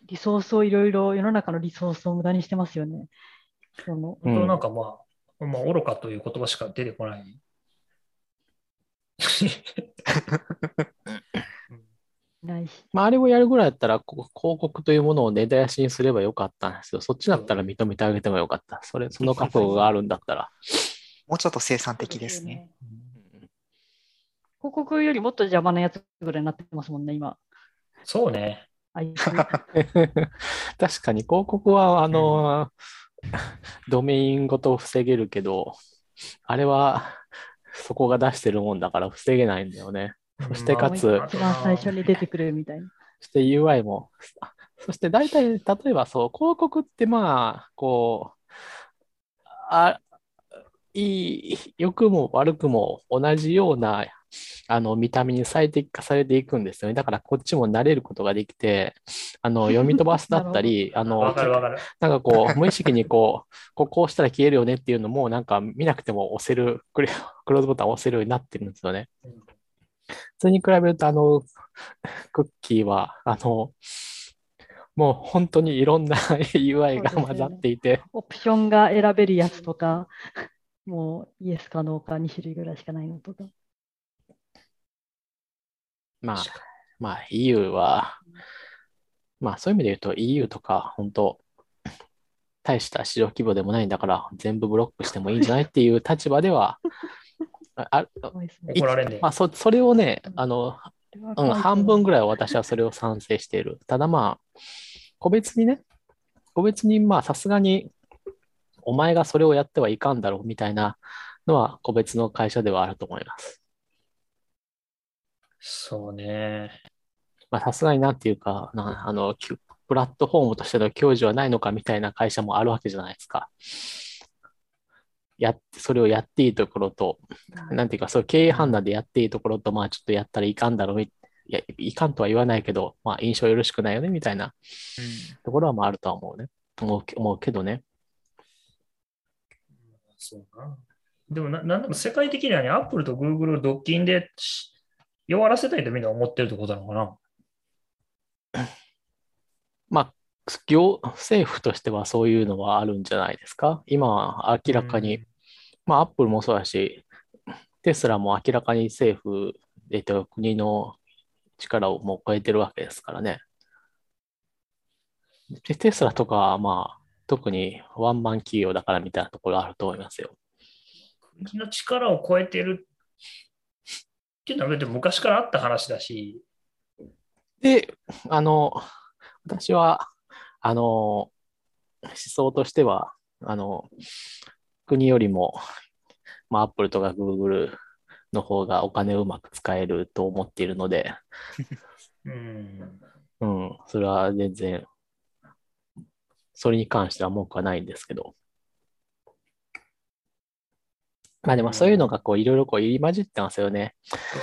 Speaker 3: リソースをいろいろ、世の中のリソースを無駄にしてますよね。その
Speaker 4: うん
Speaker 1: 本当なんかまあ、まあ、愚かという言葉しか出てこ ない。
Speaker 3: ないし
Speaker 4: まあ、あれをやるぐらいだったら、こ広告というものを根絶やしにすればよかったんですけど、そっちだったら認めてあげてもよかった。それ、その覚悟があるんだったら。
Speaker 5: もうちょっと生産的ですね。。
Speaker 3: 広告よりもっと邪魔なやつぐらいになってますもんね、今。
Speaker 1: そうね。
Speaker 3: あ い
Speaker 4: 確かに広告は、あの、ドメインごと防げるけど、あれは、そこが出してるもんだから防げないんだよね。そしてかつ
Speaker 1: まあ
Speaker 3: 一番最初に出てくるみたいな。
Speaker 4: そして UI も、あそして大体、例えばそう、広告ってまあ、こう、あ、いい、良くも悪くも同じような、あの、見た目に最適化されていくんですよね。だからこっちも慣れることができて、あの、読み飛ばすだったり、 あの、
Speaker 1: わかるわかる。
Speaker 4: なんかこう、無意識にこう、 こうこうしたら消えるよねっていうのも、なんか見なくても押せる、クリアクローズボタンを押せるようになってるんですよね。
Speaker 1: うん
Speaker 4: それに比べると、あの、クッキーは、あの、もう本当にいろんな UI が
Speaker 3: そうですよ
Speaker 4: 混
Speaker 3: ね
Speaker 4: ざっていて、
Speaker 3: オプションが選べるやつとか、もうイエスかノーか2種類ぐらいしかないのとか。
Speaker 4: まあ
Speaker 1: 確、
Speaker 4: まあ EU は、まあそういう意味で言うと EU とか、本当、大した市場規模でもないんだから、全部ブロックしてもいいんじゃないっていう立場では、ああ
Speaker 3: 多いですね
Speaker 1: 怒られんね
Speaker 4: まあ、そそれをね
Speaker 3: うん、
Speaker 4: あの、
Speaker 3: これ
Speaker 4: うん、
Speaker 3: は
Speaker 4: 半分ぐらいは私はそれを賛成している。ただまあ、個別にね、個別にまあ、さすがに、お前がそれをやってはいかんだろうみたいなのは、個別の会社ではあると思います。
Speaker 1: そうね。
Speaker 4: まあ、さすがになんていうか、なあの、きゅプラットフォームとしての享受はないのかみたいな会社もあるわけじゃないですか。やっ、それをやっていいところと、なんていうか、そう経営判断でやっていいところと、まあちょっとやったらいかんだろうみ、いや、いかんとは言わないけど、まあ印象よろしくないよねみたいなところはまああるとは思うね。思うけ思うけどね。
Speaker 1: そうな。でもな、なんでも世界的にはね、アップルとグーグルをドッキンでし弱らせたいとみんな思ってるってことなのかな。
Speaker 4: まあ、行、政府としてはそういうのはあるんじゃないですか。今は明らかに、
Speaker 1: うん
Speaker 4: まあ、アップルもそうだし、テスラも明らかに政府、えっと、国の力をもう超えてるわけですからね。で、テスラとかは、まあ、特にワンマン企業だからみたいなところあると思いますよ。
Speaker 1: 国の力を超えてるっていうのは、でも昔からあった話だし、
Speaker 4: で、あの、私は、あの、思想としては、あの、国よりも、まあ、アップルとかグーグルの方がお金をうまく使えると思っているので、
Speaker 1: うん、
Speaker 4: うん、それは全然、それに関しては文句はないんですけど。まあでもそういうのがこういろいろこう入り混じってますよね。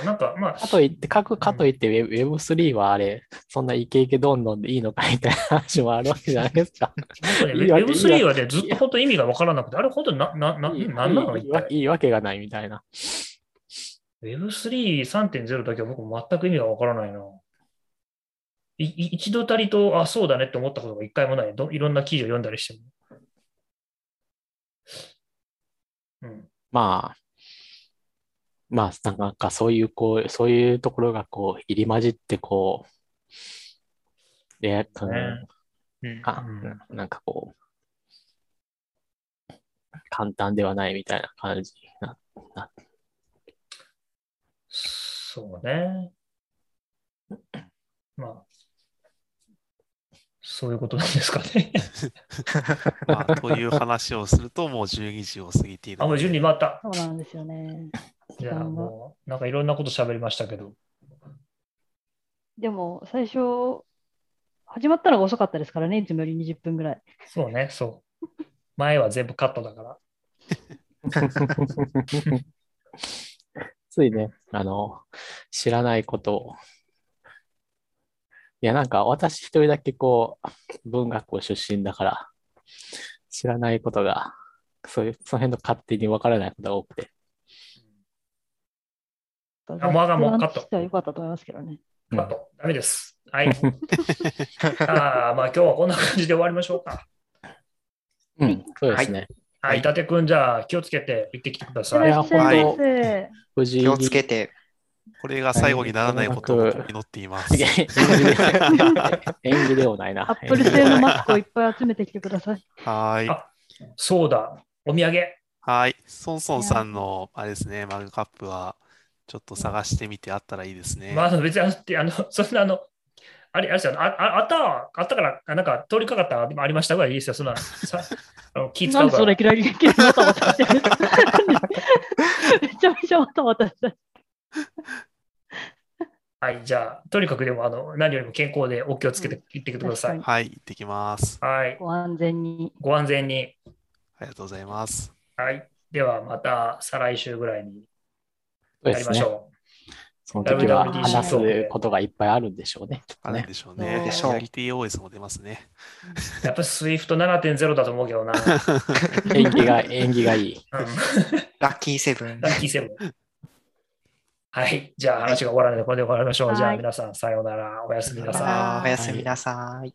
Speaker 1: なんかまあ、
Speaker 4: かといって、かくかといってウェブ Web3 はあれ、そんなイケイケどんどんでいいのかみたいな話もあるわけじゃないですか。
Speaker 1: なんかね
Speaker 4: いいわけ
Speaker 1: Web3 はね、ずっと本当意味が分からなくて、あれ本当にな、 な、な、なんなの
Speaker 4: いい
Speaker 1: 一
Speaker 4: いわ
Speaker 1: 体
Speaker 4: いいわけがないみたいな。
Speaker 1: Web3.3.0 だけは僕全く意味が分からないな。いい一度たりと、あ、そうだねって思ったことが一回もない。どいろんな記事を読んだりしても。うん。
Speaker 4: まあ、まあ、なんかそういうこう、そういうところがこう入り混じってこう、で、うん
Speaker 1: ね
Speaker 5: うん
Speaker 4: か
Speaker 1: う
Speaker 4: なんかこう、簡単ではないみたいな感じな。
Speaker 1: そうね。まあ、そういうことなんですか ね。
Speaker 2: まあという話をすると、もう12時を過ぎている
Speaker 1: あ、もう
Speaker 2: の
Speaker 1: 順に
Speaker 2: で、
Speaker 1: 回った。
Speaker 3: そうなんですよね。
Speaker 1: じゃあもう、なんかいろんなこと喋りましたけど。
Speaker 3: でも、最初、始まったのが遅かったですからね、いつもより20分ぐらい。
Speaker 1: そうね、そう。前は全部カットだから。
Speaker 4: ついね、あの、知らないことを。いや、なんか私一人だけこう、文学校出身だから、知らないことが、そういう、その辺の勝手に分からないことが多くて。
Speaker 1: あもうあかんもうカット
Speaker 3: よかったと思いますけどね。
Speaker 4: うん
Speaker 1: カットダメです。はい。 あーまあ今日はこんな感じで終わりましょうか。
Speaker 4: うん、そうですね。
Speaker 1: はい、伊達君、じゃあ気をつけて行ってきてくだ
Speaker 3: い
Speaker 1: さい。
Speaker 3: らっしゃいま
Speaker 4: は
Speaker 3: せ。
Speaker 4: 藤井
Speaker 5: 気をつ けて。
Speaker 2: これが最後にならないことを祈っています。
Speaker 4: いや縁起で縁起でもないな。
Speaker 3: アップル製のマスクをいっぱい集めてきてください。
Speaker 2: はーい。
Speaker 1: あそうだ、お土産。
Speaker 2: はい。ソンソンさんの、あれですね、マグカップは、ちょっと探してみてあったらいいですね。
Speaker 1: まああの別にあのってあの、そんなあの、あれ、あれですよあああったわあったから、あなんか通りかかったでもありましたぐらいいいですよ。そんな、さあ の気
Speaker 3: な
Speaker 1: 使う
Speaker 3: んで
Speaker 1: か
Speaker 3: それい
Speaker 1: ら。
Speaker 3: きなりバタバタしてるめちゃめちゃバタバタしてる。
Speaker 1: はい、じゃあ、とにかくでもあの何よりも健康でお気をつけて行ってきてください。
Speaker 3: 確
Speaker 2: はい、行ってきます。
Speaker 1: はい、
Speaker 3: ご安全に。
Speaker 1: ご安全に。
Speaker 2: ありがとうございます。
Speaker 1: はい、ではまた再来週ぐらいに
Speaker 4: そう
Speaker 1: や
Speaker 4: で
Speaker 1: り
Speaker 4: す
Speaker 1: ま
Speaker 4: ね
Speaker 1: し。ょ
Speaker 4: その時は話
Speaker 1: WWDC
Speaker 4: すことがいっぱいあるんでしょうね。きっ
Speaker 2: あ
Speaker 4: と
Speaker 2: るん
Speaker 4: ね。
Speaker 2: でしょう
Speaker 3: ね
Speaker 2: ね。
Speaker 5: でしょう
Speaker 2: LTOS も出ますね。
Speaker 1: う。やっぱ SWIFT7.0 だと思うけ どな。う
Speaker 4: 縁起が、縁起がいい。
Speaker 1: ん
Speaker 5: ラッキーセブン
Speaker 1: ラ。ッキーセブン。はい。じゃあ話が終わらないので、これで終わりましょう。じゃあ
Speaker 3: はい
Speaker 1: 皆さん、さようなら。おやすみなさ
Speaker 3: さよ
Speaker 1: い
Speaker 3: なら。
Speaker 5: おやすみなさい。